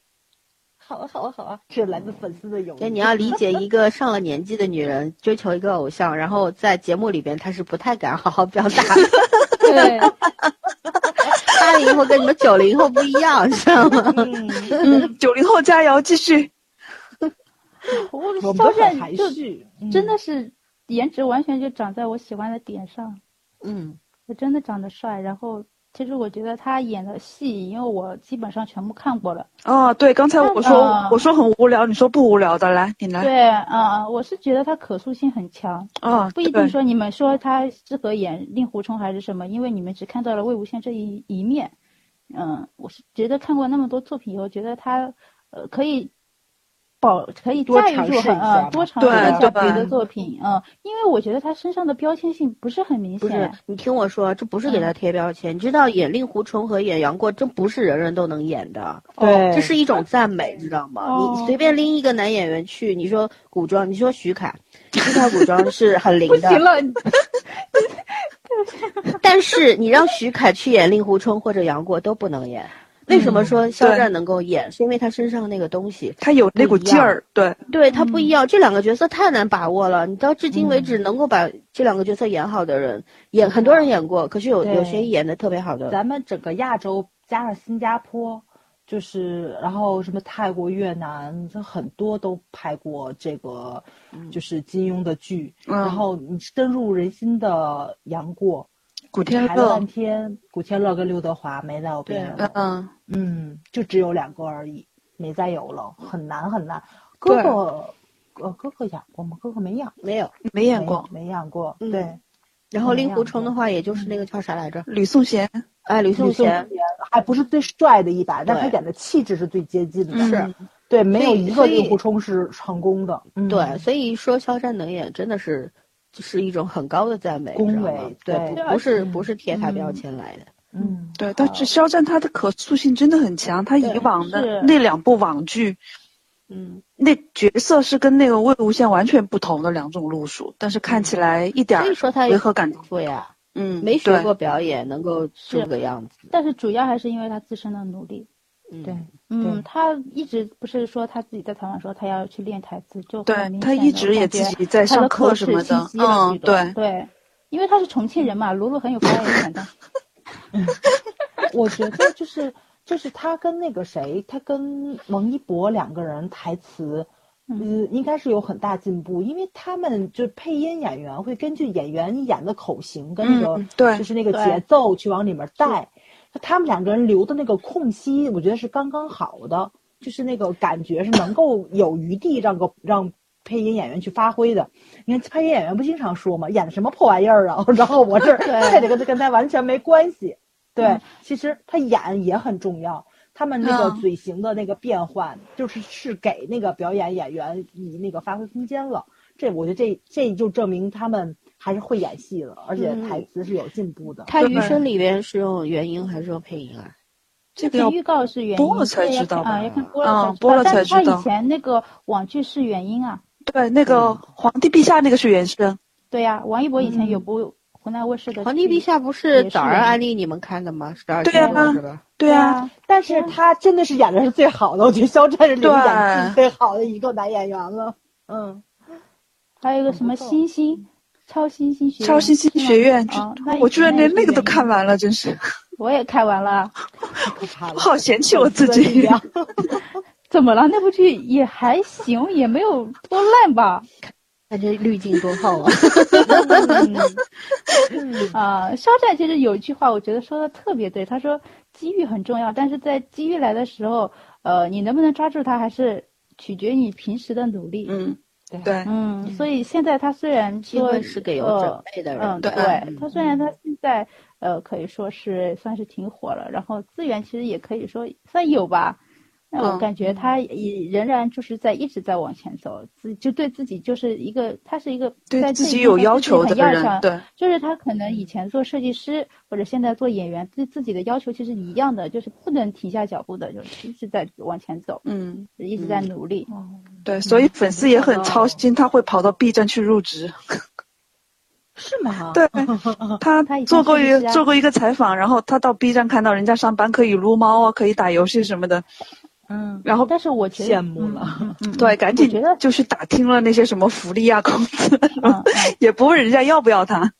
Speaker 4: 好啊好啊好啊，这来自粉丝的友
Speaker 2: 对，
Speaker 4: 谊。
Speaker 2: 你要理解一个上了年纪的女人追求一个偶像，然后在节目里边她是不太敢好好表 达的。
Speaker 5: 对，
Speaker 2: 八零后跟你们九零后不一样，知道 吗？
Speaker 4: 嗯，
Speaker 3: 嗯，九零后加油，继续。
Speaker 5: 我
Speaker 4: 我们
Speaker 5: 肖
Speaker 4: 都很含
Speaker 5: 战就
Speaker 4: 蓄，嗯
Speaker 5: 真的是颜值完全就长在我喜欢的点上，
Speaker 2: 嗯，
Speaker 5: 我真的长得帅。然后其实我觉得他演的戏，因为我基本上全部看过了。
Speaker 3: 哦，对，刚才我说
Speaker 5: 嗯
Speaker 3: 我说很无聊，你说不无聊的，来，你
Speaker 4: 哎
Speaker 3: 来。
Speaker 5: 对，嗯、我是觉得他可塑性很强，
Speaker 3: 哦，
Speaker 5: 不一
Speaker 3: 对
Speaker 5: 定说你们说他适合演令狐冲还是什么，因为你们只看到了魏无羡这一一面。嗯，我是觉得看过那么多作品以后，觉得他呃可以保可以
Speaker 4: 多
Speaker 5: 驾驭
Speaker 4: 尝
Speaker 5: 住
Speaker 4: 试
Speaker 5: 很
Speaker 4: 一下
Speaker 5: 呃多
Speaker 4: 嘛
Speaker 5: 尝试
Speaker 3: 对
Speaker 5: 一下
Speaker 3: 对
Speaker 5: 别的作品，嗯，因为我觉得他身上的标签性不是嗯很明
Speaker 2: 不是
Speaker 5: 显，，
Speaker 2: 你听我说，这不是给他贴标签。你知道演令狐冲和演杨过，这不是人人都能演的，
Speaker 4: 对，
Speaker 2: 这是一种赞美，知道吗？
Speaker 5: 哦
Speaker 2: 你随便拎一个男演员去，你说古装，你说徐凯，徐凯古装是很灵
Speaker 5: 不行
Speaker 2: 的，
Speaker 5: 了，
Speaker 2: 但是你让徐凯去演令狐冲或者杨过都不能演。为什么说肖战能够演？是因为他身上那个东西，嗯
Speaker 3: 他有那股劲儿，对，
Speaker 2: 对他不一样，这两个角色太难把握了。你到至今为止能够把这两个角色演好的人，演很多人演过，可是有
Speaker 4: 对
Speaker 2: 有谁演的特别好的？
Speaker 4: 咱们整个亚洲加上新加坡，就是然后什么泰国、越南，这很多都拍过这个，就是金庸的剧。
Speaker 3: 嗯
Speaker 4: 然后你深入人心的杨过，
Speaker 3: 古天
Speaker 4: 排了
Speaker 3: 乐
Speaker 4: 半，天，古天乐跟刘德华没再有别人了，
Speaker 3: 嗯，
Speaker 4: 嗯，就只有两个而已，没再有了，很难很难。哥
Speaker 3: 对
Speaker 4: 哥，呃，哥哥演过吗？哥哥没演，
Speaker 2: 没有。
Speaker 3: 没演过。
Speaker 4: 没没演过，
Speaker 2: 嗯
Speaker 4: 对，
Speaker 2: 然后
Speaker 4: 没
Speaker 2: 令狐
Speaker 4: 演
Speaker 2: 冲
Speaker 4: 过
Speaker 2: 的话，也就是那个叫啥来着？
Speaker 3: 吕颂贤，
Speaker 2: 哎，吕颂
Speaker 4: 宋
Speaker 2: 贤
Speaker 4: 贤。还不是最帅的一版，但他
Speaker 2: 对
Speaker 4: 演的气质是最接近的。
Speaker 3: 嗯
Speaker 2: 是，
Speaker 4: 对，没有
Speaker 2: 所以
Speaker 4: 一个
Speaker 2: 所以
Speaker 4: 令狐冲是成功的。嗯
Speaker 2: 对，所以说肖战能演真的是就是一种很高的赞美，
Speaker 4: 恭
Speaker 2: 知道
Speaker 4: 维
Speaker 2: 吗
Speaker 4: 对
Speaker 2: 对，
Speaker 5: 对
Speaker 2: 不不是
Speaker 4: 嗯
Speaker 2: 不是贴他标签来的。
Speaker 4: 嗯，
Speaker 3: 对，但是肖战他的可塑性真的很强，他以
Speaker 2: 对
Speaker 3: 往的
Speaker 5: 是
Speaker 3: 那两部网剧，
Speaker 2: 嗯，
Speaker 3: 那角色是跟那个魏无羡完全不同的两种路数，但是看起来一点儿
Speaker 2: 所以说他
Speaker 3: 违和感都
Speaker 2: 对呀，
Speaker 3: 嗯
Speaker 2: 没学
Speaker 3: 对
Speaker 2: 过表演，能够这个样子。
Speaker 5: 但是主要还是因为他自身的努力。
Speaker 2: 嗯
Speaker 4: 对，对
Speaker 5: 嗯，他一直不是说他自己在采访说他要去练台词，就
Speaker 3: 对
Speaker 5: 很明
Speaker 3: 他
Speaker 5: 显地
Speaker 3: 一直也
Speaker 5: 感
Speaker 3: 自
Speaker 5: 觉
Speaker 3: 己在
Speaker 5: 他
Speaker 3: 上
Speaker 5: 的
Speaker 3: 课
Speaker 5: 口
Speaker 3: 什
Speaker 5: 齿
Speaker 3: 么
Speaker 5: 清
Speaker 3: 的
Speaker 5: 晰了
Speaker 3: 嗯
Speaker 5: 许多
Speaker 3: 对
Speaker 5: 对，因为他是重庆人嘛，卢卢很有发言权的。
Speaker 4: 我觉得就是就是他跟那个谁，他跟王一博两个人台词，嗯，应该是有很大进步，因为他们就配音演员会根据演员你演的口型跟那个、
Speaker 3: 嗯对
Speaker 4: 就是那个
Speaker 5: 对
Speaker 4: 节奏去往里面带，他们两个人留的那个空隙，我觉得是刚刚好的，就是那个感觉是能够有余地让个让。配音演员去发挥的，你看配音演员不经常说吗？演的什么破玩意儿啊！ 然后我这这个跟他完全没关系。对，
Speaker 5: 嗯
Speaker 4: 其实他演也很重要，他们那个
Speaker 3: 嗯
Speaker 4: 嘴型的那个变换，就是是给那个表演演员以那个发挥空间了。这我觉得这这就证明他们还是会演戏的，而且
Speaker 2: 嗯
Speaker 4: 台词是有进步的。
Speaker 2: 他
Speaker 3: 对
Speaker 2: 余生里边是用原音还是用配音啊？
Speaker 3: 这
Speaker 5: 这
Speaker 3: 个 要
Speaker 5: 预告是原
Speaker 3: 播了
Speaker 5: 音，
Speaker 3: 才
Speaker 5: 对要
Speaker 3: 知道
Speaker 5: 看
Speaker 3: 吧
Speaker 5: 啊，要看播
Speaker 3: 啊
Speaker 5: 了才知
Speaker 3: 播了
Speaker 5: 道。
Speaker 3: 才
Speaker 5: 但
Speaker 3: 知
Speaker 5: 是他
Speaker 3: 道
Speaker 5: 以前那个网剧是原音啊，
Speaker 3: 对那个皇帝陛下那个是原声，
Speaker 5: 对呀，王一博以前
Speaker 3: 嗯
Speaker 5: 有部湖南卫视的
Speaker 2: 皇帝
Speaker 5: 剧
Speaker 2: 陛下不是
Speaker 5: 嗯也是
Speaker 2: 早上
Speaker 5: 人
Speaker 2: 安利你们看的吗？十二
Speaker 3: 对
Speaker 2: 点
Speaker 3: 啊
Speaker 2: 是吧？
Speaker 3: 对啊，
Speaker 5: 啊，
Speaker 4: 但是他真的是演的是最好的，我觉得肖战是里面演技
Speaker 3: 对
Speaker 4: 最好的一个男演员了。嗯，
Speaker 5: 还有一个什么
Speaker 4: 错
Speaker 5: 星星。超新星学院，
Speaker 3: 超新星
Speaker 5: 是吗
Speaker 3: 学院，
Speaker 5: 哦
Speaker 3: 这
Speaker 5: 那
Speaker 3: 我
Speaker 5: 以
Speaker 3: 居
Speaker 5: 前
Speaker 3: 然
Speaker 5: 也
Speaker 3: 连
Speaker 5: 是
Speaker 3: 那个都
Speaker 5: 原音
Speaker 3: 看完了，真是，
Speaker 5: 我也看完了。
Speaker 4: 不差了
Speaker 3: 我。好嫌弃我自己。
Speaker 5: 怎么了？那部剧也还行，也没有多烂吧？
Speaker 2: 看这滤镜多厚啊！
Speaker 5: 啊，肖战其实有一句话，我觉得说的特别对。他说机遇很重要，但是在机遇来的时候，呃，你能不能抓住它，还是取决于你平时的努力。
Speaker 3: 嗯，
Speaker 4: 对
Speaker 3: 对，
Speaker 5: 嗯，所以现在他虽然
Speaker 2: 机
Speaker 5: 说
Speaker 2: 会是给有准
Speaker 5: 呃
Speaker 2: 备的人
Speaker 5: 嗯，
Speaker 2: 的。
Speaker 5: 对
Speaker 3: 嗯，
Speaker 5: 他虽然他现在呃可以说是算是挺火了，然后资源其实也可以说算有吧。那我
Speaker 3: 嗯
Speaker 5: 感觉他也仍然就是在一直在往前走，自就对自己就是一个，他是一个
Speaker 3: 对
Speaker 5: 在
Speaker 3: 自
Speaker 5: 这
Speaker 3: 己
Speaker 5: 一
Speaker 3: 有
Speaker 5: 方面
Speaker 3: 要
Speaker 5: 自己
Speaker 3: 求
Speaker 5: 很
Speaker 3: 的
Speaker 5: 要啊
Speaker 3: 人，
Speaker 5: 强
Speaker 3: 对，
Speaker 5: 就是他可能以前做设计师或者现在做演员，对自己的要求其实一样的，就是不能停下脚步的，就是一直在往前走，
Speaker 3: 嗯，哦
Speaker 5: 一直在努力。
Speaker 3: 对，所以粉丝也很
Speaker 4: 嗯
Speaker 3: 操心，他会跑到 B 站去入职。
Speaker 4: 是 吗？
Speaker 3: 对，他
Speaker 5: 他已经
Speaker 3: 做过一
Speaker 5: 是律师啊
Speaker 3: 做过一个采访，然后他到 B 站看到人家上班可以撸猫啊，可以打游戏什么的，
Speaker 5: 嗯，
Speaker 3: 然后
Speaker 5: 但是我觉得
Speaker 4: 羡慕了。
Speaker 3: 对，赶紧
Speaker 5: 我觉得
Speaker 3: 就去打听了那些什么福利啊、工资，
Speaker 5: 嗯嗯
Speaker 3: 也不问人家要不要他。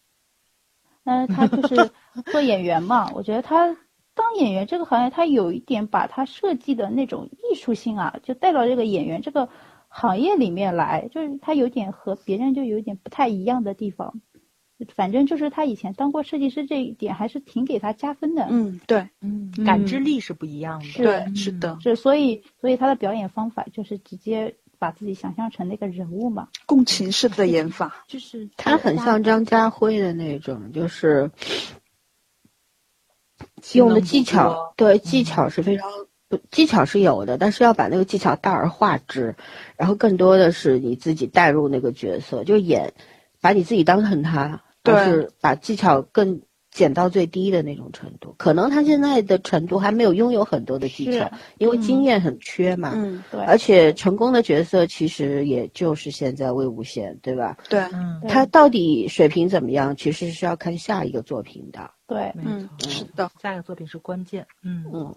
Speaker 5: 但是他就是做演员嘛，我觉得他当演员这个行业，他有一点把他设计的那种艺术性啊，就带到这个演员这个行业里面来，就是他有点和别人就有点不太一样的地方。反正就是他以前当过设计师这一点，还是挺给他加分的。
Speaker 3: 嗯，对，
Speaker 4: 嗯，感知力是不一样的。
Speaker 5: 是
Speaker 3: 对，是的，
Speaker 5: 是所以所以他的表演方法就是直接把自己想象成那个人物嘛。
Speaker 3: 共情式的演法，
Speaker 4: 就是
Speaker 2: 他很像张家辉的那种，就是用的技巧，对技巧是非常不技巧是有的，但是要把那个技巧大而化之，然后更多的是你自己带入那个角色，就演，把你自己当成他，
Speaker 3: 对
Speaker 2: 就是把技巧更减到最低的那种程度。可能他现在的程度还没有拥有很多的技巧
Speaker 5: 是，
Speaker 2: 因为经验很缺嘛。
Speaker 3: 嗯，
Speaker 5: 对，
Speaker 2: 而且成功的角色其实也就是现在魏无羡，对吧？
Speaker 3: 对，
Speaker 4: 嗯，
Speaker 5: 对
Speaker 2: 他到底水平怎么样，其实是要看下一个作品的。
Speaker 5: 对，
Speaker 4: 没
Speaker 3: 嗯，
Speaker 4: 错
Speaker 3: 是的，
Speaker 4: 下一个作品是关键。嗯
Speaker 2: 嗯，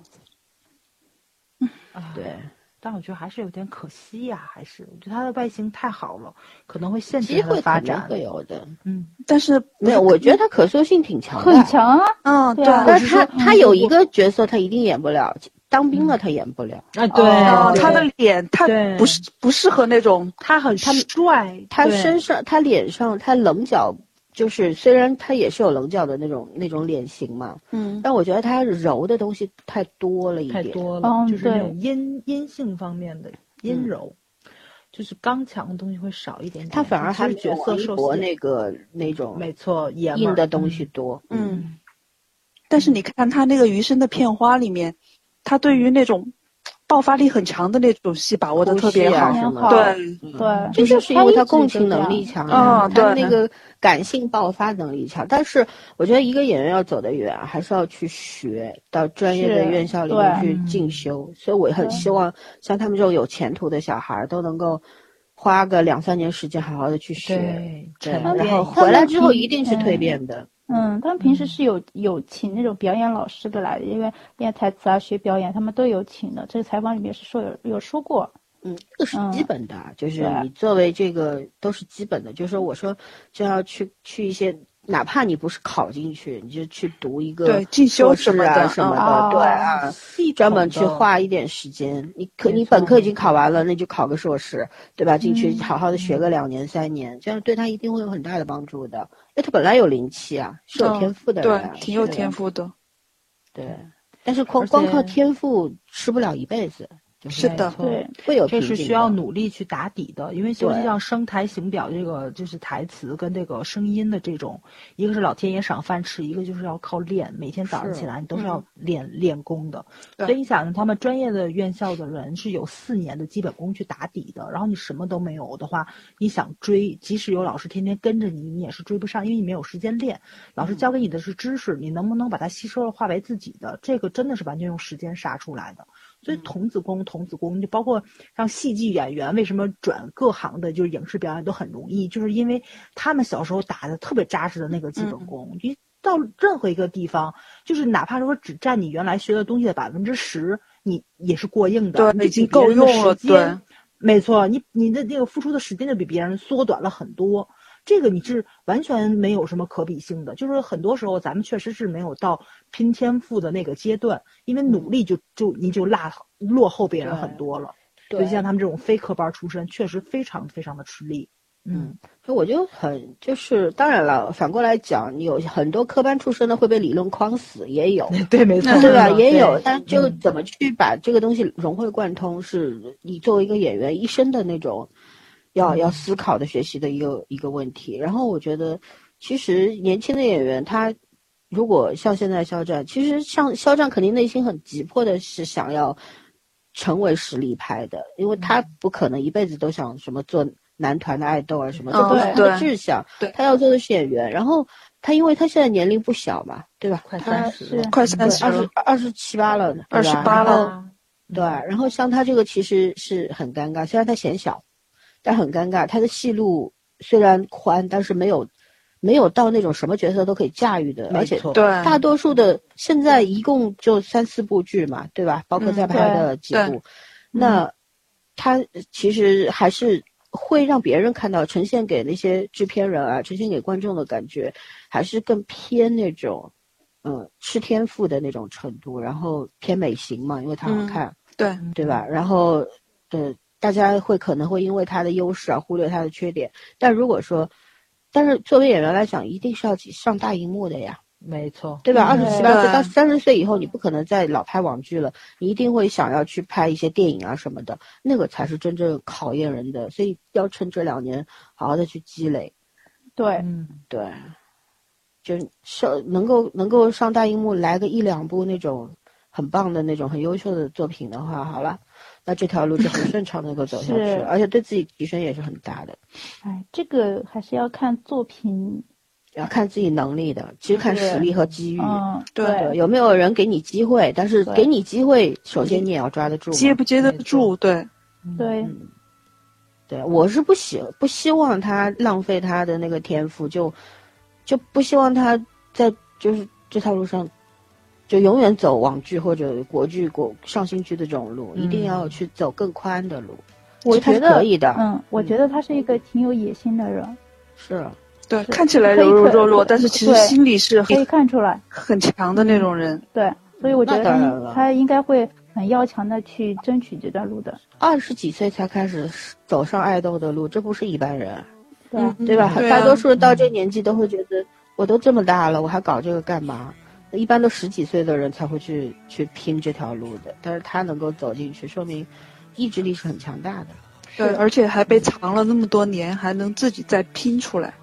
Speaker 4: 啊，
Speaker 2: 对。
Speaker 4: 但我觉得还是有点可惜呀、还是我觉得它的外形太好了，可能会限制
Speaker 2: 机
Speaker 4: 它
Speaker 2: 会
Speaker 4: 的发
Speaker 2: 肯定
Speaker 4: 展。
Speaker 2: 会有的，
Speaker 4: 嗯，
Speaker 3: 但是
Speaker 2: 没有，我觉得他可塑性挺强的，
Speaker 5: 很。强啊。
Speaker 3: 嗯，
Speaker 5: 对
Speaker 3: 对，
Speaker 5: 啊
Speaker 2: 但是他
Speaker 5: 我是说
Speaker 2: 他有一个角色他一定演不了，当兵了他演不了，
Speaker 4: 啊，
Speaker 3: 啊，
Speaker 5: 哦
Speaker 3: 他的脸他
Speaker 4: 对
Speaker 3: 不是不适合那种，
Speaker 4: 他很帅，
Speaker 2: 他
Speaker 4: 对
Speaker 2: 身上他脸上他棱角。就是虽然他也是有棱角的那种那种脸型嘛，
Speaker 3: 嗯，
Speaker 2: 但我觉得他柔的东西太多了一
Speaker 4: 太
Speaker 2: 点。
Speaker 4: 多了，
Speaker 5: 嗯
Speaker 4: 就是那
Speaker 5: 对
Speaker 4: 种阴阴性方面的
Speaker 2: 嗯
Speaker 4: 阴柔，就是刚强的东西会少一点点。
Speaker 2: 他反而还
Speaker 4: 是
Speaker 2: 没有
Speaker 4: 角色
Speaker 2: 王一
Speaker 4: 受
Speaker 2: 博
Speaker 4: 限
Speaker 2: 那个那种
Speaker 4: 没错，爷们
Speaker 2: 硬
Speaker 4: 儿
Speaker 2: 的东西。多。
Speaker 3: 嗯，但是你看他那个余生的片花里面，他对于那种爆发力很强的那种戏把握的特别
Speaker 2: 呼吸啊
Speaker 3: 好。
Speaker 2: 什么
Speaker 5: 好
Speaker 2: 的，嗯
Speaker 3: 对，
Speaker 5: 对，
Speaker 2: 这就是因为他共情能力
Speaker 5: 强。
Speaker 2: 强
Speaker 3: 啊
Speaker 2: 他的
Speaker 3: 对
Speaker 2: 那个感性爆发能力强。但是我觉得一个演员要走得远，还是要去学到专业的
Speaker 5: 是
Speaker 2: 院校里
Speaker 5: 对
Speaker 2: 面去进修。所以我也很
Speaker 5: 对
Speaker 2: 希望像他们这种有前途的小孩儿都能够花个两三年时间好好的去学，
Speaker 4: 对，
Speaker 2: 对，
Speaker 4: 沉
Speaker 5: 他们
Speaker 2: 然后
Speaker 4: 淀
Speaker 2: 回来之后
Speaker 5: 平
Speaker 2: 一定是蜕变的。
Speaker 5: 嗯，他们平时是有有请那种表演老师的来的，因为练台词啊、学表演，他们都有请的。这个采访里面是说有有说过，
Speaker 2: 嗯，这个是
Speaker 5: 嗯
Speaker 2: 基本的啊，就是
Speaker 5: 对
Speaker 2: 你作为这个都是基本的，就是说我说就要去去一些，哪怕你不是考进去，你就去读一个
Speaker 3: 对进修
Speaker 2: 硕士
Speaker 3: 什么
Speaker 2: 啊
Speaker 3: 的
Speaker 2: 什么
Speaker 5: 嗯
Speaker 2: 的，对啊，
Speaker 4: 系统的
Speaker 2: 专门去花一点时间。你可
Speaker 4: 没
Speaker 2: 你
Speaker 4: 错
Speaker 2: 本科已经考完了，那就考个硕士，对吧？进去
Speaker 5: 嗯
Speaker 2: 好好的学个两年三年，这样对他一定会有很大的帮助的，因为他本来有灵气啊，是有
Speaker 3: 嗯
Speaker 2: 天赋的人
Speaker 3: 对
Speaker 2: 啊，，
Speaker 3: 挺有
Speaker 2: 是的
Speaker 3: 天赋的。
Speaker 2: 对。但是光
Speaker 4: 而且
Speaker 2: 光靠天赋吃不了一辈子，
Speaker 3: 是的
Speaker 2: 哦
Speaker 4: 没错
Speaker 5: 对，
Speaker 2: 会有
Speaker 4: 这
Speaker 2: 瓶
Speaker 4: 是
Speaker 2: 颈
Speaker 4: 需要
Speaker 2: 的
Speaker 4: 努力去打底的，因为尤其
Speaker 2: 对
Speaker 4: 像声台形表这个，就是台词跟这个声音的这种，一个是老天爷赏饭吃，一个就是要靠练，每天早上
Speaker 2: 是嗯
Speaker 4: 起来你都是要练、练功的。
Speaker 3: 对
Speaker 4: 所以你想，他们专业的院校的人是有四年的基本功去打底的，然后你什么都没有的话，你想追，即使有老师天天跟着你，你也是追不上，因为你没有时间练。老
Speaker 2: 嗯
Speaker 4: 师教给你的是知识，你能不能把它吸收了化为自己的，这个真的是完全用时间杀出来的。
Speaker 3: 嗯
Speaker 4: 所以童子功，童子功就包括像戏剧演员，为什么转各行的，就是影视表演都很容易，就是因为他们小时候打的特别扎实的那个基
Speaker 3: 嗯
Speaker 4: 本功。一到任何一个地方，就是哪怕说只占你原来学的东西的百分之十，你也是过硬的，
Speaker 3: 对，已经够用了。对，，
Speaker 4: 没错，你你的那个付出的时间就比别人缩短了很多，这个你是完全没有什么可比性的。就是很多时候咱们确实是没有到拼天赋的那个阶段，因为努力就就你就落落后别人很多了。
Speaker 2: 嗯对
Speaker 4: 就像他们这种非科班出身，确实非常非常的吃力。嗯，
Speaker 2: 所以我就很就是，当然了，反过来讲，你有很多科班出身的会被理论框死，也有，
Speaker 4: 对， 没错，
Speaker 2: 对吧？也有，但就
Speaker 4: 嗯
Speaker 2: 怎么去把这个东西融会贯通，是你作为一个演员一生的那种要要思考的、学习的一个一个问题。然后我觉得，其实年轻的演员他。如果像现在肖战，其实像肖战肯定内心很急迫的是想要成为实力派的，因为他不可能一辈子都想什么做男团的爱豆啊什么，这
Speaker 3: 嗯
Speaker 2: 不是他
Speaker 3: 对
Speaker 2: 的志向
Speaker 3: 对。
Speaker 2: 他要做的是演员，然后他因为他现在年龄不小嘛，对吧？
Speaker 4: 快
Speaker 2: 他
Speaker 4: 三十了，
Speaker 3: 快三十
Speaker 2: 二
Speaker 3: 了
Speaker 2: 十，二十七八了呢，对吧
Speaker 3: 28
Speaker 2: 然后
Speaker 3: 了
Speaker 2: 对，然后像他这个其实是很尴尬，虽然他显小，但很尴尬。他的戏路虽然宽，但是没有没有到那种什么角色都可以驾驭的，而
Speaker 4: 没
Speaker 2: 且
Speaker 4: 错，
Speaker 3: 对，
Speaker 2: 大多数的现在一共就三四部剧嘛，对吧？包括在拍的几
Speaker 3: 嗯对嗯
Speaker 2: 部，那他其实还是会让别人看到呈现给那些制片人啊，呈现给观众的感觉，还是更偏那种，嗯，吃天赋的那种程度，然后偏美型嘛，因为它
Speaker 3: 嗯
Speaker 2: 好看，
Speaker 3: 对，
Speaker 4: 嗯
Speaker 2: 对吧？然后，呃，大家会可能会因为他的优势而忽略他的缺点，但如果说，但是作为演员来讲，一定是要上大荧幕的呀。
Speaker 4: 没错，
Speaker 2: 对吧？二十
Speaker 5: 对
Speaker 2: 七八岁
Speaker 3: 对
Speaker 2: 到三十岁以后，你不可能再老拍网剧了，你一定会想要去拍一些电影啊什么的，那个才是真正考验人的。所以要趁这两年好好的去积累，
Speaker 5: 对，
Speaker 4: 嗯，
Speaker 2: 对，就是上能够能够上大荧幕来个一两部那种很棒的那种很优秀的作品的话，好了，那这条路就很顺畅地能够 走下去，
Speaker 5: 是
Speaker 2: 而且对自己提升也是很大的。
Speaker 5: 哎，这个还是要看作品，
Speaker 2: 要看自己能力的，其实看
Speaker 5: 是
Speaker 2: 实力和机遇。
Speaker 5: 嗯，
Speaker 3: 对
Speaker 2: 对，有没有人给你机会？但是
Speaker 5: 对
Speaker 2: 给你机会，首先你也要抓得住嘛。
Speaker 3: 接不接得住？对，
Speaker 5: 对，
Speaker 2: 嗯对，我是不希不希望他浪费他的那个天赋，就就不希望他在就是这条路上，就永远走网剧或者国剧、国上新剧的这种路，
Speaker 4: 嗯
Speaker 2: 一定要去走更宽的路。
Speaker 5: 我
Speaker 2: 其实他
Speaker 5: 觉
Speaker 2: 是
Speaker 5: 得
Speaker 2: 可以的，嗯
Speaker 5: 嗯，我觉得他是一个挺有野心的人，
Speaker 2: 是
Speaker 3: 对，
Speaker 2: 是
Speaker 3: 看起来柔柔弱弱，
Speaker 5: 可以可
Speaker 3: 但是其实
Speaker 5: 对
Speaker 3: 心里是
Speaker 5: 可以
Speaker 3: 很
Speaker 5: 看出来，
Speaker 3: 很强的那种人。
Speaker 5: 对，所以我觉
Speaker 2: 那
Speaker 5: 得
Speaker 2: 当
Speaker 5: 他
Speaker 2: 然了
Speaker 5: 应他应该会很要强的去争取这段路的，
Speaker 2: 二十几岁才开始走上爱豆的路，这不是一般人。
Speaker 5: 对，
Speaker 2: 对吧？
Speaker 3: 对啊
Speaker 2: 大多数人到这年纪都会觉得，我都这么大了，我还搞这个干嘛？一般都十几岁的人才会去去拼这条路的，但是他能够走进去，说明意志力是很强大的。
Speaker 3: 对，而且还被藏了那么多年，还能自己再拼出来。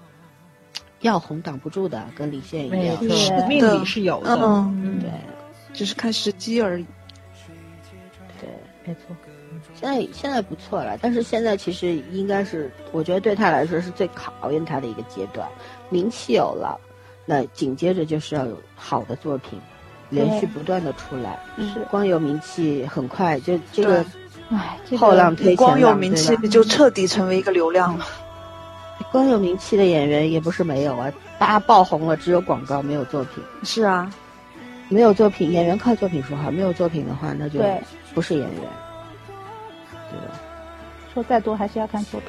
Speaker 2: 要红挡不住的，跟李现一
Speaker 4: 没
Speaker 2: 样。
Speaker 4: 错
Speaker 5: 是的，
Speaker 4: 命里是有的，
Speaker 3: 嗯
Speaker 4: 嗯
Speaker 2: 对
Speaker 3: 只是看时机而已。
Speaker 2: 对，
Speaker 4: 没
Speaker 5: 没错，
Speaker 2: 现在现在不错了，但是现在其实应该是，我觉得对他来说是最考验他的一个阶段。名气有了，那紧接着就是要有好的作品，连续不断的出来。
Speaker 5: 是，
Speaker 2: 光有名气很快就这个
Speaker 5: 哎，这
Speaker 2: 后浪
Speaker 5: 个
Speaker 2: 推前浪，
Speaker 3: 光有名气
Speaker 2: 对吧
Speaker 3: 就彻底成为一个流量了。
Speaker 2: 光有名气的演员也不是没有啊，大家爆红了，只有广告没有作品，
Speaker 3: 是啊，
Speaker 2: 没有作品，演员靠作品说话，没有作品的话，那就
Speaker 5: 对
Speaker 2: 不是演员，对吧？
Speaker 5: 说再多还是要看作品。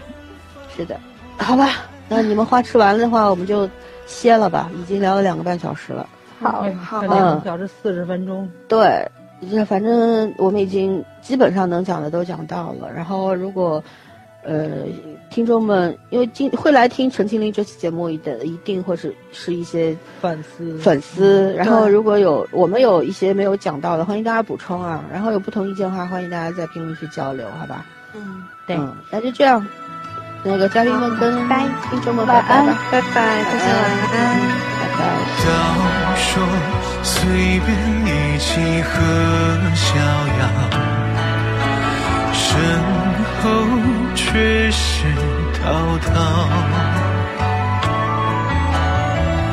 Speaker 2: 是的，好吧，那你们话吃完了的话，我们就歇了吧，已经聊了两个半小时了。
Speaker 5: 好，
Speaker 4: 好，两
Speaker 2: 嗯
Speaker 4: 个小时四十分钟，
Speaker 2: 对，这反正我们已经基本上能讲的都讲到了。然后如果呃听众们因为今会来听陈情令这期节目的，一定会是是一些
Speaker 4: 粉丝
Speaker 2: 粉丝。然后
Speaker 3: 对
Speaker 2: 如果有我们有一些没有讲到的，欢迎大家补充啊。然后有不同意见的话，欢迎大家在评论区交流，好吧？
Speaker 3: 嗯，
Speaker 5: 对
Speaker 2: 嗯，那就这样。那个嘉宾们跟听众们拜
Speaker 5: 晚
Speaker 2: 拜
Speaker 5: 安
Speaker 2: 吧，
Speaker 3: 拜拜，大家晚安。
Speaker 2: 拜拜。
Speaker 6: 要说随便一起喝逍遥，身后却是滔滔。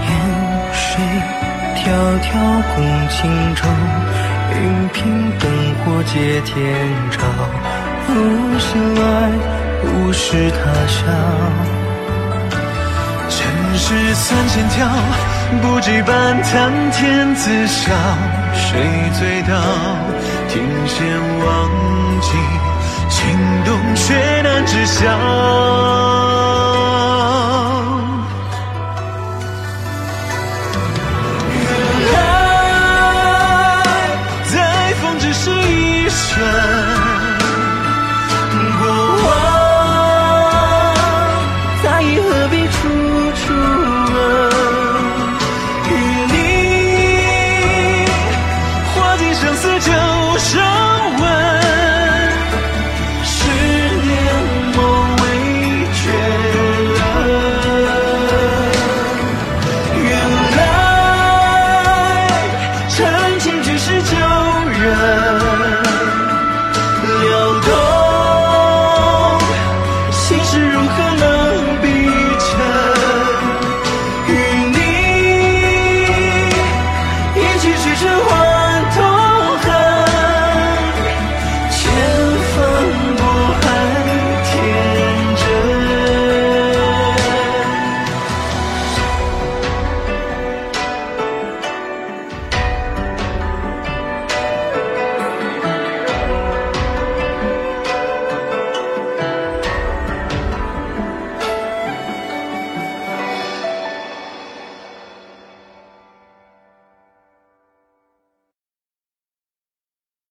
Speaker 7: 云水迢迢共轻舟，云屏灯火借天照。无心来，不是他乡。
Speaker 6: 尘世三千条，不羁般谈天自笑，谁醉倒？听弦忘记，情动却难知晓。